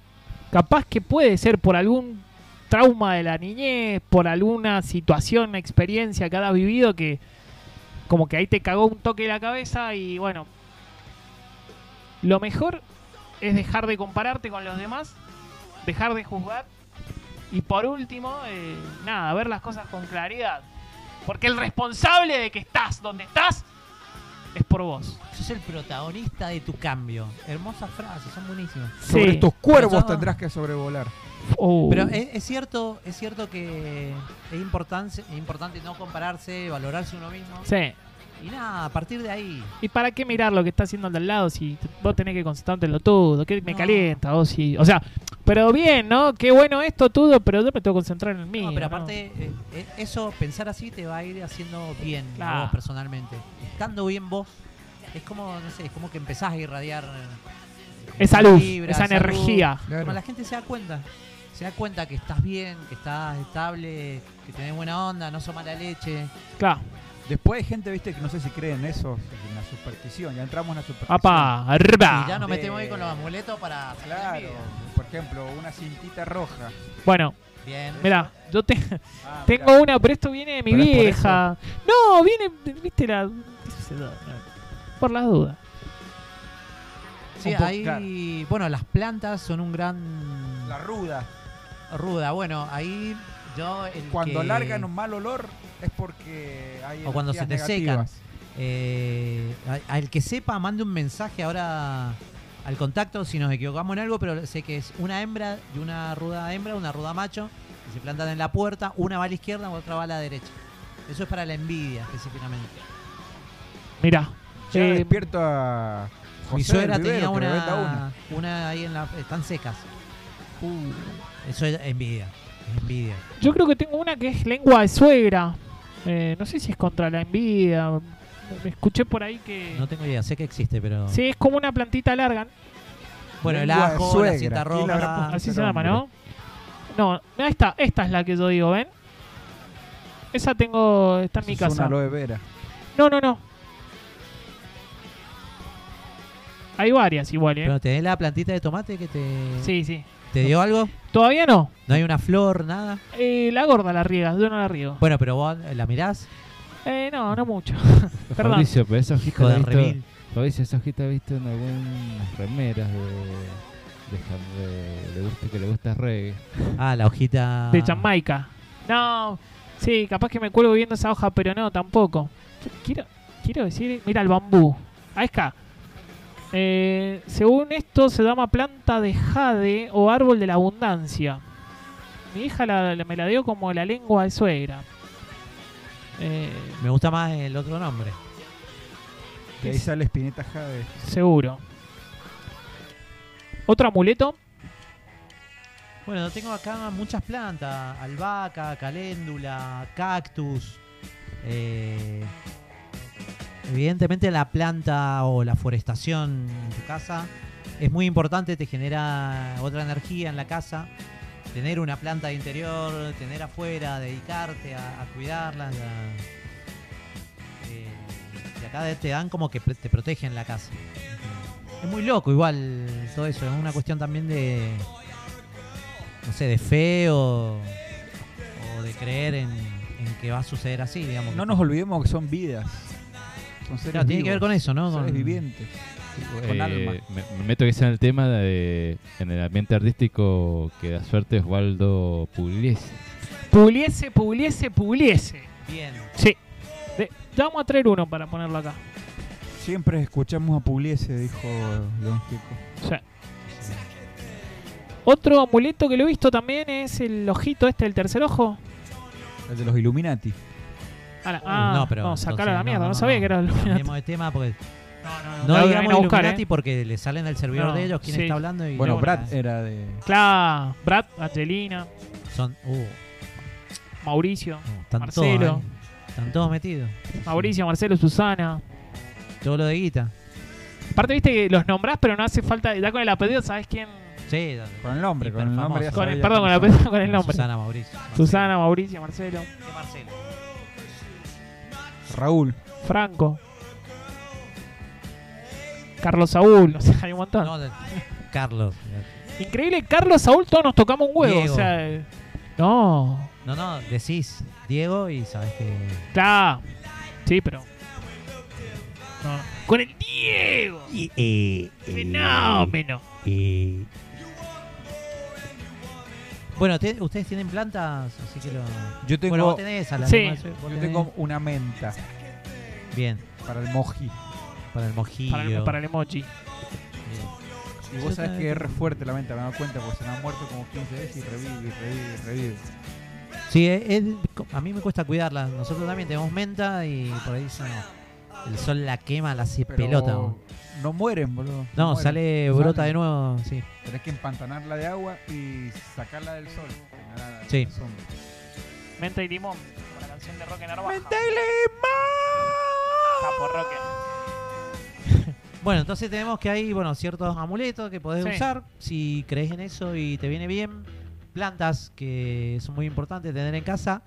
Speaker 1: capaz que puede ser por algún trauma de la niñez, por alguna situación, experiencia que has vivido que como que ahí te cagó un toque la cabeza y bueno, lo mejor es dejar de compararte con los demás, dejar de juzgar y por último, eh, nada, ver las cosas con claridad. Porque el responsable de que estás donde estás es por vos.
Speaker 3: Sos el protagonista de tu cambio. Hermosas frases, son buenísimas.
Speaker 5: Sobre estos
Speaker 3: Pero
Speaker 5: cuervos
Speaker 3: no-
Speaker 5: tendrás que sobrevolar.
Speaker 1: Oh.
Speaker 3: Pero eh, es, es cierto, es cierto que es importante, es importante no compararse, valorarse uno mismo.
Speaker 1: Sí.
Speaker 3: Y nada, a partir de ahí.
Speaker 1: ¿Y para qué mirar lo que está haciendo el de al lado si t- vos tenés que concentrarte en lo tuyo? Que me
Speaker 3: No.
Speaker 1: calienta vos si. O sea, pero bien, ¿no? Qué bueno esto tuyo, pero yo me tengo que concentrar en el mío.
Speaker 3: No, pero
Speaker 1: ¿no?
Speaker 3: aparte, eh, eh, eso, pensar así te va a ir haciendo bien a
Speaker 1: Claro.
Speaker 3: vos personalmente. Estando bien vos, es como, no sé, es como que empezás a irradiar. eh,
Speaker 1: Esa luz,
Speaker 3: vibra,
Speaker 1: esa
Speaker 3: luz.
Speaker 1: energía.
Speaker 5: Claro.
Speaker 3: Como la gente se da cuenta. Se da cuenta que estás bien, que estás estable, que tenés buena onda, no sos mala leche.
Speaker 1: Claro.
Speaker 5: Después hay gente, viste, que no sé si creen eso, en la superstición. Ya entramos en la superstición.
Speaker 1: Apa,
Speaker 3: Y ya
Speaker 1: arriba.
Speaker 3: nos
Speaker 5: de-
Speaker 3: metemos ahí con los amuletos para hacer la
Speaker 5: Claro.
Speaker 3: envidia.
Speaker 5: Por ejemplo, una cintita roja.
Speaker 1: Bueno,
Speaker 3: Bien.
Speaker 1: mira, yo te-
Speaker 5: Ah, mirá.
Speaker 1: tengo una, pero esto viene de mi
Speaker 5: Pero es por
Speaker 1: vieja. No, viene, viste la. Por las dudas.
Speaker 3: Sí,
Speaker 5: un po-
Speaker 3: ahí, bueno, las plantas son un gran
Speaker 5: La ruda.
Speaker 3: ruda. Bueno, ahí yo el
Speaker 5: Cuando
Speaker 3: que-
Speaker 5: largan un mal olor es porque hay
Speaker 3: O cuando se
Speaker 5: energías
Speaker 3: te
Speaker 5: negativas.
Speaker 3: eh, a- al que sepa mande un mensaje ahora al contacto si nos equivocamos en algo, pero sé que es una hembra y una ruda hembra, una ruda macho que se plantan en la puerta, una va a la izquierda, otra va a la derecha. Eso es para la envidia específicamente.
Speaker 1: Mira.
Speaker 5: Yo
Speaker 1: Eh,
Speaker 5: despierto a José
Speaker 3: Mi
Speaker 5: del
Speaker 3: suegra
Speaker 5: Vivero,
Speaker 3: tenía
Speaker 5: que me venda
Speaker 3: una, una ahí en la están secas.
Speaker 5: Uh.
Speaker 3: Eso es envidia, es envidia.
Speaker 1: Yo creo que tengo una que es lengua de suegra. Eh, no sé si es contra la envidia. Me escuché por ahí que.
Speaker 3: No tengo idea, sé que existe, pero.
Speaker 1: Sí, es como una plantita larga.
Speaker 3: Bueno, el
Speaker 5: Lengua de
Speaker 3: ajo,
Speaker 5: suegra.
Speaker 3: la cinta
Speaker 5: ¿Quién la habrá
Speaker 3: roja.
Speaker 5: puesto?
Speaker 1: Así
Speaker 5: Pero
Speaker 1: se llama, ¿no? No, esta, esta es la que yo digo, ¿ven? Esa tengo. Está en mi
Speaker 5: Eso es una
Speaker 1: casa.
Speaker 5: aloe vera.
Speaker 1: No, no, no. Hay varias igual, ¿eh?
Speaker 3: Pero tenés la plantita de tomate que te.
Speaker 1: Sí, sí.
Speaker 3: ¿Te dio algo?
Speaker 1: Todavía no.
Speaker 3: ¿No hay una flor, nada?
Speaker 1: Eh, la gorda la riega, yo no la riego.
Speaker 3: Bueno, pero vos la mirás,
Speaker 1: Eh, no, no mucho. Perdón.
Speaker 4: Fabricio, pero esa hojita
Speaker 3: hijo
Speaker 4: la
Speaker 3: de
Speaker 4: he visto-
Speaker 3: remil.
Speaker 4: Fabricio, esa hojita la he visto en algunas remeras de, de, jam- de- de gusto que le gusta reggae.
Speaker 3: Ah, la hojita.
Speaker 1: De Jamaica. No, sí, capaz que me cuelgo viendo esa hoja, pero no, tampoco. Yo quiero, quiero decir, mira el bambú. Ahí está. Eh, según esto, se llama planta de jade o árbol de la abundancia. Mi hija la- la- me la dio como la lengua de suegra. Eh,
Speaker 3: Me gusta más el otro nombre.
Speaker 5: De ahí sale Espineta Jade.
Speaker 1: seguro. Otro amuleto.
Speaker 3: Bueno, tengo acá muchas plantas: albahaca, caléndula, cactus. eh, evidentemente, la planta o la forestación en tu casa es muy importante, te genera otra energía en la casa. Tener una planta de interior, tener afuera, dedicarte a, a cuidarla. a- eh, y acá te dan como que pre- te protegen la casa. Es muy loco, igual todo eso. Es una cuestión también de no sé, de fe o, o de creer en, en que va a suceder así, digamos.
Speaker 5: No nos olvidemos que son vidas. Son seres
Speaker 3: Claro, tiene que
Speaker 5: vivos,
Speaker 3: ver con eso, ¿no?
Speaker 5: seres
Speaker 3: Con-
Speaker 5: vivientes. Con
Speaker 4: Eh,
Speaker 5: alma.
Speaker 4: Me, me meto que sea en el tema de, en el ambiente artístico que da suerte es Waldo Pugliese.
Speaker 1: Puliese, puliese, puliese.
Speaker 3: Bien.
Speaker 1: Sí. De- ya vamos a traer uno para ponerlo acá.
Speaker 2: Siempre escuchamos a Pugliese, dijo Don Chico.
Speaker 1: Sí. Otro amuleto que lo he visto también es el ojito este, el tercer ojo.
Speaker 2: El de los Illuminati.
Speaker 1: Ah, la- ah,
Speaker 3: Uh, no, pero.
Speaker 1: no, sacar a la
Speaker 3: entonces,
Speaker 1: mierda. No, sabía que era el
Speaker 3: Cambiemos de tema porque. No,
Speaker 1: La voy a
Speaker 3: digamos
Speaker 1: ir a buscar,
Speaker 3: Illuminati
Speaker 1: ¿eh?
Speaker 3: porque le salen del servidor
Speaker 1: No,
Speaker 3: de ellos quién
Speaker 1: sí.
Speaker 3: está hablando y.
Speaker 2: Bueno,
Speaker 3: no, eh,
Speaker 2: Brad eh.
Speaker 3: nada.
Speaker 2: era de.
Speaker 1: Claro, Brad, Angelina,
Speaker 3: Son. Uh,
Speaker 1: Mauricio.
Speaker 3: no, están
Speaker 1: Marcelo.
Speaker 3: todos. ahí. Están todos metidos.
Speaker 1: Mauricio, Marcelo, Susana.
Speaker 3: Todo lo de guita.
Speaker 1: Aparte, viste que los nombrás, pero no hace falta. Ya con el apellido, ¿sabes quién?
Speaker 3: Sí,
Speaker 2: Con el nombre, con el
Speaker 3: Hiperfamoso.
Speaker 2: nombre. ya
Speaker 1: Con el,
Speaker 2: sabía
Speaker 1: perdón, con el
Speaker 2: quién son.
Speaker 1: apellido, con el nombre. Susana,
Speaker 3: Susana Mauricio. Marcelo.
Speaker 1: Mauricio, Marcelo.
Speaker 3: ¿Qué Marcelo?
Speaker 2: Raúl.
Speaker 1: Franco. Carlos Saúl, o sea, hay un montón.
Speaker 3: No, de- Carlos.
Speaker 1: Increíble, Carlos Saúl, todos nos tocamos un huevo.
Speaker 3: Diego.
Speaker 1: O sea, eh, no,
Speaker 3: No, no, decís Diego y sabes que.
Speaker 1: está. Sí, pero. no. Con el Diego. Fenómeno.
Speaker 3: Bueno, te- ustedes tienen plantas, así que lo.
Speaker 2: Yo tengo,
Speaker 3: Bueno, vos tenés a la
Speaker 1: Sí.
Speaker 3: vos
Speaker 2: yo
Speaker 3: tenés-
Speaker 2: tengo una menta
Speaker 3: Bien,
Speaker 2: para el moji.
Speaker 3: para el mojillo.
Speaker 1: Para el, para el emoji.
Speaker 3: Bien.
Speaker 2: Y
Speaker 3: Yo
Speaker 2: vos sabés
Speaker 3: también
Speaker 2: que es
Speaker 3: tengo.
Speaker 2: re fuerte la menta, me he dado cuenta, porque se me han muerto como 15 veces y revive, y revive, y revive.
Speaker 3: Sí, eh, eh, a mí me cuesta cuidarla. Nosotros también tenemos menta y por ahí se nos- el sol la quema, la hace
Speaker 2: Pero
Speaker 3: pelota. vos.
Speaker 2: No mueren, boludo.
Speaker 3: No,
Speaker 2: mueren.
Speaker 3: sale
Speaker 2: Sale.
Speaker 3: brota de nuevo, sí.
Speaker 2: Tenés que empantanarla de agua y sacarla del sol. Nada,
Speaker 3: Sí.
Speaker 2: sombra.
Speaker 1: Menta y limón. Con la canción de Roque Narvaja.
Speaker 2: ¡Menta y limón!
Speaker 1: Capo Roque.
Speaker 3: Bueno, entonces tenemos que hay, bueno, ciertos amuletos que podés
Speaker 1: Sí.
Speaker 3: usar si crees en eso y te viene bien. Plantas que son muy importantes tener en casa.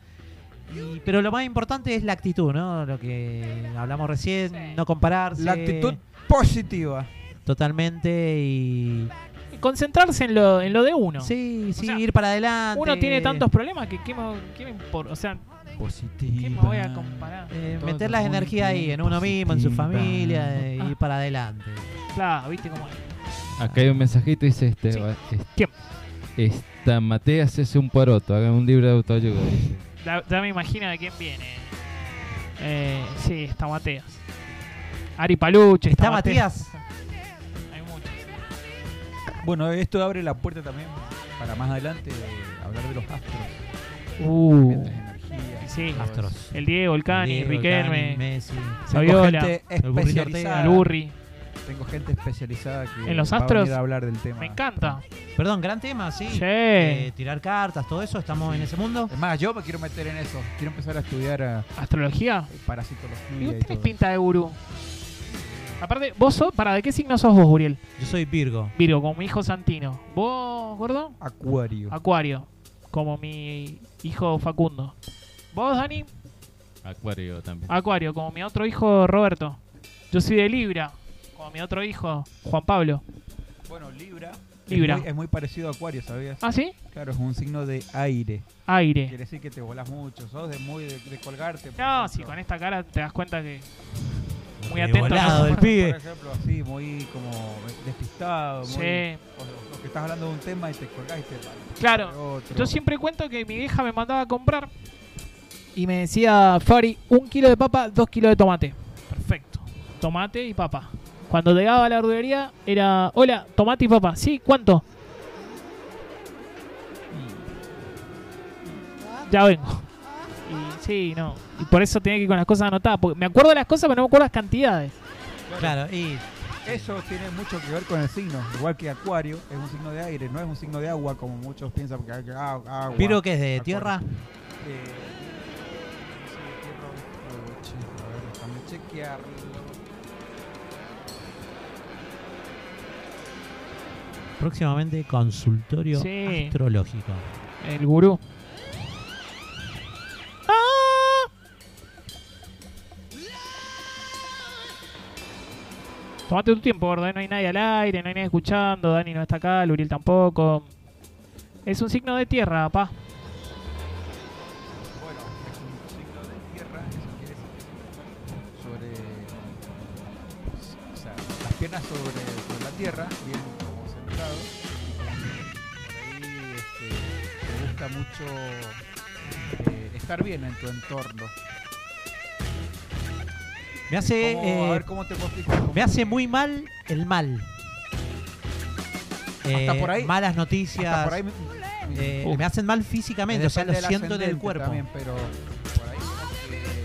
Speaker 3: Y- pero lo más importante es la actitud, ¿no? Lo que hablamos recién,
Speaker 1: Sí.
Speaker 3: no compararse.
Speaker 2: La actitud positiva.
Speaker 3: Totalmente y...
Speaker 1: Y Concentrarse en lo, en lo de uno.
Speaker 3: Sí, sí,
Speaker 1: sea,
Speaker 3: ir para adelante.
Speaker 1: Uno tiene tantos problemas que ¿qué me, qué me importa? O sea,
Speaker 2: Positiva.
Speaker 1: ¿qué me voy a comparar?
Speaker 3: Eh,
Speaker 2: Todo
Speaker 3: meter las
Speaker 2: muy
Speaker 3: energías ahí, en uno mismo, en su
Speaker 2: positiva.
Speaker 3: familia, eh,
Speaker 1: Ah.
Speaker 3: ir para adelante.
Speaker 1: Claro, viste cómo es.
Speaker 4: Acá hay un mensajito dice este.
Speaker 1: Sí.
Speaker 4: va- es-
Speaker 1: ¿Quién?
Speaker 4: Esta Mateas es un poroto, hagan un libro de autoayuda. dice.
Speaker 1: Ya, ya me imagino de quién viene. Eh, sí, está Mateas. Ari Paluche, está,
Speaker 3: ¿Está Matías?
Speaker 1: Hay muchos.
Speaker 2: Bueno, esto abre la puerta también para más adelante eh, hablar de los astros.
Speaker 1: Uh.
Speaker 2: las energías.
Speaker 1: Sí,
Speaker 3: Astros.
Speaker 1: el Diego, el Cani,
Speaker 3: Diego, Cani,
Speaker 1: Riquelme,
Speaker 3: Messi.
Speaker 2: Tengo
Speaker 1: Saviola,
Speaker 2: gente
Speaker 3: el burrito
Speaker 2: especializada.
Speaker 1: el Urri.
Speaker 2: Tengo gente especializada que
Speaker 1: ¿En los
Speaker 2: va a
Speaker 1: astros?
Speaker 2: venir a hablar del tema.
Speaker 1: Me encanta.
Speaker 3: Perdón, gran tema, sí.
Speaker 1: Sí.
Speaker 3: Eh, tirar cartas, todo eso, estamos en ese mundo.
Speaker 2: Es más, yo me quiero meter en eso. Quiero empezar a estudiar a
Speaker 1: ¿Astrología? Y
Speaker 2: parasitología
Speaker 1: vos
Speaker 2: y
Speaker 1: tenés
Speaker 2: todo.
Speaker 1: pinta de gurú. Aparte, vos sos, para, ¿de qué signo sos vos, Uriel?
Speaker 3: Yo soy Virgo.
Speaker 1: Virgo, como mi hijo Santino. ¿Vos, gordo?
Speaker 2: Acuario.
Speaker 1: Acuario, como mi hijo Facundo. ¿Vos, Dani?
Speaker 4: Acuario también.
Speaker 1: Acuario, como mi otro hijo Roberto. Yo soy de Libra, como mi otro hijo Juan Pablo.
Speaker 2: Bueno, Libra.
Speaker 1: Libra.
Speaker 2: Es muy, es muy parecido a Acuario, ¿sabías?
Speaker 1: ¿Ah, sí?
Speaker 2: Claro, es un signo de aire.
Speaker 1: Aire.
Speaker 2: Quiere decir que te volás mucho. Sos de muy de, de colgarte. por
Speaker 1: No,
Speaker 2: ejemplo.
Speaker 1: si con esta cara te das cuenta que muy
Speaker 3: Eh,
Speaker 1: atento.
Speaker 3: volado
Speaker 1: ¿no?
Speaker 3: el pibe.
Speaker 2: Por ejemplo, así, muy como despistado. Muy,
Speaker 1: Sí,
Speaker 2: o- o que estás hablando de un tema y te colgás y te vas
Speaker 1: claro.
Speaker 2: a otro.
Speaker 1: Yo siempre cuento que mi vieja me mandaba a comprar y me decía, Fari, un kilo de papa, dos kilos de tomate. Perfecto. Tomate y papa. Cuando llegaba a la verdulería era, hola, tomate y papa. Sí, ¿cuánto? Ya vengo. Y sí, no. Y por eso tenía que ir con las cosas anotadas. Porque me acuerdo de las cosas, pero no me acuerdo las cantidades.
Speaker 3: Claro, y
Speaker 2: Eso tiene mucho que ver con el signo. Igual que Acuario es un signo de aire, no es un signo de agua como muchos piensan. Porque hay que- ah, agua.
Speaker 3: Virgo que es de
Speaker 2: Acuario.
Speaker 3: tierra.
Speaker 2: Eh, sí, tierra, eh, che, a ver, déjame chequearlo.
Speaker 3: Próximamente consultorio
Speaker 1: Sí.
Speaker 3: astrológico.
Speaker 1: El gurú. Ah. Tomate tu tiempo, gordo. ¿eh? No hay nadie al aire, no hay nadie escuchando. Dani no está acá, Luriel tampoco. Es un signo de tierra, papá.
Speaker 2: Bueno, es un signo de tierra, eso quiere decir que sobre. O sea, las piernas sobre, sobre la tierra, bien como sentado. Por ahí este, te gusta mucho eh, estar bien en tu entorno.
Speaker 3: Me hace,
Speaker 2: ¿Cómo- a
Speaker 3: eh,
Speaker 2: ver cómo te puedo explicar?
Speaker 3: me hace muy mal el mal.
Speaker 2: Hasta
Speaker 3: Eh,
Speaker 2: por ahí-
Speaker 3: Malas
Speaker 2: Hasta
Speaker 3: noticias.
Speaker 2: por ahí me-
Speaker 3: eh,
Speaker 1: Uh.
Speaker 3: Me hacen mal
Speaker 2: me
Speaker 3: físicamente, o sea,
Speaker 2: depende
Speaker 3: lo
Speaker 2: del
Speaker 3: siento en el
Speaker 2: ascendente
Speaker 3: cuerpo.
Speaker 2: También, pero por ahí como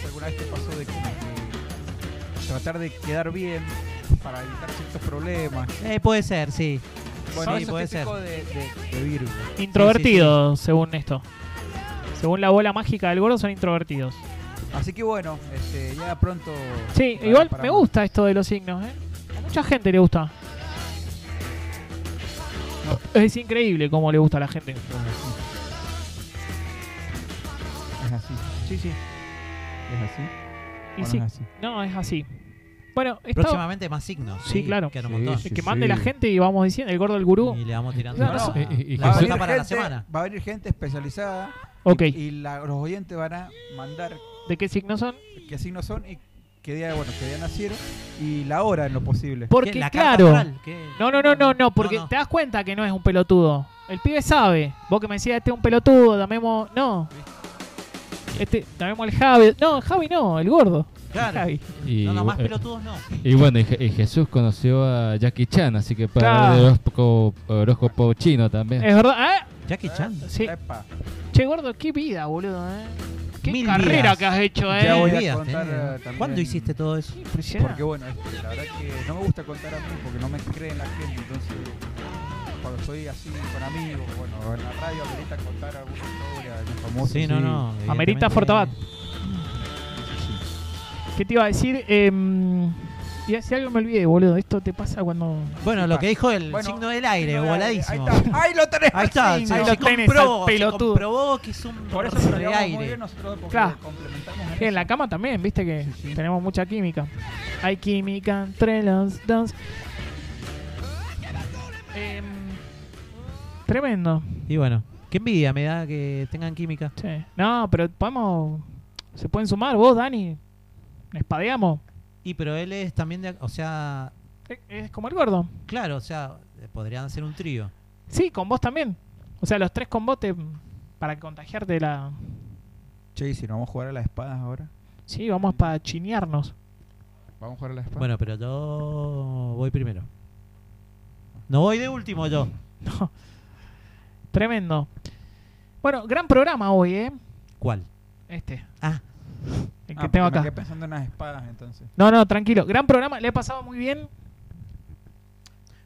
Speaker 2: que- alguna vez te pasó de como que tratar de quedar bien para evitar ciertos problemas.
Speaker 3: Eh, puede ser, sí.
Speaker 2: Bueno,
Speaker 3: sí,
Speaker 2: eso
Speaker 3: puede
Speaker 2: es
Speaker 3: ser.
Speaker 2: típico de, de, de Virgo.
Speaker 1: Introvertidos, según esto. Según la bola mágica del gordo, son introvertidos.
Speaker 2: Así que bueno, este, ya pronto.
Speaker 1: Sí,
Speaker 2: para-
Speaker 1: igual
Speaker 2: para
Speaker 1: me
Speaker 2: más.
Speaker 1: gusta esto de los signos, ¿eh? A mucha gente le gusta. Es increíble cómo le gusta a la gente.
Speaker 2: Es así. Sí, sí. Es así.
Speaker 1: Y
Speaker 2: Bueno,
Speaker 1: sí,
Speaker 2: es así.
Speaker 1: no, es así. Bueno, está,
Speaker 3: Próximamente más signos.
Speaker 1: Sí, claro.
Speaker 3: quedan un
Speaker 2: Sí,
Speaker 3: montón.
Speaker 2: sí.
Speaker 1: que mande la gente y vamos diciendo, el gordo del gurú.
Speaker 3: Y le vamos tirando.
Speaker 1: No,
Speaker 3: la-
Speaker 2: no.
Speaker 4: Eh, eh, y
Speaker 3: la
Speaker 2: Va a venir
Speaker 4: Jesús-
Speaker 3: pelota para la
Speaker 2: gente-
Speaker 3: semana.
Speaker 2: Va a venir gente especializada.
Speaker 1: Ok,
Speaker 2: Y, y la- los oyentes van a mandar
Speaker 1: ¿de qué signos son?
Speaker 2: qué signos son y qué día, bueno, qué día nacieron y la hora en lo posible.
Speaker 1: Porque,
Speaker 3: ¿Qué? ¿La carta
Speaker 1: claro.
Speaker 3: astral? ¿Qué?
Speaker 1: No, no, no, no, no, porque
Speaker 3: no.
Speaker 1: te das cuenta que no es un pelotudo. El pibe sabe. Vos que me decías, este es un pelotudo, llamemos. No. Este, llamemos al Javi. No, Javi no, el gordo.
Speaker 3: Claro.
Speaker 1: Javi.
Speaker 4: Y,
Speaker 3: No, no, más
Speaker 4: eh,
Speaker 3: pelotudos no.
Speaker 4: y bueno, y, Je- y Jesús conoció a Jackie Chan, así que para
Speaker 1: Claro.
Speaker 4: el horóscopo, horóscopo chino también.
Speaker 1: Es verdad. Ah,
Speaker 3: Jackie Chan.
Speaker 1: Sí.
Speaker 2: Epa,
Speaker 1: Che, gordo, qué vida, boludo, eh. Qué
Speaker 3: Mil
Speaker 1: carrera
Speaker 3: vidas.
Speaker 1: que has hecho, eh.
Speaker 2: Ya voy a
Speaker 3: Días
Speaker 2: contar,
Speaker 3: tenés, ¿no?
Speaker 2: eh, también-
Speaker 3: ¿Cuándo hiciste todo eso?
Speaker 1: Qué impresionante.
Speaker 2: porque bueno, este, la verdad que no me gusta contar a mí porque no me creen la gente, entonces cuando soy así con amigos, bueno, en la radio amerita contar alguna historia de los famosos.
Speaker 3: Sí, no, no.
Speaker 1: Amerita
Speaker 3: evidentemente.
Speaker 1: Fortabat. ¿Qué te iba a decir? Em, iba a decir algo y me olvidé, boludo. Esto te pasa cuando.
Speaker 3: Bueno, lo que dijo el
Speaker 2: Bueno,
Speaker 3: signo del aire,
Speaker 2: Ahí
Speaker 3: voladísimo.
Speaker 2: está, ahí lo tenés.
Speaker 3: Ahí está,
Speaker 2: sí,
Speaker 3: se,
Speaker 1: Ahí
Speaker 2: no.
Speaker 1: lo
Speaker 3: se
Speaker 1: tenés,
Speaker 3: comprobó,
Speaker 1: al
Speaker 3: se
Speaker 1: pelotudo.
Speaker 3: comprobó que es un
Speaker 2: Por eso
Speaker 3: signo
Speaker 2: nos
Speaker 3: de
Speaker 2: llevamos muy
Speaker 3: aire.
Speaker 2: bien nosotros porque
Speaker 1: Claro.
Speaker 2: complementamos
Speaker 1: Y en la cama también, viste que
Speaker 2: Sí, sí.
Speaker 1: tenemos mucha química. Hay química entre los dos. Em, tremendo.
Speaker 3: Y bueno, qué envidia me da que tengan química.
Speaker 1: Che. No, pero podemos. Se pueden sumar vos, Dani. Espadeamos.
Speaker 3: Y pero él es también de, o sea,
Speaker 1: Es, es como el gordo.
Speaker 3: claro, o sea, podrían hacer un trío.
Speaker 1: Sí, con vos también. O sea, los tres con vos te- para contagiarte de la.
Speaker 2: Che, ¿y si no vamos a jugar a las espadas ahora.
Speaker 1: Sí, vamos para chinearnos.
Speaker 2: Vamos a jugar a
Speaker 1: Ah.
Speaker 2: las espadas.
Speaker 3: Bueno, pero yo voy primero. No voy de último yo.
Speaker 1: No. Tremendo. Bueno, gran programa hoy, ¿eh?
Speaker 3: ¿Cuál?
Speaker 1: Este,
Speaker 3: Ah,
Speaker 1: el
Speaker 2: Ah,
Speaker 1: que
Speaker 2: porque
Speaker 1: tengo
Speaker 2: Me
Speaker 1: acá.
Speaker 2: quedé pensando en las espadas entonces.
Speaker 1: No, no, tranquilo. Gran programa, le he pasado muy bien.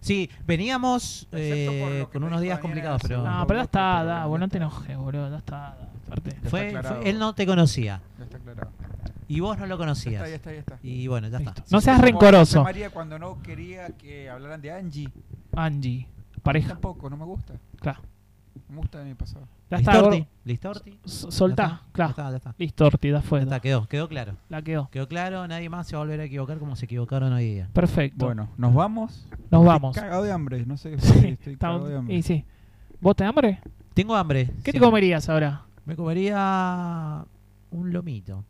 Speaker 3: sí, veníamos
Speaker 2: Excepto por
Speaker 3: eh,
Speaker 2: lo que
Speaker 3: con
Speaker 2: me
Speaker 3: unos
Speaker 2: dijo
Speaker 3: días
Speaker 2: Daniela
Speaker 3: complicados,
Speaker 2: hace
Speaker 3: pero
Speaker 2: un
Speaker 1: No,
Speaker 2: no,
Speaker 1: pero ya
Speaker 2: no,
Speaker 1: está,
Speaker 2: pero
Speaker 1: da,
Speaker 2: no
Speaker 1: Ah, vos no te
Speaker 2: está.
Speaker 1: enojes, boludo. Ya está, da, aparte.
Speaker 2: está
Speaker 3: fue,
Speaker 2: aclarado.
Speaker 3: fue- él no te conocía
Speaker 2: Ya está aclarado.
Speaker 3: y vos no lo
Speaker 2: Ya está, ya
Speaker 3: conocías.
Speaker 2: está, ya está.
Speaker 3: Y bueno, ya está.
Speaker 1: Listo. No seas
Speaker 2: Como
Speaker 1: rencoroso,
Speaker 2: María cuando no quería que hablaran de Angie.
Speaker 1: Angie. Pareja,
Speaker 2: Tampoco, no me gusta.
Speaker 1: claro.
Speaker 2: Me gusta de mi pasado.
Speaker 1: Ya está,
Speaker 3: Listorti,
Speaker 1: gordo.
Speaker 3: Listorti.
Speaker 1: S-
Speaker 3: Ya
Speaker 1: Soltá,
Speaker 3: está, Ya
Speaker 1: claro.
Speaker 3: está, ya está.
Speaker 1: Listo, Orti, ya fue.
Speaker 3: Ya está, quedó, quedó claro.
Speaker 1: La quedó.
Speaker 3: Quedó claro, nadie más se va a volver a equivocar como se equivocaron hoy día.
Speaker 1: Perfecto.
Speaker 2: Bueno, nos vamos.
Speaker 1: Nos vamos.
Speaker 2: Estoy cagado de hambre, no sé qué
Speaker 1: Sí,
Speaker 2: estoy, estoy
Speaker 1: estamos-
Speaker 2: cagado de hambre.
Speaker 1: y sí. ¿Vos tenés hambre?
Speaker 3: Tengo hambre.
Speaker 1: ¿Qué
Speaker 3: sí.
Speaker 1: te comerías ahora?
Speaker 3: Me comería un lomito.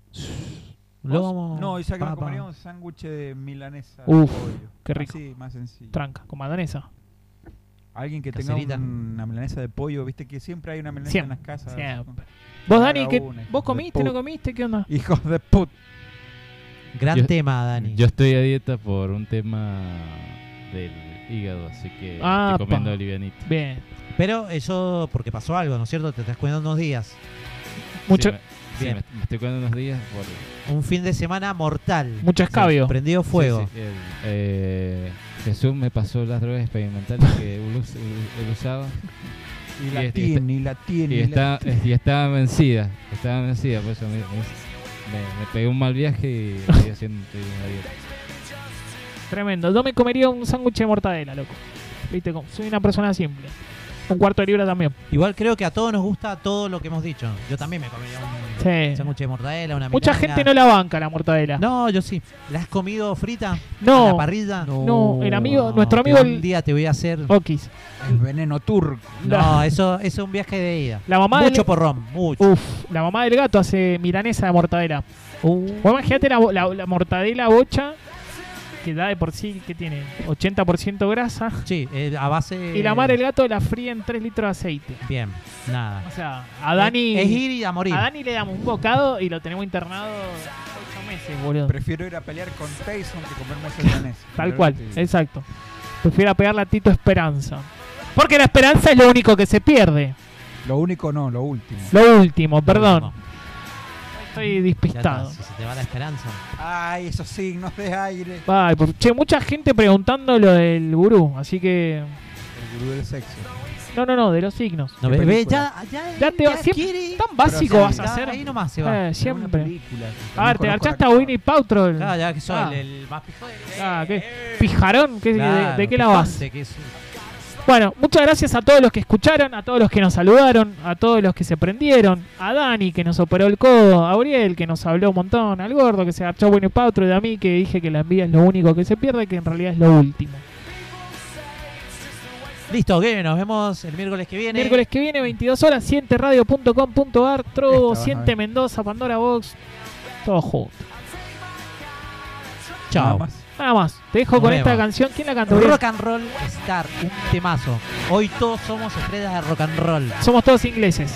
Speaker 3: Un
Speaker 2: ¿Vos?
Speaker 3: lomo.
Speaker 2: No, Isaac me
Speaker 3: papa.
Speaker 2: comería un sándwich de milanesa.
Speaker 1: Uf,
Speaker 2: de pollo.
Speaker 1: qué rico.
Speaker 2: Así, más sencillo.
Speaker 1: Tranca, con mayonesa.
Speaker 2: Alguien que tenga
Speaker 3: Caserita.
Speaker 2: una milanesa de pollo, viste que siempre hay una milanesa
Speaker 1: Siempre,
Speaker 2: en las casas.
Speaker 1: Siempre. ¿Vos, Dani,
Speaker 2: Cada
Speaker 1: que,
Speaker 2: una, hijo
Speaker 1: vos
Speaker 2: de
Speaker 1: comiste, no
Speaker 2: puta.
Speaker 1: comiste? ¿Qué onda?
Speaker 2: Hijos de put.
Speaker 3: Gran
Speaker 4: Yo-
Speaker 3: tema, Dani.
Speaker 4: Yo estoy a dieta por un tema del hígado, así que
Speaker 1: Ah,
Speaker 4: estoy comiendo
Speaker 1: pa.
Speaker 4: livianito.
Speaker 1: Bien.
Speaker 3: Pero eso porque pasó algo, ¿no es cierto? Te estás cuidando unos días.
Speaker 1: Mucho,
Speaker 4: Sí, me- sí,
Speaker 3: Bien.
Speaker 4: me, me estoy cuidando unos días por
Speaker 3: Un fin de semana mortal.
Speaker 1: mucho escabio.
Speaker 3: Prendido fuego.
Speaker 4: Sí, sí, el- eh, Jesús me pasó las drogas experimentales que él us- él usaba
Speaker 2: Y
Speaker 4: Y
Speaker 2: la
Speaker 4: este-
Speaker 2: tiene, y la tiene.
Speaker 4: y,
Speaker 2: y la-
Speaker 4: está, y estaba vencida. Estaba vencida, por eso me, me- me pegué un mal viaje y estoy haciendo estoy a dieta.
Speaker 1: Tremendo. Yo me comería un sándwich de mortadela, loco. Viste, como- soy una persona simple. Un cuarto de libra también.
Speaker 3: Igual creo que a todos nos gusta todo lo que hemos dicho. Yo también me comería un
Speaker 1: Sí.
Speaker 3: sándwich de mortadela, una
Speaker 1: Mucha
Speaker 3: milanga.
Speaker 1: gente no la banca la mortadela. No,
Speaker 3: No, yo sí. ¿La has comido frita? ¿En la
Speaker 1: no,
Speaker 3: parrilla?
Speaker 1: el amigo,
Speaker 3: No,
Speaker 1: nuestro
Speaker 3: que
Speaker 1: amigo
Speaker 3: Un
Speaker 1: el
Speaker 3: día te voy a hacer.
Speaker 1: Okis.
Speaker 2: El veneno turco.
Speaker 1: la-
Speaker 3: No, eso, eso es un viaje de ida.
Speaker 1: La mamá
Speaker 3: mucho
Speaker 1: del
Speaker 3: porrón, mucho.
Speaker 1: Uf, la mamá del gato Uh. hace milanesa de mortadela. Vos imaginate la, bo- la- la mortadela bocha que da de por sí, que tiene 80% grasa.
Speaker 3: Sí, eh, a base.
Speaker 1: Y la madre del gato la fría en 3 litros de aceite.
Speaker 3: Bien, nada.
Speaker 1: O sea, a Dani.
Speaker 3: Es, es ir y a morir.
Speaker 1: A Dani le damos un bocado y lo tenemos internado 8 meses, boludo.
Speaker 5: Prefiero ir a pelear con Tyson que comerme ese danés.
Speaker 1: Tal cual, exacto. Prefiero pegarle a Tito Esperanza. Porque la esperanza es lo único que se pierde.
Speaker 5: Lo único no, lo último.
Speaker 1: Lo último, perdón.
Speaker 3: Último.
Speaker 1: Estoy
Speaker 3: Ya está,
Speaker 1: despistado.
Speaker 3: si se te va la esperanza.
Speaker 5: Ay, esos signos de aire.
Speaker 1: Ay, por- che, mucha gente preguntando lo del gurú, así que.
Speaker 5: El gurú del sexo.
Speaker 1: No, no, no, de los signos.
Speaker 3: No,
Speaker 5: ¿Qué
Speaker 3: ve- ve,
Speaker 5: película?
Speaker 3: ya, ya,
Speaker 1: Ya te va- siempre-
Speaker 3: quiere-
Speaker 1: Tan básico
Speaker 5: Pero
Speaker 1: vas a
Speaker 3: Ya,
Speaker 1: hacer.
Speaker 3: Ahí nomás se va.
Speaker 1: Eh,
Speaker 5: Una
Speaker 1: siempre.
Speaker 5: película.
Speaker 1: A ver, te
Speaker 5: También
Speaker 1: garchaste a
Speaker 5: conozco
Speaker 1: Winnie Paltrow.
Speaker 3: Claro, ya que soy
Speaker 1: Ah.
Speaker 3: el, el más pijón.
Speaker 1: Ah, ¿qué? Fijarón, ¿qué- de-
Speaker 3: Claro,
Speaker 1: ¿de, qué la
Speaker 3: pijón,
Speaker 1: vas?
Speaker 3: de que es-
Speaker 1: Bueno, muchas gracias a todos los que escucharon, a todos los que nos saludaron, a todos los que se prendieron, a Dani que nos operó el codo, a Auriel que nos habló un montón, al gordo que se archó bueno y pautro y a mí que dije que la envidia es lo único que se pierde, que en realidad es lo último.
Speaker 3: Listo, que nos vemos el miércoles que viene.
Speaker 1: Miércoles que viene, 22 horas, sienteradio.com.ar,
Speaker 5: Esta
Speaker 1: Trovo,
Speaker 5: vas a
Speaker 1: Siente
Speaker 3: eh.
Speaker 5: ver.
Speaker 1: Mendoza, Pandora Box, todo junto.
Speaker 5: Nada
Speaker 3: Chao.
Speaker 5: más.
Speaker 1: Nada más, te dejo
Speaker 3: Nos
Speaker 1: con
Speaker 3: vemos.
Speaker 1: esta canción. ¿Quién la cantó?
Speaker 3: Rock and Roll Star, un temazo. Hoy todos somos estrellas de rock and roll.
Speaker 1: Somos todos ingleses.